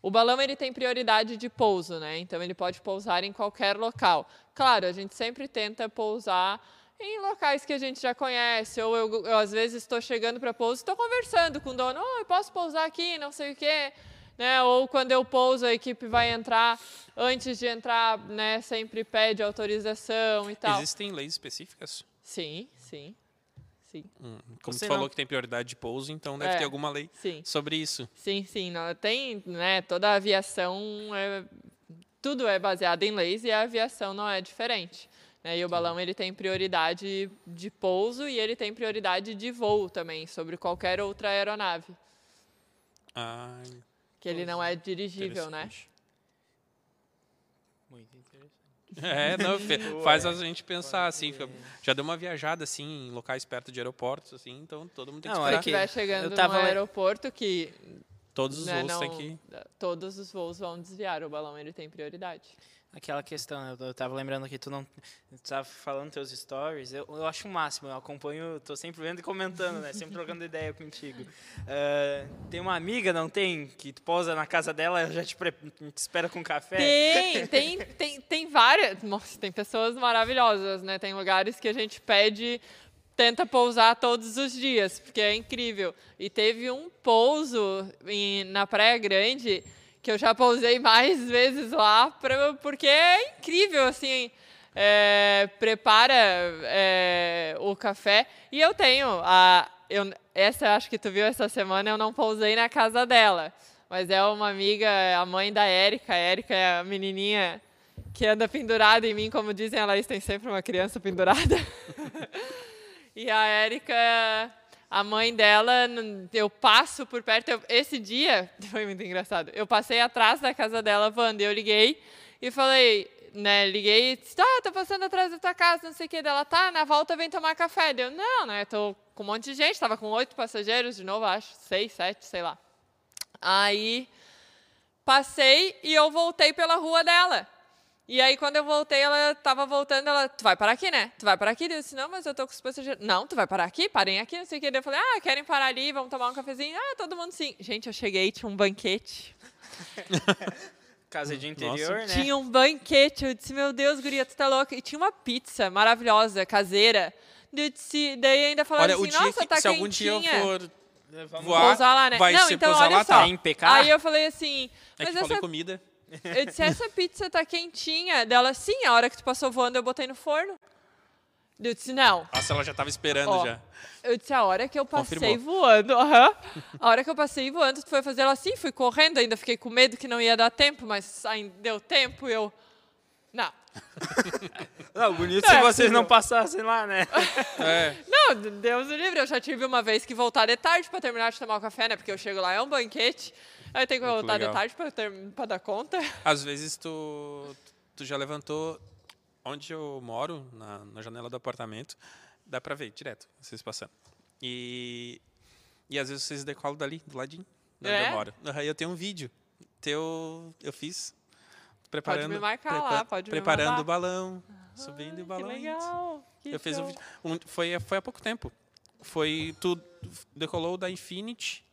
[SPEAKER 3] O balão ele tem prioridade de pouso, né? Então ele pode pousar em qualquer local. Claro, a gente sempre tenta pousar em locais que a gente já conhece. Ou eu, eu, às vezes estou chegando para pouso, estou conversando com o dono, oh, eu posso pousar aqui, não sei o quê. Né? Ou quando eu pouso, a equipe vai entrar antes de entrar, né? Sempre pede autorização e tal.
[SPEAKER 2] Existem leis específicas.
[SPEAKER 3] Sim, sim, sim,
[SPEAKER 2] Hum, Como
[SPEAKER 1] Você
[SPEAKER 2] tu falou
[SPEAKER 1] não-
[SPEAKER 2] que tem prioridade de pouso, então deve
[SPEAKER 3] É.
[SPEAKER 2] ter alguma lei
[SPEAKER 3] sim.
[SPEAKER 2] sobre isso.
[SPEAKER 3] Sim, sim. Não, tem, né, toda a aviação, é, tudo é baseado em leis e a aviação não é diferente. né? E o balão ele tem prioridade de pouso e ele tem prioridade de voo também, sobre qualquer outra aeronave,
[SPEAKER 2] Ah,
[SPEAKER 3] que ele não é dirigível, né?
[SPEAKER 2] interessante.
[SPEAKER 1] Muito interessante.
[SPEAKER 2] É, não, fe- faz a gente pensar assim. fica- Já deu uma viajada assim em locais perto de aeroportos, assim, então todo mundo tem que
[SPEAKER 1] Não, é
[SPEAKER 2] esperar.
[SPEAKER 1] que-
[SPEAKER 3] Vai
[SPEAKER 1] eu
[SPEAKER 3] chegando
[SPEAKER 1] tava
[SPEAKER 3] no
[SPEAKER 1] le-
[SPEAKER 3] aeroporto que
[SPEAKER 2] Todos os
[SPEAKER 3] né,
[SPEAKER 2] voos
[SPEAKER 3] não,
[SPEAKER 2] têm que.
[SPEAKER 3] todos os voos vão desviar, o balão ele tem prioridade.
[SPEAKER 1] Aquela questão, eu- eu tava lembrando que tu não. Tu tava falando teus stories. Eu, eu acho o máximo, eu acompanho, tô sempre vendo e comentando, né? Sempre trocando ideia contigo. Ah, tem uma amiga, não tem? Que tu posa na casa dela, ela já te, pre- te espera com café.
[SPEAKER 3] Tem, tem, tem, tem várias. Nossa, tem pessoas maravilhosas, né? Tem lugares que a gente pede, tenta pousar todos os dias, porque é incrível. E teve um pouso em- na Praia Grande que eu já pousei mais vezes lá, pra, porque é incrível, assim. é, prepara é, o café e eu tenho a eu, essa eu acho que tu viu essa semana eu não pousei na casa dela mas é uma amiga, a mãe da Érica. A Érica é a menininha que anda pendurada em mim, como dizem, a Laís tem sempre uma criança pendurada. e a Érica, A mãe dela, n- eu passo por perto. eu- esse dia foi muito engraçado. Eu passei atrás da casa dela, Wanda, e eu liguei e falei, né? Liguei e disse: Ah, tô passando atrás da tua casa, não sei o que. Dela tá, na volta vem tomar café. Deu, não, né? Tô com um monte de gente, tava com oito passageiros de novo, acho, seis, sete, sei lá. Aí passei e eu voltei pela rua dela. E aí, quando eu voltei, ela tava voltando, ela, tu vai parar aqui, né? Tu vai parar aqui? Eu disse, não, mas eu tô com os passageiros. Não, tu vai parar aqui? Parem aqui, não sei o quê. Daí Eu falei, ah, querem parar ali, vamos tomar um cafezinho? Ah, todo mundo sim. Gente, eu cheguei, tinha um banquete.
[SPEAKER 1] Casa de interior,
[SPEAKER 2] É.
[SPEAKER 1] né?
[SPEAKER 3] Tinha um banquete. Eu disse, meu Deus, guria, tu tá louca. E tinha uma pizza maravilhosa, caseira. Daí Eu disse, daí ainda falaram
[SPEAKER 2] Olha, o
[SPEAKER 3] assim,
[SPEAKER 2] dia
[SPEAKER 3] nossa,
[SPEAKER 2] que,
[SPEAKER 3] tá
[SPEAKER 2] se algum dia eu
[SPEAKER 3] quentinha."
[SPEAKER 2] for é
[SPEAKER 1] Vamos-
[SPEAKER 2] voar,
[SPEAKER 3] Pousar lá, né?
[SPEAKER 2] vai
[SPEAKER 3] não,
[SPEAKER 2] ser
[SPEAKER 3] então,
[SPEAKER 2] pousar
[SPEAKER 3] olha
[SPEAKER 2] lá,
[SPEAKER 3] só.
[SPEAKER 2] tá?
[SPEAKER 1] Em PK?
[SPEAKER 3] Aí eu falei assim,
[SPEAKER 2] É que
[SPEAKER 3] mas
[SPEAKER 2] falei
[SPEAKER 3] essa
[SPEAKER 2] comida.
[SPEAKER 3] Eu disse, essa pizza tá quentinha. Dela, sim, a hora que tu passou voando, eu botei no forno. Eu disse, não.
[SPEAKER 2] Nossa, ela já tava esperando
[SPEAKER 3] Ó,
[SPEAKER 2] já.
[SPEAKER 3] Eu disse, a hora que eu passei
[SPEAKER 2] Confirmou.
[SPEAKER 3] voando. aham. A hora que eu passei voando, tu foi fazer ela assim, fui correndo, ainda fiquei com medo que não ia dar tempo, mas ainda deu tempo e eu. Não.
[SPEAKER 1] Não, bonito
[SPEAKER 3] É,
[SPEAKER 1] se vocês
[SPEAKER 3] possível.
[SPEAKER 1] não passassem lá, né?
[SPEAKER 2] É.
[SPEAKER 3] Não, d- Deus o livre, eu já tive uma vez que voltar de tarde pra terminar de tomar o café, né? Porque eu chego lá, é um banquete. Aí tem que
[SPEAKER 2] Muito
[SPEAKER 3] voltar
[SPEAKER 2] legal.
[SPEAKER 3] de tarde pra, ter, pra dar conta.
[SPEAKER 2] Às vezes tu, tu já levantou onde eu moro, na, na janela do apartamento, dá pra ver direto, vocês passando. E, e às vezes vocês decolam dali, do ladinho, de onde
[SPEAKER 3] É?
[SPEAKER 2] eu moro. Aham, Eu tenho um vídeo teu, eu fiz, preparando,
[SPEAKER 3] Pode me marcar lá, pode me
[SPEAKER 2] preparando
[SPEAKER 3] mandar.
[SPEAKER 2] o balão, subindo
[SPEAKER 3] Ai,
[SPEAKER 2] o balão.
[SPEAKER 3] Ah, Que legal. que
[SPEAKER 2] Eu fiz um
[SPEAKER 3] show.
[SPEAKER 2] vídeo. Um- foi, foi há pouco tempo. Foi, tu decolou da Infinity,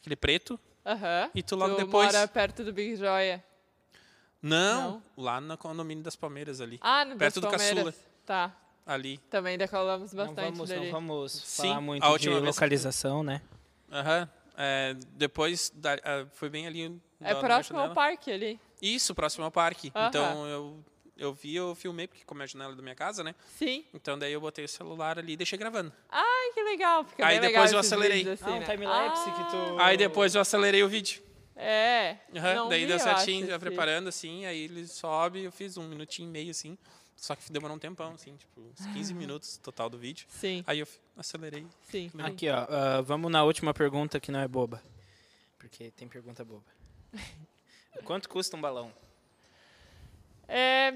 [SPEAKER 2] aquele preto,
[SPEAKER 3] Aham.
[SPEAKER 2] E tu logo
[SPEAKER 3] tu
[SPEAKER 2] depois-
[SPEAKER 3] mora perto do Big Joia.
[SPEAKER 2] Não, lá no condomínio das Palmeiras ali.
[SPEAKER 3] Ah, no
[SPEAKER 2] Perto do
[SPEAKER 3] das
[SPEAKER 2] Caçula.
[SPEAKER 3] Palmeiras. Tá.
[SPEAKER 2] Ali.
[SPEAKER 3] Também decolamos
[SPEAKER 1] Não
[SPEAKER 3] bastante
[SPEAKER 1] vamos,
[SPEAKER 3] dali.
[SPEAKER 1] não vamos
[SPEAKER 2] Sim,
[SPEAKER 1] falar muito
[SPEAKER 2] a última
[SPEAKER 1] de
[SPEAKER 2] vez que-
[SPEAKER 1] localização, né?
[SPEAKER 2] Aham. É, depois da- ah, foi bem ali. da-
[SPEAKER 3] É
[SPEAKER 2] na
[SPEAKER 3] próximo
[SPEAKER 2] janela.
[SPEAKER 3] ao parque ali.
[SPEAKER 2] Isso, próximo ao parque.
[SPEAKER 3] Aham.
[SPEAKER 2] Então eu, eu vi, eu filmei, porque como é a janela da minha casa, né?
[SPEAKER 3] Sim.
[SPEAKER 2] Então daí eu botei o celular ali e deixei gravando.
[SPEAKER 3] Ai, que legal. Fica
[SPEAKER 2] Aí
[SPEAKER 3] bem legal
[SPEAKER 2] depois eu
[SPEAKER 3] esses
[SPEAKER 2] acelerei.
[SPEAKER 3] vídeos
[SPEAKER 1] Ah,
[SPEAKER 3] Assim,
[SPEAKER 1] um
[SPEAKER 3] né?
[SPEAKER 1] timelapse
[SPEAKER 3] Ah,
[SPEAKER 1] que tu-
[SPEAKER 2] Aí depois eu acelerei o vídeo.
[SPEAKER 3] É.
[SPEAKER 2] Aham,
[SPEAKER 3] Não
[SPEAKER 2] daí
[SPEAKER 3] vi,
[SPEAKER 2] deu
[SPEAKER 3] eu
[SPEAKER 2] certinho,
[SPEAKER 3] acho,
[SPEAKER 2] já
[SPEAKER 3] esse.
[SPEAKER 2] preparando assim, aí ele sobe, eu fiz um minutinho e meio assim. Só que demorou um tempão, assim, tipo, uns
[SPEAKER 3] Ah.
[SPEAKER 2] 15 minutos total do vídeo.
[SPEAKER 3] Sim,
[SPEAKER 2] Aí eu fi- acelerei.
[SPEAKER 3] sim. sim.
[SPEAKER 1] Aqui, ó. ah, vamos na última pergunta que não é boba. Porque tem pergunta boba. Quanto custa um balão?
[SPEAKER 3] É,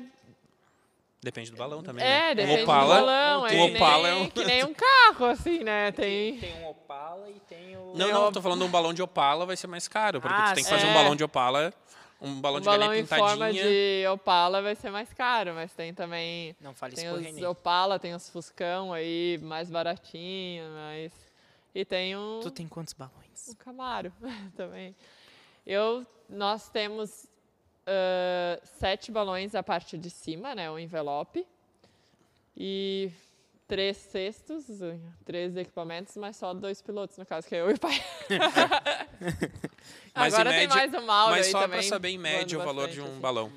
[SPEAKER 2] Depende do balão também. né?
[SPEAKER 3] é depende
[SPEAKER 2] um Opala,
[SPEAKER 3] do balão.
[SPEAKER 2] um
[SPEAKER 3] é que
[SPEAKER 2] Opala
[SPEAKER 3] nem,
[SPEAKER 2] é um.
[SPEAKER 3] que nem um carro, assim, né? Tem...
[SPEAKER 1] Tem um Opala e tem
[SPEAKER 3] É
[SPEAKER 1] o.
[SPEAKER 2] Não, não, tô falando de um balão de opala vai ser mais caro, porque
[SPEAKER 1] Ah,
[SPEAKER 2] tu tem que fazer
[SPEAKER 3] sim.
[SPEAKER 2] um balão de opala, um balão
[SPEAKER 3] é. Um
[SPEAKER 2] de
[SPEAKER 3] balão
[SPEAKER 2] galinha
[SPEAKER 3] em forma
[SPEAKER 2] pintadinha.
[SPEAKER 3] de Opala vai ser mais caro, mas tem também...
[SPEAKER 1] Não fale isso
[SPEAKER 3] Tem
[SPEAKER 1] pro
[SPEAKER 3] os
[SPEAKER 1] René.
[SPEAKER 3] Opala, tem os Fuscão aí, mais baratinho, mas... E tem um...
[SPEAKER 1] Tu tem quantos balões?
[SPEAKER 3] O Camaro também. Eu, nós temos ah, sete balões a parte de cima, né, o envelope, e três cestos, três equipamentos, mas só dois pilotos, no caso, que é eu e o pai.
[SPEAKER 2] Mas em
[SPEAKER 3] Agora
[SPEAKER 2] média-
[SPEAKER 3] tem mais o Mauro
[SPEAKER 2] Mas
[SPEAKER 3] aí
[SPEAKER 2] só
[SPEAKER 3] também.
[SPEAKER 2] pra saber em média o
[SPEAKER 3] voando
[SPEAKER 2] valor de
[SPEAKER 3] bastante,
[SPEAKER 2] um
[SPEAKER 3] assim.
[SPEAKER 2] balão.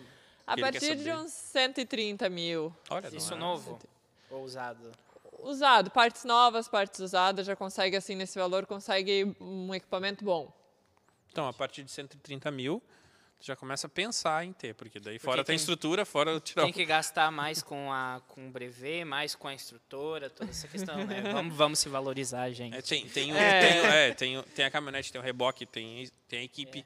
[SPEAKER 3] A
[SPEAKER 2] que ele quer
[SPEAKER 3] partir de
[SPEAKER 2] saber.
[SPEAKER 3] uns 130 mil.
[SPEAKER 2] Olha,
[SPEAKER 1] Isso
[SPEAKER 2] não é-
[SPEAKER 1] novo? Ou usado?
[SPEAKER 3] Usado, partes novas, partes usadas, já consegue, assim, nesse valor, consegue um equipamento bom.
[SPEAKER 2] Então, a partir de 130 mil, tu já começa a pensar em ter, porque daí fora tem
[SPEAKER 1] tem-
[SPEAKER 2] estrutura, fora tirar
[SPEAKER 1] Tem que gastar mais com, a, com o brevet, mais com a instrutora, toda essa questão, né? Vamos, vamos se valorizar, gente.
[SPEAKER 2] É, tem, tem, o-
[SPEAKER 3] É.
[SPEAKER 2] tem, o- é, tem, o- tem a caminhonete, tem o reboque, tem, tem a equipe.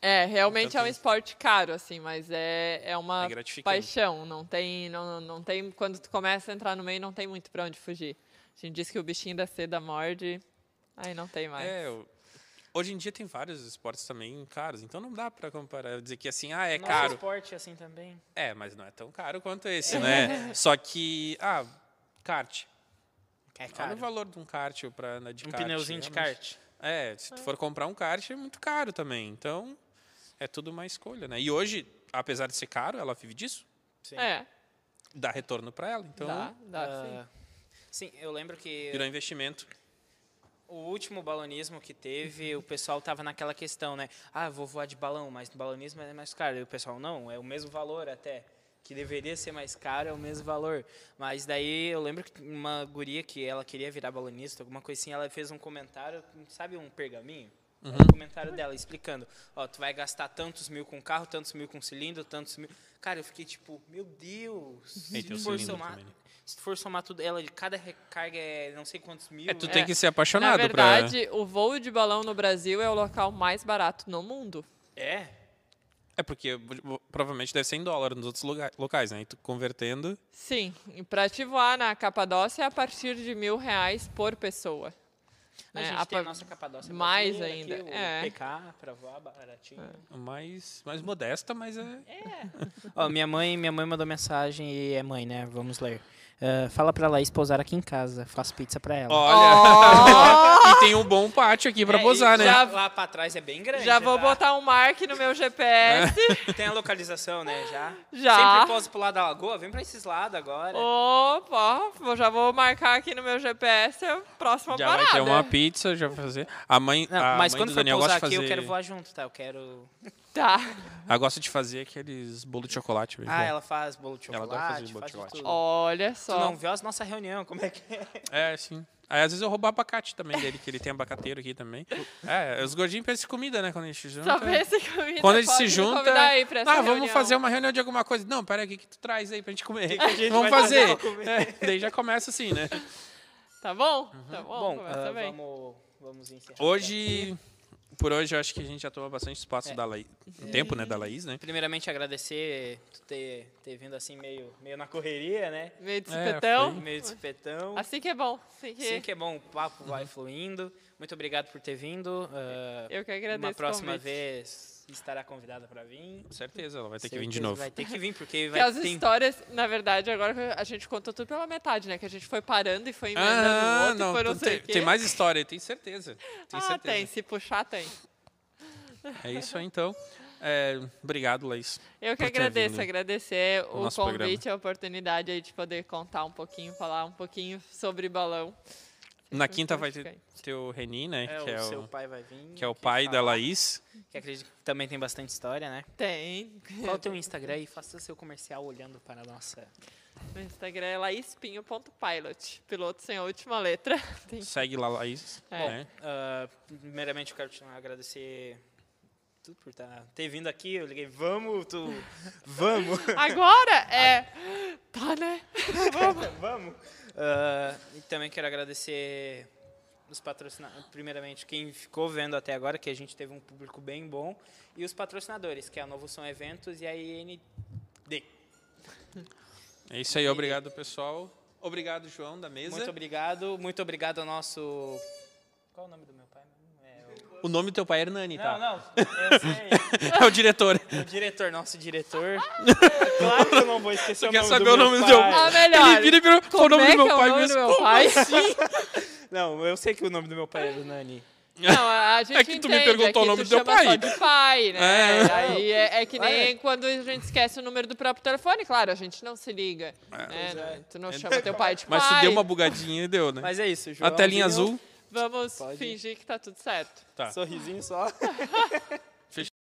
[SPEAKER 3] É, realmente
[SPEAKER 2] Então
[SPEAKER 3] é um
[SPEAKER 2] tem-
[SPEAKER 3] esporte caro, assim, mas é, é uma
[SPEAKER 2] É gratificante.
[SPEAKER 3] paixão. Não tem, não, não tem. Quando tu começa a entrar no meio, não tem muito pra onde fugir. A gente diz que o bichinho da seda morde, aí não tem mais.
[SPEAKER 2] É, o- hoje em dia tem vários esportes também caros, então não dá pra comparar, dizer que assim, ah, é
[SPEAKER 1] Nosso
[SPEAKER 2] caro.
[SPEAKER 1] esporte assim também.
[SPEAKER 2] É, mas não é tão caro quanto esse, né? Só que, ah, kart.
[SPEAKER 1] É
[SPEAKER 2] Olha o
[SPEAKER 1] caro.
[SPEAKER 2] valor de um kart pra andar de
[SPEAKER 1] Um
[SPEAKER 2] kart.
[SPEAKER 1] pneuzinho de
[SPEAKER 2] realmente.
[SPEAKER 1] kart.
[SPEAKER 2] É, se tu for comprar um kart é muito caro também. Então, é tudo uma escolha, né? E hoje, apesar de ser caro, ela vive disso,
[SPEAKER 1] Sim.
[SPEAKER 3] É,
[SPEAKER 2] dá retorno pra ela. Então,
[SPEAKER 3] dá, dá sim.
[SPEAKER 1] Ah, sim, eu lembro que
[SPEAKER 2] virou investimento.
[SPEAKER 1] O último balonismo que teve, o pessoal tava naquela questão, né? Ah, vou voar de balão, mas balonismo é mais caro. E o pessoal, não, é o mesmo valor até. Que deveria ser mais caro, é o mesmo valor. Mas daí eu lembro que uma guria que ela queria virar balonista, alguma coisinha, ela fez um comentário, sabe um pergaminho? É
[SPEAKER 2] Uhum.
[SPEAKER 1] Um comentário dela explicando, ó, tu vai gastar tantos mil com carro, tantos mil com cilindro, tantos mil... Cara, eu fiquei tipo, meu Deus,
[SPEAKER 2] E tem o
[SPEAKER 1] se for
[SPEAKER 2] cilindro
[SPEAKER 1] somar-
[SPEAKER 2] também, né?
[SPEAKER 1] Se tu for somar tudo, ela de cada recarga é não sei quantos mil.
[SPEAKER 2] É, tu
[SPEAKER 1] né?
[SPEAKER 2] tem que ser
[SPEAKER 3] Na
[SPEAKER 2] apaixonado pra.
[SPEAKER 3] verdade, o voo de balão no Brasil é o local mais barato no mundo.
[SPEAKER 1] É.
[SPEAKER 2] É porque vo- provavelmente deve ser em dólar nos outros lugar- locais, né? E tu convertendo.
[SPEAKER 3] Sim, e para te voar na Capadócia é a partir de mil reais por pessoa.
[SPEAKER 1] A
[SPEAKER 3] Né,
[SPEAKER 1] gente
[SPEAKER 3] a
[SPEAKER 1] tem a
[SPEAKER 3] pa-
[SPEAKER 1] nossa capadócia
[SPEAKER 3] mais
[SPEAKER 1] brasileira
[SPEAKER 3] ainda,
[SPEAKER 1] Aqui,
[SPEAKER 3] é.
[SPEAKER 1] O PK pra voar baratinho.
[SPEAKER 2] mais, mais modesta, mas é.
[SPEAKER 1] É. Ó, minha mãe, minha mãe mandou mensagem e é mãe, né? Vamos ler. Ah, fala pra Laís pousar aqui em casa. Faço pizza pra ela. Oh!
[SPEAKER 2] Olha! e tem um bom pátio aqui pra posar, né?
[SPEAKER 1] É, Já, lá pra trás é bem grande.
[SPEAKER 3] Já vou
[SPEAKER 1] tá?
[SPEAKER 3] botar um mark no meu GPS.
[SPEAKER 1] Tem a localização, né? Já.
[SPEAKER 3] Já.
[SPEAKER 1] Sempre posa pro lado da lagoa. Vem pra esses lados agora.
[SPEAKER 3] Opa, vou- já vou marcar aqui no meu GPS a próxima
[SPEAKER 2] Já
[SPEAKER 3] parada.
[SPEAKER 2] vai ter uma pizza, já vai fazer. A mãe,
[SPEAKER 1] Não,
[SPEAKER 2] a
[SPEAKER 1] mas
[SPEAKER 2] Ah, mãe
[SPEAKER 1] quando
[SPEAKER 2] do
[SPEAKER 1] for
[SPEAKER 2] Daniel gosta
[SPEAKER 1] pousar
[SPEAKER 2] de
[SPEAKER 1] aqui,
[SPEAKER 2] fazer.
[SPEAKER 1] eu quero voar junto, tá? Eu quero...
[SPEAKER 3] Tá.
[SPEAKER 2] Ela gosta de fazer aqueles bolos de chocolate. bem
[SPEAKER 1] Ah,
[SPEAKER 2] bom.
[SPEAKER 1] ela faz bolo de
[SPEAKER 2] é. Ela
[SPEAKER 1] chocolate,
[SPEAKER 2] adora fazer bolo de
[SPEAKER 1] faz
[SPEAKER 2] chocolate.
[SPEAKER 1] tudo.
[SPEAKER 3] Olha
[SPEAKER 1] Tu
[SPEAKER 3] só.
[SPEAKER 1] não viu as nossa reunião, como é que é?
[SPEAKER 2] É, sim. Aí às vezes eu roubo abacate também dele, que ele tem abacateiro aqui também. É, os gordinhos pensam em comida, né? Quando a gente junta.
[SPEAKER 3] Só vê se comida
[SPEAKER 2] Quando eles
[SPEAKER 3] pode
[SPEAKER 2] se
[SPEAKER 3] me
[SPEAKER 2] juntam.
[SPEAKER 3] convidar Aí pra essa
[SPEAKER 2] ah, vamos
[SPEAKER 3] reunião."
[SPEAKER 2] fazer uma reunião de alguma coisa. Não, pera aí, o que, que tu traz aí pra gente comer?
[SPEAKER 1] que a gente
[SPEAKER 2] vamos
[SPEAKER 1] vai
[SPEAKER 2] fazer.
[SPEAKER 1] trazer pra comer?
[SPEAKER 2] É, daí já começa assim, né?
[SPEAKER 3] Tá bom?
[SPEAKER 2] Uhum.
[SPEAKER 3] Tá bom,
[SPEAKER 1] Bom,
[SPEAKER 3] começa
[SPEAKER 2] é,
[SPEAKER 1] ah,
[SPEAKER 3] bem.
[SPEAKER 1] vamos, vamos encerrar.
[SPEAKER 2] Hoje. Por hoje eu acho que a gente já tomou bastante
[SPEAKER 3] É.
[SPEAKER 2] espaço da Laís. Tempo, né? Da Laís, né?
[SPEAKER 1] Primeiramente, agradecer tu ter, ter vindo assim meio, meio na correria, né?
[SPEAKER 3] Meio de
[SPEAKER 2] É,
[SPEAKER 3] supetão.
[SPEAKER 1] Meio de espetão.
[SPEAKER 3] assim que é bom. Assim que...
[SPEAKER 1] Sim, que é bom, o papo vai fluindo. Muito obrigado por ter vindo. ah,
[SPEAKER 3] Eu que agradeço
[SPEAKER 1] Uma
[SPEAKER 3] o
[SPEAKER 1] próxima
[SPEAKER 3] convite.
[SPEAKER 1] vez estará convidada para vir.
[SPEAKER 2] Com certeza, ela vai ter que vir
[SPEAKER 1] Certeza
[SPEAKER 2] de novo.
[SPEAKER 1] Vai ter que vir, porque
[SPEAKER 3] Porque
[SPEAKER 1] vai
[SPEAKER 3] as
[SPEAKER 2] um-
[SPEAKER 1] ter.
[SPEAKER 3] histórias, na verdade, agora a gente contou tudo pela metade, né? Que a gente foi parando e foi emendando o
[SPEAKER 2] Ah,
[SPEAKER 3] outro e
[SPEAKER 2] não,
[SPEAKER 3] foi não sei
[SPEAKER 2] tem,
[SPEAKER 3] o quê.
[SPEAKER 2] tem mais história, tem certeza. Tem
[SPEAKER 3] ah,
[SPEAKER 2] certeza.
[SPEAKER 3] tem. Se puxar, tem.
[SPEAKER 2] É isso aí, então. É, obrigado, Laís.
[SPEAKER 3] Eu que
[SPEAKER 2] por ter
[SPEAKER 3] agradeço,
[SPEAKER 2] vindo.
[SPEAKER 3] agradecer
[SPEAKER 2] no
[SPEAKER 3] o
[SPEAKER 2] nosso
[SPEAKER 3] convite, a oportunidade aí de poder contar um pouquinho, falar um pouquinho sobre balão.
[SPEAKER 2] Na quinta vai ter
[SPEAKER 3] gratificante.
[SPEAKER 2] teu Reni, né?
[SPEAKER 1] É,
[SPEAKER 2] que, é
[SPEAKER 1] o seu
[SPEAKER 2] o,
[SPEAKER 1] pai vai vir.
[SPEAKER 2] que é o
[SPEAKER 1] aqui
[SPEAKER 2] pai da
[SPEAKER 1] falar,
[SPEAKER 2] Laís.
[SPEAKER 1] Que acredito que também tem bastante história, né?
[SPEAKER 3] Tem.
[SPEAKER 1] Qual o teu Instagram e faça seu comercial olhando para a nossa.
[SPEAKER 3] No Instagram é laispinho.pilot, piloto sem a última letra. Tem-
[SPEAKER 2] Segue lá, Laís.
[SPEAKER 3] É.
[SPEAKER 2] né?
[SPEAKER 1] Ah, primeiramente, eu quero te agradecer tudo por tá- ter vindo aqui. Eu liguei, vamos, tu. Vamos!
[SPEAKER 3] Agora é. Tá, né?
[SPEAKER 1] Vamos. Ah, e também quero agradecer os patrocinadores, primeiramente quem ficou vendo até agora, que a gente teve um público bem bom, e os patrocinadores, que é a Novo Som Eventos e a IND.
[SPEAKER 2] É isso aí, obrigado, pessoal. Obrigado, João, da mesa.
[SPEAKER 1] Muito obrigado, muito obrigado ao nosso... Qual o nome do meu pai? É o-
[SPEAKER 2] O nome do teu pai é Hernani, tá?
[SPEAKER 1] Não, não, eu sei,
[SPEAKER 2] É o diretor.
[SPEAKER 1] o diretor, nosso diretor. Claro que eu não vou esquecer
[SPEAKER 2] Tu
[SPEAKER 1] o
[SPEAKER 2] quer
[SPEAKER 1] nome do
[SPEAKER 2] saber o nome do teu
[SPEAKER 1] pai.
[SPEAKER 3] Ah, melhor.
[SPEAKER 2] É. Ele vira e virou. "Qual
[SPEAKER 3] Como
[SPEAKER 2] o nome
[SPEAKER 3] é
[SPEAKER 2] do meu
[SPEAKER 3] que é o
[SPEAKER 2] pai
[SPEAKER 3] nome do
[SPEAKER 2] mesmo? assim?
[SPEAKER 3] meu pai?
[SPEAKER 1] Não, eu sei que o nome do meu pai é Nani.
[SPEAKER 3] Não, a gente
[SPEAKER 2] É que tu me
[SPEAKER 3] entende,
[SPEAKER 2] perguntou
[SPEAKER 3] é que
[SPEAKER 2] o nome
[SPEAKER 3] tu
[SPEAKER 2] do teu
[SPEAKER 3] chama
[SPEAKER 2] pai.
[SPEAKER 3] Só de pai, né?
[SPEAKER 2] É.
[SPEAKER 3] Aí é, é que
[SPEAKER 1] Ah,
[SPEAKER 3] nem quando a gente esquece o número do próprio telefone, claro, a gente não se liga. né? Tu não chama teu pai de
[SPEAKER 2] É. Mas
[SPEAKER 3] pai.
[SPEAKER 2] tu deu uma bugadinha e deu, né?
[SPEAKER 1] Mas é isso, João.
[SPEAKER 2] A telinha azul.
[SPEAKER 3] Vamos
[SPEAKER 1] Pode.
[SPEAKER 3] fingir que tá tudo certo.
[SPEAKER 2] Tá.
[SPEAKER 1] Sorrisinho só.